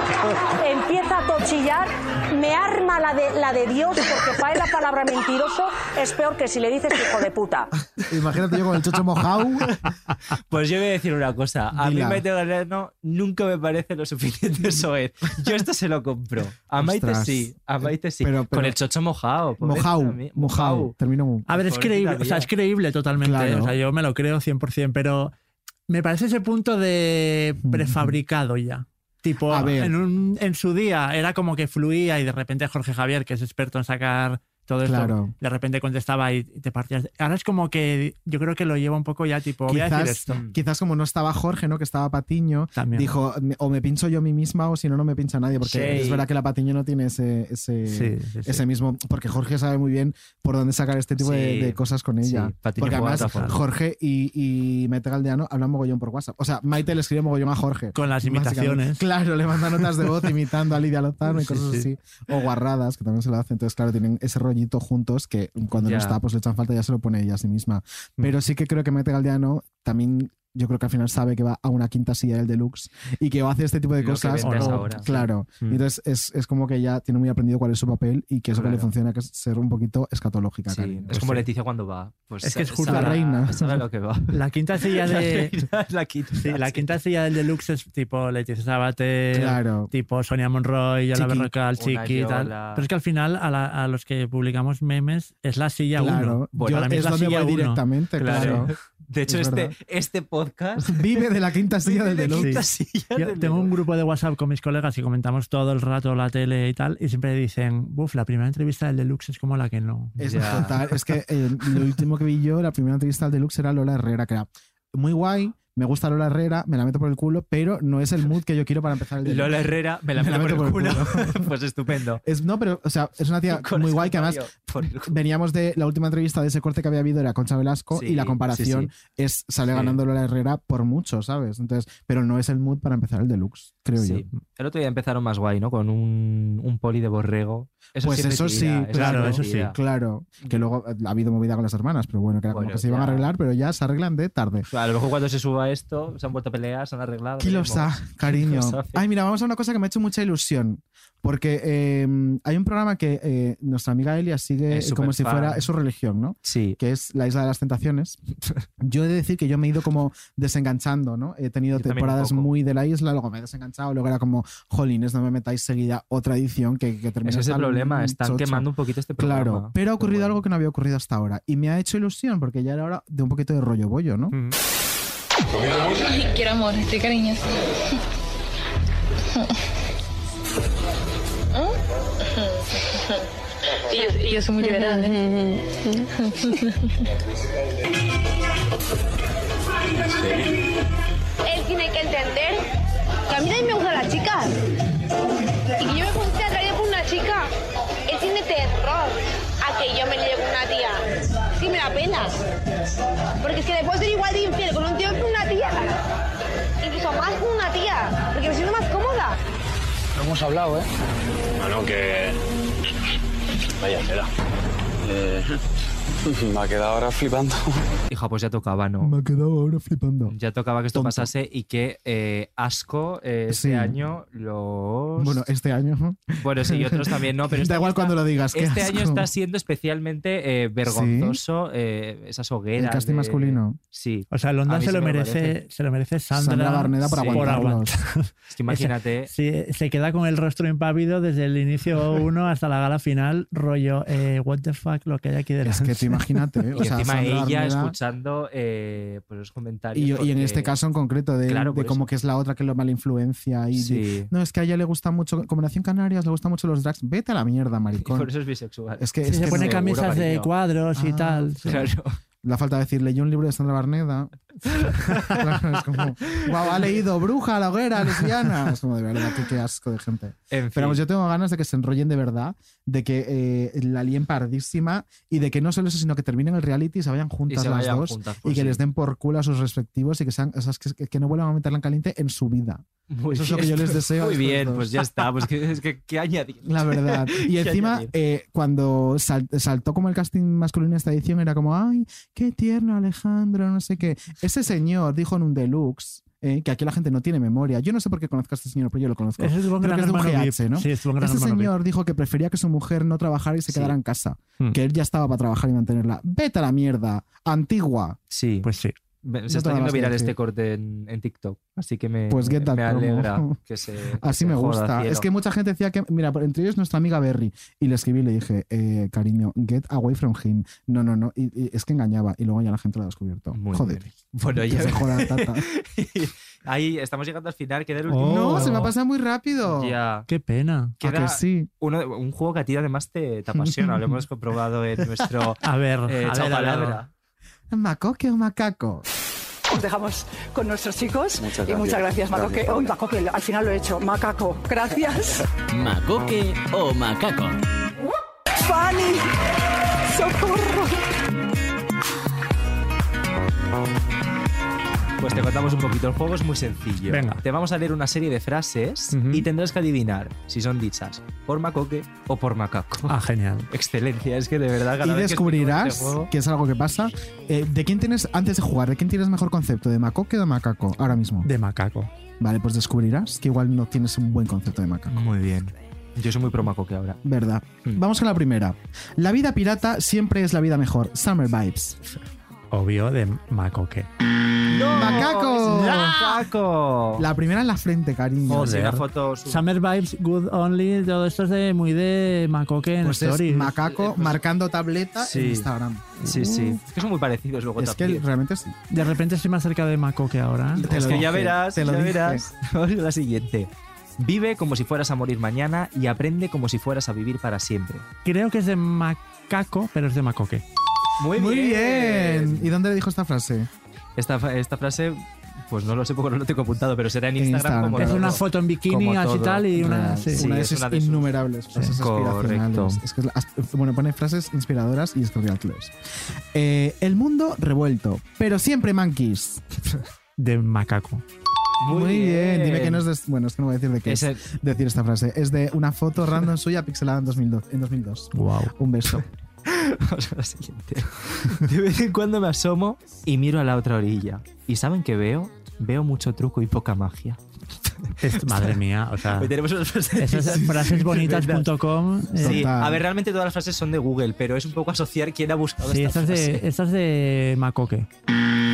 [SPEAKER 8] empieza a tochillar, me arma la de, la de Dios, porque para él la palabra mentiroso es peor que si le dices hijo de puta.
[SPEAKER 4] Imagínate yo con el chocho mojado.
[SPEAKER 1] Pues yo voy a decir una cosa. A
[SPEAKER 4] Dila.
[SPEAKER 1] mí Maite Galdeano nunca me parece lo suficiente soez. Yo esto se lo compro. A Maite
[SPEAKER 4] Ostras.
[SPEAKER 1] sí, a Maite sí.
[SPEAKER 4] Pero- pero-
[SPEAKER 1] Con el chocho mojado. pobrecita
[SPEAKER 4] mojado,
[SPEAKER 1] mía.
[SPEAKER 4] mojado. Termino muy-
[SPEAKER 19] A ver, es
[SPEAKER 1] Pobrecita
[SPEAKER 19] creíble, o sea,
[SPEAKER 1] mía.
[SPEAKER 19] es creíble totalmente.
[SPEAKER 4] Claro.
[SPEAKER 19] O sea, yo me lo creo 100%, pero me parece ese punto de prefabricado ya. Tipo,
[SPEAKER 4] Mm. A ver.
[SPEAKER 19] En, un- en su día era como que fluía y de repente Jorge Javier, que es experto en sacar todo esto.
[SPEAKER 4] Claro.
[SPEAKER 19] De repente contestaba y te partías. Ahora es como que yo creo que lo lleva un poco ya tipo, voy a decir
[SPEAKER 4] Quizás,
[SPEAKER 19] esto. Mm.
[SPEAKER 4] quizás como no estaba Jorge, ¿no? Que estaba Patiño,
[SPEAKER 19] También.
[SPEAKER 4] dijo, "Me- o me pincho yo a mí misma o si no, no me pincha nadie, porque
[SPEAKER 19] Sí.
[SPEAKER 4] es verdad que la Patiño no tiene ese, ese,
[SPEAKER 19] Sí, sí, sí.
[SPEAKER 4] ese mismo, porque Jorge sabe muy bien por dónde sacar este tipo de,
[SPEAKER 1] Sí.
[SPEAKER 4] de cosas con
[SPEAKER 1] Sí,
[SPEAKER 4] ella.
[SPEAKER 1] Patiño
[SPEAKER 4] porque
[SPEAKER 1] juega
[SPEAKER 4] además
[SPEAKER 1] otra forma.
[SPEAKER 4] Jorge y, y Maite Galdeano hablan mogollón por WhatsApp. O sea, Maite le escribe mogollón a Jorge.
[SPEAKER 19] Con las
[SPEAKER 4] básicamente.
[SPEAKER 19] imitaciones.
[SPEAKER 4] Claro, le manda notas de voz imitando a Lidia Lozano y
[SPEAKER 19] Sí,
[SPEAKER 4] cosas
[SPEAKER 19] sí.
[SPEAKER 4] así. O guarradas, que también se lo hace. Entonces, claro, tienen ese rollito juntos que cuando
[SPEAKER 1] Ya. Mm.
[SPEAKER 4] no está, pues le echan falta, ya se lo pone ella a sí misma. Pero sí que creo que Maite Galdeano también, yo creo que al final sabe que va a una quinta silla del deluxe y que va a hacer este tipo de
[SPEAKER 1] Lo que
[SPEAKER 4] cosas.
[SPEAKER 1] vendes
[SPEAKER 4] o-
[SPEAKER 1] ahora.
[SPEAKER 4] Claro.
[SPEAKER 1] Mm.
[SPEAKER 4] Y Entonces, es, es como que ya tiene muy aprendido cuál es su papel y que eso que le
[SPEAKER 1] Claro.
[SPEAKER 4] funciona, que es ser un poquito escatológica.
[SPEAKER 1] Sí,
[SPEAKER 4] Karina.
[SPEAKER 1] es como Leticia cuando va. Pues
[SPEAKER 19] Es que es
[SPEAKER 1] sa-
[SPEAKER 19] justo
[SPEAKER 4] la
[SPEAKER 1] sabrá-
[SPEAKER 4] reina.
[SPEAKER 1] Sabe lo que va.
[SPEAKER 19] La quinta silla de.
[SPEAKER 1] La, la quinta.
[SPEAKER 19] sí, la quinta silla del deluxe es tipo Leticia Sabater,
[SPEAKER 4] Claro.
[SPEAKER 19] tipo Sonia Monroy, Yola
[SPEAKER 4] Chiqui.
[SPEAKER 19] Berrocal,
[SPEAKER 1] Una
[SPEAKER 19] Chiqui y tal.
[SPEAKER 1] Yola.
[SPEAKER 19] Pero es que al final a, la- a los que publicamos memes es la silla 1.
[SPEAKER 4] Claro. Yo-
[SPEAKER 19] para mí
[SPEAKER 4] es
[SPEAKER 19] es la
[SPEAKER 4] donde
[SPEAKER 19] silla
[SPEAKER 4] voy
[SPEAKER 19] 1.
[SPEAKER 4] directamente,
[SPEAKER 1] Claro.
[SPEAKER 4] claro.
[SPEAKER 1] De hecho,
[SPEAKER 4] Es
[SPEAKER 1] este,
[SPEAKER 4] verdad.
[SPEAKER 1] este podcast.
[SPEAKER 4] Vive de la quinta silla del
[SPEAKER 1] de
[SPEAKER 4] deluxe.
[SPEAKER 1] quinta silla
[SPEAKER 19] Yo
[SPEAKER 1] del
[SPEAKER 19] tengo un
[SPEAKER 1] deluxe.
[SPEAKER 19] grupo de WhatsApp con mis colegas y comentamos todo el rato la tele y tal, y siempre dicen, buf, la primera entrevista del Deluxe es como la que no.
[SPEAKER 4] Es
[SPEAKER 1] Ya.
[SPEAKER 4] total. Es que eh, lo último que vi yo, la primera entrevista al Deluxe era Lola Herrera, que era muy guay. Me gusta Lola Herrera, me la meto por el culo, pero no es el mood que yo quiero para empezar el Deluxe.
[SPEAKER 1] Lola Herrera me la
[SPEAKER 4] Me la
[SPEAKER 1] meto por el
[SPEAKER 4] meto por
[SPEAKER 1] culo.
[SPEAKER 4] el
[SPEAKER 1] pues estupendo.
[SPEAKER 4] Es, no, pero, o sea, es una tía
[SPEAKER 1] Con
[SPEAKER 4] muy
[SPEAKER 1] ese
[SPEAKER 4] guay que además
[SPEAKER 1] comentario por el culo.
[SPEAKER 4] veníamos de la última entrevista de ese corte que había habido era Concha Velasco
[SPEAKER 1] Sí,
[SPEAKER 4] y la
[SPEAKER 1] sí,
[SPEAKER 4] comparación es sale
[SPEAKER 1] Sí.
[SPEAKER 4] ganando Lola Herrera por mucho, ¿sabes? Entonces, pero no es el mood para empezar el deluxe, creo
[SPEAKER 1] Sí.
[SPEAKER 4] yo.
[SPEAKER 1] El otro día empezaron más guay, ¿no? Con un, un poli de borrego. Eso
[SPEAKER 4] pues
[SPEAKER 1] siempre
[SPEAKER 4] eso sí,
[SPEAKER 1] tira,
[SPEAKER 4] claro,
[SPEAKER 1] siempre
[SPEAKER 19] eso sí,
[SPEAKER 1] tira.
[SPEAKER 4] claro. Que luego eh, ha habido movida con las hermanas, pero bueno, que era como
[SPEAKER 1] Bueno,
[SPEAKER 4] que se iban a
[SPEAKER 1] ya.
[SPEAKER 4] arreglar, pero ya se arreglan de tarde.
[SPEAKER 1] O sea, a lo mejor cuando se suba esto, se han vuelto a pelear, se han arreglado.
[SPEAKER 4] ¿Quién lo
[SPEAKER 1] veremos.
[SPEAKER 4] sabe, cariño?
[SPEAKER 1] Lo sabe.
[SPEAKER 4] Ay, mira, vamos a una cosa que me ha hecho mucha ilusión. Porque eh, hay un programa que eh, nuestra amiga Elia sigue
[SPEAKER 1] Es
[SPEAKER 4] como si
[SPEAKER 1] superfan.
[SPEAKER 4] fuera. Es su religión, ¿no?
[SPEAKER 1] Sí.
[SPEAKER 4] Que es la isla de las tentaciones. Yo he de decir que yo me he ido como desenganchando, ¿no? He tenido
[SPEAKER 1] Yo también un
[SPEAKER 4] temporadas
[SPEAKER 1] poco.
[SPEAKER 4] muy de la isla, luego me he desenganchado, luego era como, jolines, no me metáis seguida otra edición que, que termina.
[SPEAKER 1] Ese es el
[SPEAKER 4] tan
[SPEAKER 1] problema, están
[SPEAKER 4] chocho".
[SPEAKER 1] quemando un poquito este programa.
[SPEAKER 4] Claro, pero ha ocurrido
[SPEAKER 1] bueno.
[SPEAKER 4] algo que no había ocurrido hasta ahora. Y me ha hecho ilusión, porque ya era hora de un poquito de rollo bollo, ¿no?
[SPEAKER 5] Ay, quiero amor, estoy cariñosa. Y yo, y yo soy muy liberal, ¿eh?
[SPEAKER 16] Él tiene que entender que a mí también me gustan las chicas. Y que yo me puse atraída por una chica. Él tiene terror a que yo me lleve con una tía. Sí, me da pena. Porque es que le puedo ser igual de infiel con un tío que con una tía. Incluso más con una tía. Porque me siento más cómoda.
[SPEAKER 3] Lo hemos hablado, ¿eh? Bueno, que... Vaya tela. Eh, Me ha quedado ahora flipando.
[SPEAKER 1] Hija, pues ya tocaba, ¿no?
[SPEAKER 4] Me he quedado ahora flipando.
[SPEAKER 1] Ya tocaba que esto
[SPEAKER 4] Tonto.
[SPEAKER 1] pasase y que eh, Asco eh,
[SPEAKER 4] Sí.
[SPEAKER 1] este año los...
[SPEAKER 4] Bueno, este año.
[SPEAKER 1] Bueno, sí, y otros también, ¿no? Pero este
[SPEAKER 4] da
[SPEAKER 1] año
[SPEAKER 4] igual
[SPEAKER 1] está-
[SPEAKER 4] cuando lo digas. qué
[SPEAKER 1] Este año
[SPEAKER 4] asco.
[SPEAKER 1] está siendo especialmente eh, vergonzoso eh, esas hogueras.
[SPEAKER 4] El casting
[SPEAKER 1] de-
[SPEAKER 4] masculino.
[SPEAKER 1] Sí.
[SPEAKER 19] O sea, London
[SPEAKER 1] A mí
[SPEAKER 19] se
[SPEAKER 1] sí
[SPEAKER 19] lo,
[SPEAKER 1] me lo
[SPEAKER 19] merece,
[SPEAKER 1] parece.
[SPEAKER 19] se lo merece Sandra,
[SPEAKER 4] Sandra, Barneda para
[SPEAKER 1] sí.
[SPEAKER 19] por
[SPEAKER 4] aguantarlos.
[SPEAKER 19] aguantar.
[SPEAKER 1] Es que imagínate.
[SPEAKER 19] Sí, se queda con el rostro impávido desde el inicio 1 hasta la gala final, rollo, eh, what the fuck, lo que hay aquí
[SPEAKER 4] Es
[SPEAKER 19] delante.
[SPEAKER 4] que tú imagínate. ¿eh? O
[SPEAKER 1] y
[SPEAKER 4] sea,
[SPEAKER 1] encima
[SPEAKER 4] Sandra
[SPEAKER 1] ella
[SPEAKER 4] Barneda-
[SPEAKER 1] escuchando eh, pues los comentarios.
[SPEAKER 4] Y, y en
[SPEAKER 1] porque-
[SPEAKER 4] este caso en concreto, de,
[SPEAKER 1] Claro,
[SPEAKER 4] de
[SPEAKER 1] por
[SPEAKER 4] como
[SPEAKER 1] eso.
[SPEAKER 4] que es la otra que lo mala influencia. Y de-
[SPEAKER 1] Sí.
[SPEAKER 4] no, es que a ella le gusta mucho, como nació en Canarias, le gustan mucho los drags. Vete a la mierda,
[SPEAKER 1] y por
[SPEAKER 4] maricón.
[SPEAKER 1] eso es bisexual.
[SPEAKER 4] Es que,
[SPEAKER 19] Sí,
[SPEAKER 4] es
[SPEAKER 19] se
[SPEAKER 4] que
[SPEAKER 19] pone
[SPEAKER 4] no-
[SPEAKER 19] camisas de
[SPEAKER 1] cariño.
[SPEAKER 19] cuadros y
[SPEAKER 4] Ah,
[SPEAKER 19] tal. sí.
[SPEAKER 1] Claro.
[SPEAKER 4] la falta de decir, leyó un libro de Sandra Barneda. Claro, es como, wow, ha leído Bruja, la hoguera, lesbiana. Es como de verdad, qué, qué asco de gente.
[SPEAKER 1] En
[SPEAKER 4] Pero
[SPEAKER 1] fin.
[SPEAKER 4] vamos, yo tengo ganas de que se enrollen de verdad, de que eh, la líen pardísima y de que no solo eso, sino que terminen el reality y se vayan juntas
[SPEAKER 1] se
[SPEAKER 4] las
[SPEAKER 1] vayan
[SPEAKER 4] dos
[SPEAKER 1] juntas,
[SPEAKER 4] y
[SPEAKER 1] pues
[SPEAKER 4] que
[SPEAKER 1] sí.
[SPEAKER 4] les den por culo a sus respectivos y que sean esas que, que no vuelvan a meterla en caliente en su vida.
[SPEAKER 1] Muy
[SPEAKER 4] Eso es lo que
[SPEAKER 1] bien.
[SPEAKER 4] yo les deseo a
[SPEAKER 1] Muy
[SPEAKER 4] estos
[SPEAKER 1] bien,
[SPEAKER 4] dos.
[SPEAKER 1] pues ya está. Pues que, es que, ¿qué añadir?
[SPEAKER 4] La verdad. Y
[SPEAKER 1] ¿Qué
[SPEAKER 4] encima,
[SPEAKER 1] añadir?
[SPEAKER 4] eh, cuando sal- saltó como el casting masculino esta edición, era como, ay, qué tierno Alejandro, no sé qué. Ese señor dijo en un deluxe. eh, que aquí la gente no tiene memoria. Yo no sé por qué conozco a este señor, pero yo lo conozco.
[SPEAKER 19] Ese estuvo en
[SPEAKER 4] Creo
[SPEAKER 19] Gran
[SPEAKER 4] que es de un
[SPEAKER 19] Hermano
[SPEAKER 4] GH,
[SPEAKER 19] VIP.
[SPEAKER 4] ¿no?
[SPEAKER 19] Sí, estuvo en Gran
[SPEAKER 4] Este
[SPEAKER 19] Hermano
[SPEAKER 4] señor dijo que prefería que su mujer no trabajara y se
[SPEAKER 1] Sí.
[SPEAKER 4] quedara en casa.
[SPEAKER 19] Hmm.
[SPEAKER 4] Que él ya estaba para trabajar y mantenerla. Vete a la mierda, antigua.
[SPEAKER 1] Sí.
[SPEAKER 19] VIP. Pues sí.
[SPEAKER 1] Me-
[SPEAKER 4] no
[SPEAKER 1] se está
[SPEAKER 4] tengo más
[SPEAKER 1] haciendo
[SPEAKER 4] que
[SPEAKER 1] viral
[SPEAKER 4] decir.
[SPEAKER 1] este corte en, en TikTok. Así que me,
[SPEAKER 4] Pues get that
[SPEAKER 1] me
[SPEAKER 4] promo.
[SPEAKER 1] alegra que se. que
[SPEAKER 4] Así
[SPEAKER 1] se
[SPEAKER 4] me
[SPEAKER 1] joda,
[SPEAKER 4] gusta.
[SPEAKER 1] cielo.
[SPEAKER 4] Es que mucha gente decía que, mira, por- entre ellos nuestra amiga Berry. Y le escribí y le dije, eh, cariño, get away from him. No, no, no. Y, y es que engañaba. Y luego ya la gente lo ha descubierto.
[SPEAKER 1] Muy
[SPEAKER 4] Joder.
[SPEAKER 1] bien. Bueno,
[SPEAKER 4] Que
[SPEAKER 1] ya.
[SPEAKER 4] se joda, tata.
[SPEAKER 1] y, Ahí estamos llegando al final, queda el último.
[SPEAKER 4] Oh. No, se me ha pasado muy rápido.
[SPEAKER 1] Ya.
[SPEAKER 19] Qué pena.
[SPEAKER 4] Queda que sí?
[SPEAKER 1] uno, un juego que a ti además te, te apasiona, lo hemos comprobado en nuestro.
[SPEAKER 19] A ver,
[SPEAKER 1] eh,
[SPEAKER 19] a
[SPEAKER 1] Chao
[SPEAKER 19] ver, a ver.
[SPEAKER 1] Palabra.
[SPEAKER 4] ¿Macoque o macaco?
[SPEAKER 16] Os dejamos con nuestros chicos.
[SPEAKER 5] Muchas
[SPEAKER 16] Y
[SPEAKER 5] gracias.
[SPEAKER 16] muchas gracias, Macoque.
[SPEAKER 5] Gracias.
[SPEAKER 16] Hoy, Macoque, al final lo he hecho. Macaco, gracias.
[SPEAKER 3] ¿Macoque o macaco?
[SPEAKER 16] Fanny, socorro.
[SPEAKER 1] Pues te contamos un poquito. El juego es muy sencillo.
[SPEAKER 19] Venga.
[SPEAKER 1] Te vamos a leer una serie de frases y tendrás que adivinar si son dichas por macoque o por macaco.
[SPEAKER 19] Ah, genial.
[SPEAKER 1] Excelencia, es que de verdad cada
[SPEAKER 4] Y
[SPEAKER 1] vez que
[SPEAKER 4] descubrirás,
[SPEAKER 1] escucho
[SPEAKER 4] que,
[SPEAKER 1] este
[SPEAKER 4] es algo que pasa, eh, ¿de quién tienes, antes de jugar, de quién tienes mejor concepto? ¿De macoque o de macaco? Ahora mismo.
[SPEAKER 19] De macaco.
[SPEAKER 4] Vale, pues descubrirás que igual no tienes un buen concepto de macaco.
[SPEAKER 1] juego- Muy bien. Yo soy muy pro macoque ahora.
[SPEAKER 4] Verdad. Vamos con la primera. La vida pirata siempre es la vida mejor. Summer vibes.
[SPEAKER 19] Obvio de macoque.
[SPEAKER 4] ¡Macaco!
[SPEAKER 1] ¡Macaco!
[SPEAKER 4] La primera en la frente, cariño.
[SPEAKER 1] Sí, una foto sub-
[SPEAKER 19] Summer Vibes, Good Only, todo esto es de muy de macoque en
[SPEAKER 4] Pues es
[SPEAKER 19] stories.
[SPEAKER 4] macaco marcando tableta en
[SPEAKER 1] Eh, Sí.
[SPEAKER 4] Instagram.
[SPEAKER 1] Sí, sí. Es que son muy parecidos luego
[SPEAKER 4] Uh. Es que
[SPEAKER 1] también.
[SPEAKER 4] realmente sí.
[SPEAKER 19] De repente estoy más cerca de macoque ahora. ¿eh?
[SPEAKER 4] Te
[SPEAKER 1] Es
[SPEAKER 4] lo
[SPEAKER 1] que ya
[SPEAKER 4] dije,
[SPEAKER 1] verás,
[SPEAKER 4] te lo
[SPEAKER 1] ya
[SPEAKER 4] dije.
[SPEAKER 1] verás. Vamos con la siguiente. Vive como si fueras a morir mañana y aprende como si fueras a vivir para siempre.
[SPEAKER 19] Creo que es de macaco, pero es de macoque.
[SPEAKER 1] Muy,
[SPEAKER 4] Muy bien. ¿Y dónde le dijo esta frase?
[SPEAKER 1] Esta, fa- esta frase, pues no lo sé porque no lo tengo apuntado, pero será en
[SPEAKER 4] En
[SPEAKER 1] Instagram.
[SPEAKER 4] Instagram,
[SPEAKER 1] como
[SPEAKER 4] Por
[SPEAKER 19] es
[SPEAKER 1] todo.
[SPEAKER 19] una foto en bikini,
[SPEAKER 1] como
[SPEAKER 19] así
[SPEAKER 1] todo.
[SPEAKER 19] tal, y una.
[SPEAKER 4] Real.
[SPEAKER 19] sí.
[SPEAKER 1] Sí,
[SPEAKER 4] una de
[SPEAKER 1] es
[SPEAKER 4] esas
[SPEAKER 1] una de sus-
[SPEAKER 4] innumerables frases
[SPEAKER 1] Correcto.
[SPEAKER 4] aspiracionales. Es que es la- bueno, pone frases inspiradoras y es que real que lo es. Eh, el mundo revuelto, pero siempre monkeys.
[SPEAKER 19] De macaco.
[SPEAKER 4] Muy, bien. Dime que no es de, bueno, es que no voy a decir de qué es,
[SPEAKER 1] Ese-
[SPEAKER 4] decir esta frase. Es de una foto random suya pixelada en 2002. En 2002.
[SPEAKER 19] Wow.
[SPEAKER 4] Un beso.
[SPEAKER 1] Vamos a la siguiente. De vez en cuando me asomo y miro a la otra orilla. ¿Y saben qué veo? Veo mucho truco y poca magia.
[SPEAKER 19] madre mía, o sea.
[SPEAKER 1] Hoy tenemos unas frases.
[SPEAKER 19] Esas
[SPEAKER 1] Sí,
[SPEAKER 19] frasesbonitas.com. eh,
[SPEAKER 1] Sí,
[SPEAKER 4] Total.
[SPEAKER 1] a ver, realmente todas las frases son de Google, pero es un poco asociar quién ha buscado
[SPEAKER 19] Sí,
[SPEAKER 1] esta
[SPEAKER 19] estas
[SPEAKER 1] frase.
[SPEAKER 19] de, estas de Macoque.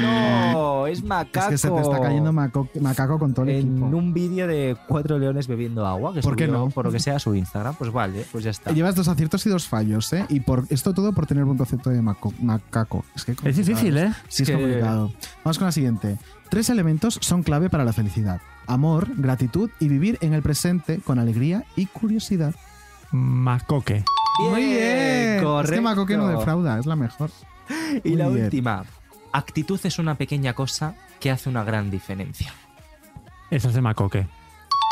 [SPEAKER 1] No, es macaco.
[SPEAKER 4] Es que se te está cayendo maco- macaco con todo el
[SPEAKER 1] en
[SPEAKER 4] equipo.
[SPEAKER 1] un vídeo de cuatro leones bebiendo agua, que
[SPEAKER 4] ¿Por qué
[SPEAKER 1] subió,
[SPEAKER 4] no?
[SPEAKER 1] Por lo que sea a su Instagram, pues vale, pues ya está.
[SPEAKER 4] Llevas dos aciertos y dos fallos, ¿eh? Y por esto todo por tener buen concepto de maco- macaco. Es, que
[SPEAKER 19] Es difícil, ¿eh?
[SPEAKER 4] Sí, es
[SPEAKER 1] que-
[SPEAKER 4] complicado. Vamos con la siguiente. Tres elementos son clave para la felicidad. Amor, gratitud y vivir en el presente con alegría y curiosidad.
[SPEAKER 19] Macoque.
[SPEAKER 4] Es que
[SPEAKER 1] correcto.
[SPEAKER 4] Maco que no defrauda, es la mejor.
[SPEAKER 1] Y
[SPEAKER 4] Muy
[SPEAKER 1] la
[SPEAKER 4] bien.
[SPEAKER 1] última. Actitud es una pequeña cosa que hace una gran diferencia.
[SPEAKER 19] Esas de Macoque.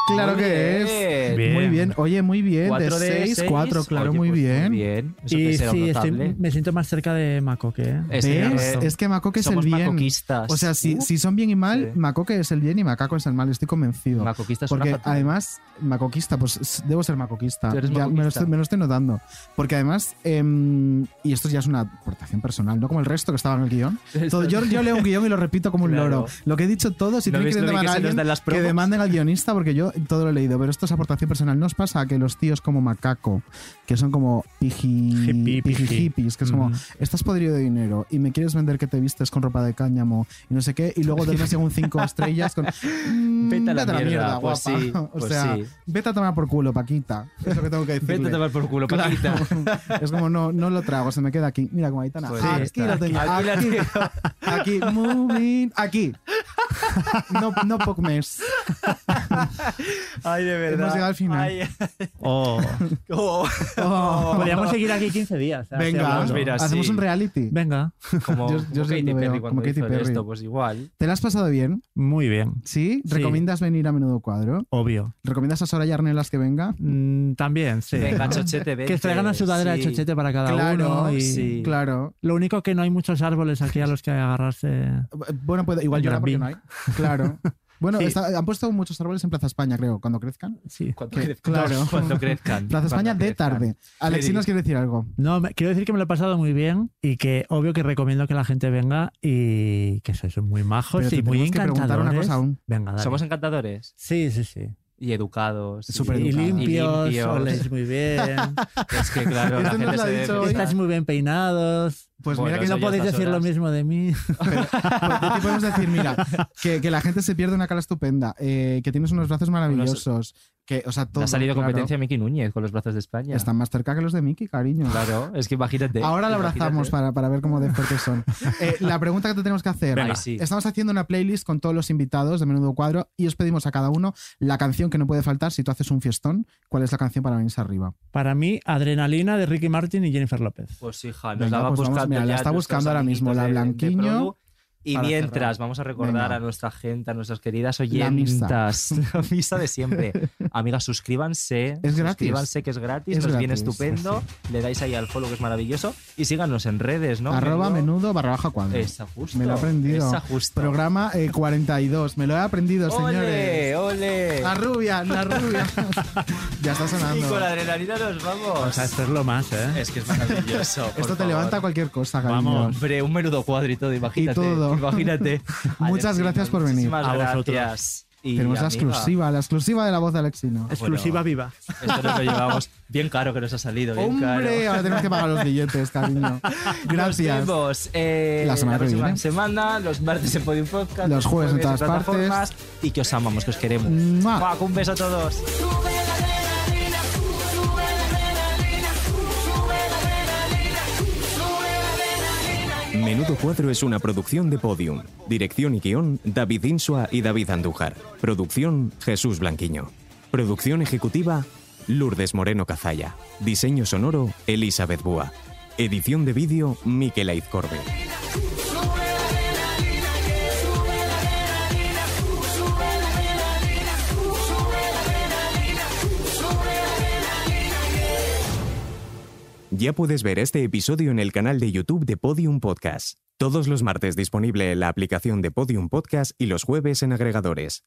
[SPEAKER 4] Claro
[SPEAKER 1] Muy
[SPEAKER 4] que es.
[SPEAKER 1] bien.
[SPEAKER 19] Bien.
[SPEAKER 4] Muy bien, oye, muy bien.
[SPEAKER 1] Cuatro
[SPEAKER 4] de
[SPEAKER 1] de
[SPEAKER 4] 6,
[SPEAKER 1] seis.
[SPEAKER 4] 4, claro,
[SPEAKER 1] Oye,
[SPEAKER 4] muy,
[SPEAKER 1] pues
[SPEAKER 4] bien.
[SPEAKER 1] Muy bien. Eso que
[SPEAKER 19] Y
[SPEAKER 1] será
[SPEAKER 19] sí, este, estoy-
[SPEAKER 1] notable.
[SPEAKER 19] me siento más cerca de Macoque. ¿eh?
[SPEAKER 1] Es que-
[SPEAKER 4] ¿Ves? Es que Macoque es el
[SPEAKER 1] Somos
[SPEAKER 4] bien.
[SPEAKER 1] macoquistas.
[SPEAKER 4] O sea, si,
[SPEAKER 1] Uh,
[SPEAKER 4] si son bien y mal,
[SPEAKER 1] Sí.
[SPEAKER 4] Macoque es el bien y Macaco es el mal, estoy convencido.
[SPEAKER 1] macoquistas son
[SPEAKER 4] Porque
[SPEAKER 1] una fatal.
[SPEAKER 4] además, macoquista, pues s- debo ser macoquista.
[SPEAKER 1] Tú eres
[SPEAKER 4] Ya me, lo
[SPEAKER 1] macoquista.
[SPEAKER 4] estoy, me lo estoy notando. Porque además, em, y esto ya es una aportación personal, no como el resto que estaba en el guión. Todo- yo, yo leo un guión y lo repito como un
[SPEAKER 1] Claro.
[SPEAKER 4] loro. Lo que he dicho todo, si
[SPEAKER 1] ¿No
[SPEAKER 4] tiene
[SPEAKER 1] veis
[SPEAKER 4] que
[SPEAKER 1] lo bien
[SPEAKER 4] demandar
[SPEAKER 1] que
[SPEAKER 4] a
[SPEAKER 1] se nos
[SPEAKER 4] alguien,
[SPEAKER 1] dan las
[SPEAKER 4] que
[SPEAKER 1] promos?
[SPEAKER 4] demanden al guionista, porque yo todo lo he leído. Pero esto es aportación personal. ¿No os pasa que los tíos como macaco, que son como piji, piji
[SPEAKER 19] Hippie, piji.
[SPEAKER 4] hippies, que es como,
[SPEAKER 19] Ujú.
[SPEAKER 4] estás podrido de dinero y me quieres vender que te vistes con ropa de cáñamo y no sé qué, y luego duermes en un 5 estrellas con. "Mm,
[SPEAKER 1] Vete a la mierda,
[SPEAKER 4] guapa.
[SPEAKER 1] pues sí,
[SPEAKER 4] o
[SPEAKER 1] pues
[SPEAKER 4] sea,
[SPEAKER 1] sí.
[SPEAKER 4] vete a tomar por culo, Paquita. Es lo que tengo que decir.
[SPEAKER 1] Vete a tomar por culo,
[SPEAKER 4] Claro.
[SPEAKER 1] Paquita.
[SPEAKER 4] Es como, no, no lo trago, se me queda aquí. Mira, como Aitana.
[SPEAKER 1] Pues
[SPEAKER 4] aquí
[SPEAKER 1] está,
[SPEAKER 4] lo tengo.
[SPEAKER 1] aquí
[SPEAKER 4] Aquí,
[SPEAKER 1] la
[SPEAKER 4] aquí, moving. Aquí. No, no poc més.
[SPEAKER 1] Ay, de verdad.
[SPEAKER 4] Hemos llegado al final. Ay,
[SPEAKER 19] Oh.
[SPEAKER 1] Oh.
[SPEAKER 4] Oh.
[SPEAKER 19] Podríamos seguir aquí 15 días. ¿eh? Así
[SPEAKER 4] Venga,
[SPEAKER 19] hablando.
[SPEAKER 1] Pues mira,
[SPEAKER 4] hacemos
[SPEAKER 1] sí.
[SPEAKER 4] un reality.
[SPEAKER 19] Venga.
[SPEAKER 1] Como,
[SPEAKER 4] Yo- yo
[SPEAKER 1] como
[SPEAKER 4] sí
[SPEAKER 1] Katy
[SPEAKER 4] lo
[SPEAKER 1] Perry
[SPEAKER 4] veo,
[SPEAKER 1] cuando
[SPEAKER 4] como
[SPEAKER 1] hizo
[SPEAKER 4] Katy Perry.
[SPEAKER 1] esto, pues igual.
[SPEAKER 4] ¿Te la has pasado bien?
[SPEAKER 19] Muy bien.
[SPEAKER 4] ¿Sí?
[SPEAKER 19] Sí.
[SPEAKER 4] ¿Recomiendas venir a menudo cuadro?
[SPEAKER 19] Obvio.
[SPEAKER 4] ¿Recomiendas a Sora y Arnelas que venga?
[SPEAKER 19] Mm, también, sí.
[SPEAKER 1] Venga,
[SPEAKER 19] ¿no?
[SPEAKER 1] chochete, vente.
[SPEAKER 19] Que traigan una sudadera
[SPEAKER 1] Sí.
[SPEAKER 19] de chochete para cada uno. Y...
[SPEAKER 1] sí.
[SPEAKER 4] Claro.
[SPEAKER 19] Lo único que no hay muchos árboles aquí a los que agarrarse.
[SPEAKER 4] Bueno, puedo, igual llorar porque no hay.
[SPEAKER 19] Gambín.
[SPEAKER 4] Claro. Bueno,
[SPEAKER 19] Sí.
[SPEAKER 4] está- han puesto muchos árboles en Plaza España, creo, cuando crezcan.
[SPEAKER 19] Sí.
[SPEAKER 1] Cuando
[SPEAKER 4] Que-
[SPEAKER 1] crezcan.
[SPEAKER 4] claro.
[SPEAKER 1] Cuando crezcan.
[SPEAKER 4] Plaza España
[SPEAKER 1] Cuando
[SPEAKER 4] de
[SPEAKER 1] crezcan.
[SPEAKER 4] tarde. Alexi nos quiere decir algo.
[SPEAKER 19] No, me- quiero decir que me lo he pasado muy bien y que obvio que recomiendo que la gente venga y que sois muy majos
[SPEAKER 4] Pero te
[SPEAKER 19] y muy
[SPEAKER 4] tenemos que preguntar una
[SPEAKER 19] encantadores.
[SPEAKER 4] cosa aún.
[SPEAKER 19] Venga, dale.
[SPEAKER 1] Somos encantadores
[SPEAKER 19] Sí, sí, sí.
[SPEAKER 1] y educados. y-
[SPEAKER 4] Súper
[SPEAKER 19] Y
[SPEAKER 4] educados.
[SPEAKER 19] limpios,
[SPEAKER 1] Y limpios.
[SPEAKER 19] oléis muy bien,
[SPEAKER 1] Es que claro,
[SPEAKER 4] Esto
[SPEAKER 1] la
[SPEAKER 4] nos
[SPEAKER 1] gente
[SPEAKER 4] lo ha
[SPEAKER 1] se debe
[SPEAKER 4] dicho hoy.
[SPEAKER 19] estáis
[SPEAKER 1] pensar.
[SPEAKER 19] muy bien peinados.
[SPEAKER 4] Pues mira
[SPEAKER 19] que no podéis decir lo mismo de mí.
[SPEAKER 4] Pues de ti podemos decir, mira, que, que la gente se pierde una cara estupenda, eh, que tienes unos brazos maravillosos, que, o sea, todo.
[SPEAKER 1] ha salido
[SPEAKER 4] claro.
[SPEAKER 1] competencia Miki Núñez con los brazos de España.
[SPEAKER 4] Están más cerca que los de Mickey, cariño.
[SPEAKER 1] Claro, es que imagínate.
[SPEAKER 4] Ahora la
[SPEAKER 1] imagínate.
[SPEAKER 4] abrazamos para, para ver cómo de fuertes son. Eh, la pregunta que te tenemos que hacer.
[SPEAKER 1] Venga, sí.
[SPEAKER 4] Estamos haciendo una playlist con todos los invitados de Menudo Cuadro y os pedimos a cada uno la canción que no puede faltar si tú haces un fiestón. ¿Cuál es la canción para venirse arriba?
[SPEAKER 19] Para mí, Adrenalina de Ricky Martin y Jennifer López.
[SPEAKER 1] Pues hija, nos
[SPEAKER 4] Venga,
[SPEAKER 1] la va
[SPEAKER 4] pues vamos,
[SPEAKER 1] buscando.
[SPEAKER 4] mira, la
[SPEAKER 1] ya
[SPEAKER 4] está
[SPEAKER 1] nuestros
[SPEAKER 4] buscando ahora
[SPEAKER 1] amiguitos
[SPEAKER 4] mismo, la
[SPEAKER 1] de- de
[SPEAKER 4] Blanquiño,
[SPEAKER 1] Produ. Y
[SPEAKER 4] para
[SPEAKER 1] mientras,
[SPEAKER 4] cerrar.
[SPEAKER 1] vamos a recordar
[SPEAKER 4] Venga.
[SPEAKER 1] a nuestra gente, a nuestras queridas
[SPEAKER 4] La misa.
[SPEAKER 1] oyentas, la misa de siempre. Amigas, suscríbanse.
[SPEAKER 4] Es gratis.
[SPEAKER 1] Suscríbanse que es gratis,
[SPEAKER 4] Es
[SPEAKER 1] nos viene
[SPEAKER 4] gratis,
[SPEAKER 1] estupendo. Le dais ahí al follow que es maravilloso. Y síganos en redes, ¿no?
[SPEAKER 4] Arroba
[SPEAKER 1] Menudo.
[SPEAKER 4] menudo barra baja cuadro.
[SPEAKER 1] Esa justo.
[SPEAKER 4] Me lo he aprendido.
[SPEAKER 1] Esa justo.
[SPEAKER 4] Programa eh, 42. Me lo he aprendido,
[SPEAKER 1] ¡Ole!
[SPEAKER 4] señores.
[SPEAKER 1] ¡Ole!
[SPEAKER 4] La rubia, la rubia. ya está
[SPEAKER 1] Y con
[SPEAKER 4] sonando.
[SPEAKER 1] la adrenalina nos
[SPEAKER 19] O
[SPEAKER 1] vamos.
[SPEAKER 19] sea, esto es lo más, ¿eh?
[SPEAKER 1] Es que es maravilloso. por
[SPEAKER 4] Esto te
[SPEAKER 1] favor.
[SPEAKER 4] levanta cualquier cosa, cariño.
[SPEAKER 1] Vamos, hombre, un menudo cuadro y todo, imagínate.
[SPEAKER 4] todo.
[SPEAKER 1] Imagínate.
[SPEAKER 4] Muchas
[SPEAKER 1] Alexina,
[SPEAKER 4] gracias por venir.
[SPEAKER 1] Muchísimas
[SPEAKER 4] A vosotros.
[SPEAKER 1] gracias. Y,
[SPEAKER 4] Tenemos la
[SPEAKER 1] amiga,
[SPEAKER 4] exclusiva, la exclusiva de la voz de Alexino.
[SPEAKER 19] Exclusiva viva.
[SPEAKER 1] Esto nos lo llevamos bien caro que nos ha salido, bien
[SPEAKER 4] Hombre,
[SPEAKER 1] caro.
[SPEAKER 4] ahora tenemos que pagar los billetes, cariño. Gracias.
[SPEAKER 1] Nos vemos eh,
[SPEAKER 4] La semana que
[SPEAKER 1] próxima
[SPEAKER 4] viene.
[SPEAKER 1] semana, los martes en Podium Podcast,
[SPEAKER 4] Los jueves en todas
[SPEAKER 1] plataformas, Y que os amamos, que os queremos.
[SPEAKER 4] ¡Mua!
[SPEAKER 1] Guau, Un beso a todos.
[SPEAKER 21] Menudo Cuadro es una producción de Podium. Dirección y guión, David Insua y David Andújar. Producción, Jesús Blanquiño. Producción ejecutiva, Lourdes Moreno Cazalla. Diseño sonoro, Elizabeth Búa. Edición de vídeo, Miquel Aizcorbe. Ya puedes ver este episodio en el canal de YouTube de Podium Podcast. Todos los martes disponible en la aplicación de Podium Podcast y los jueves en agregadores.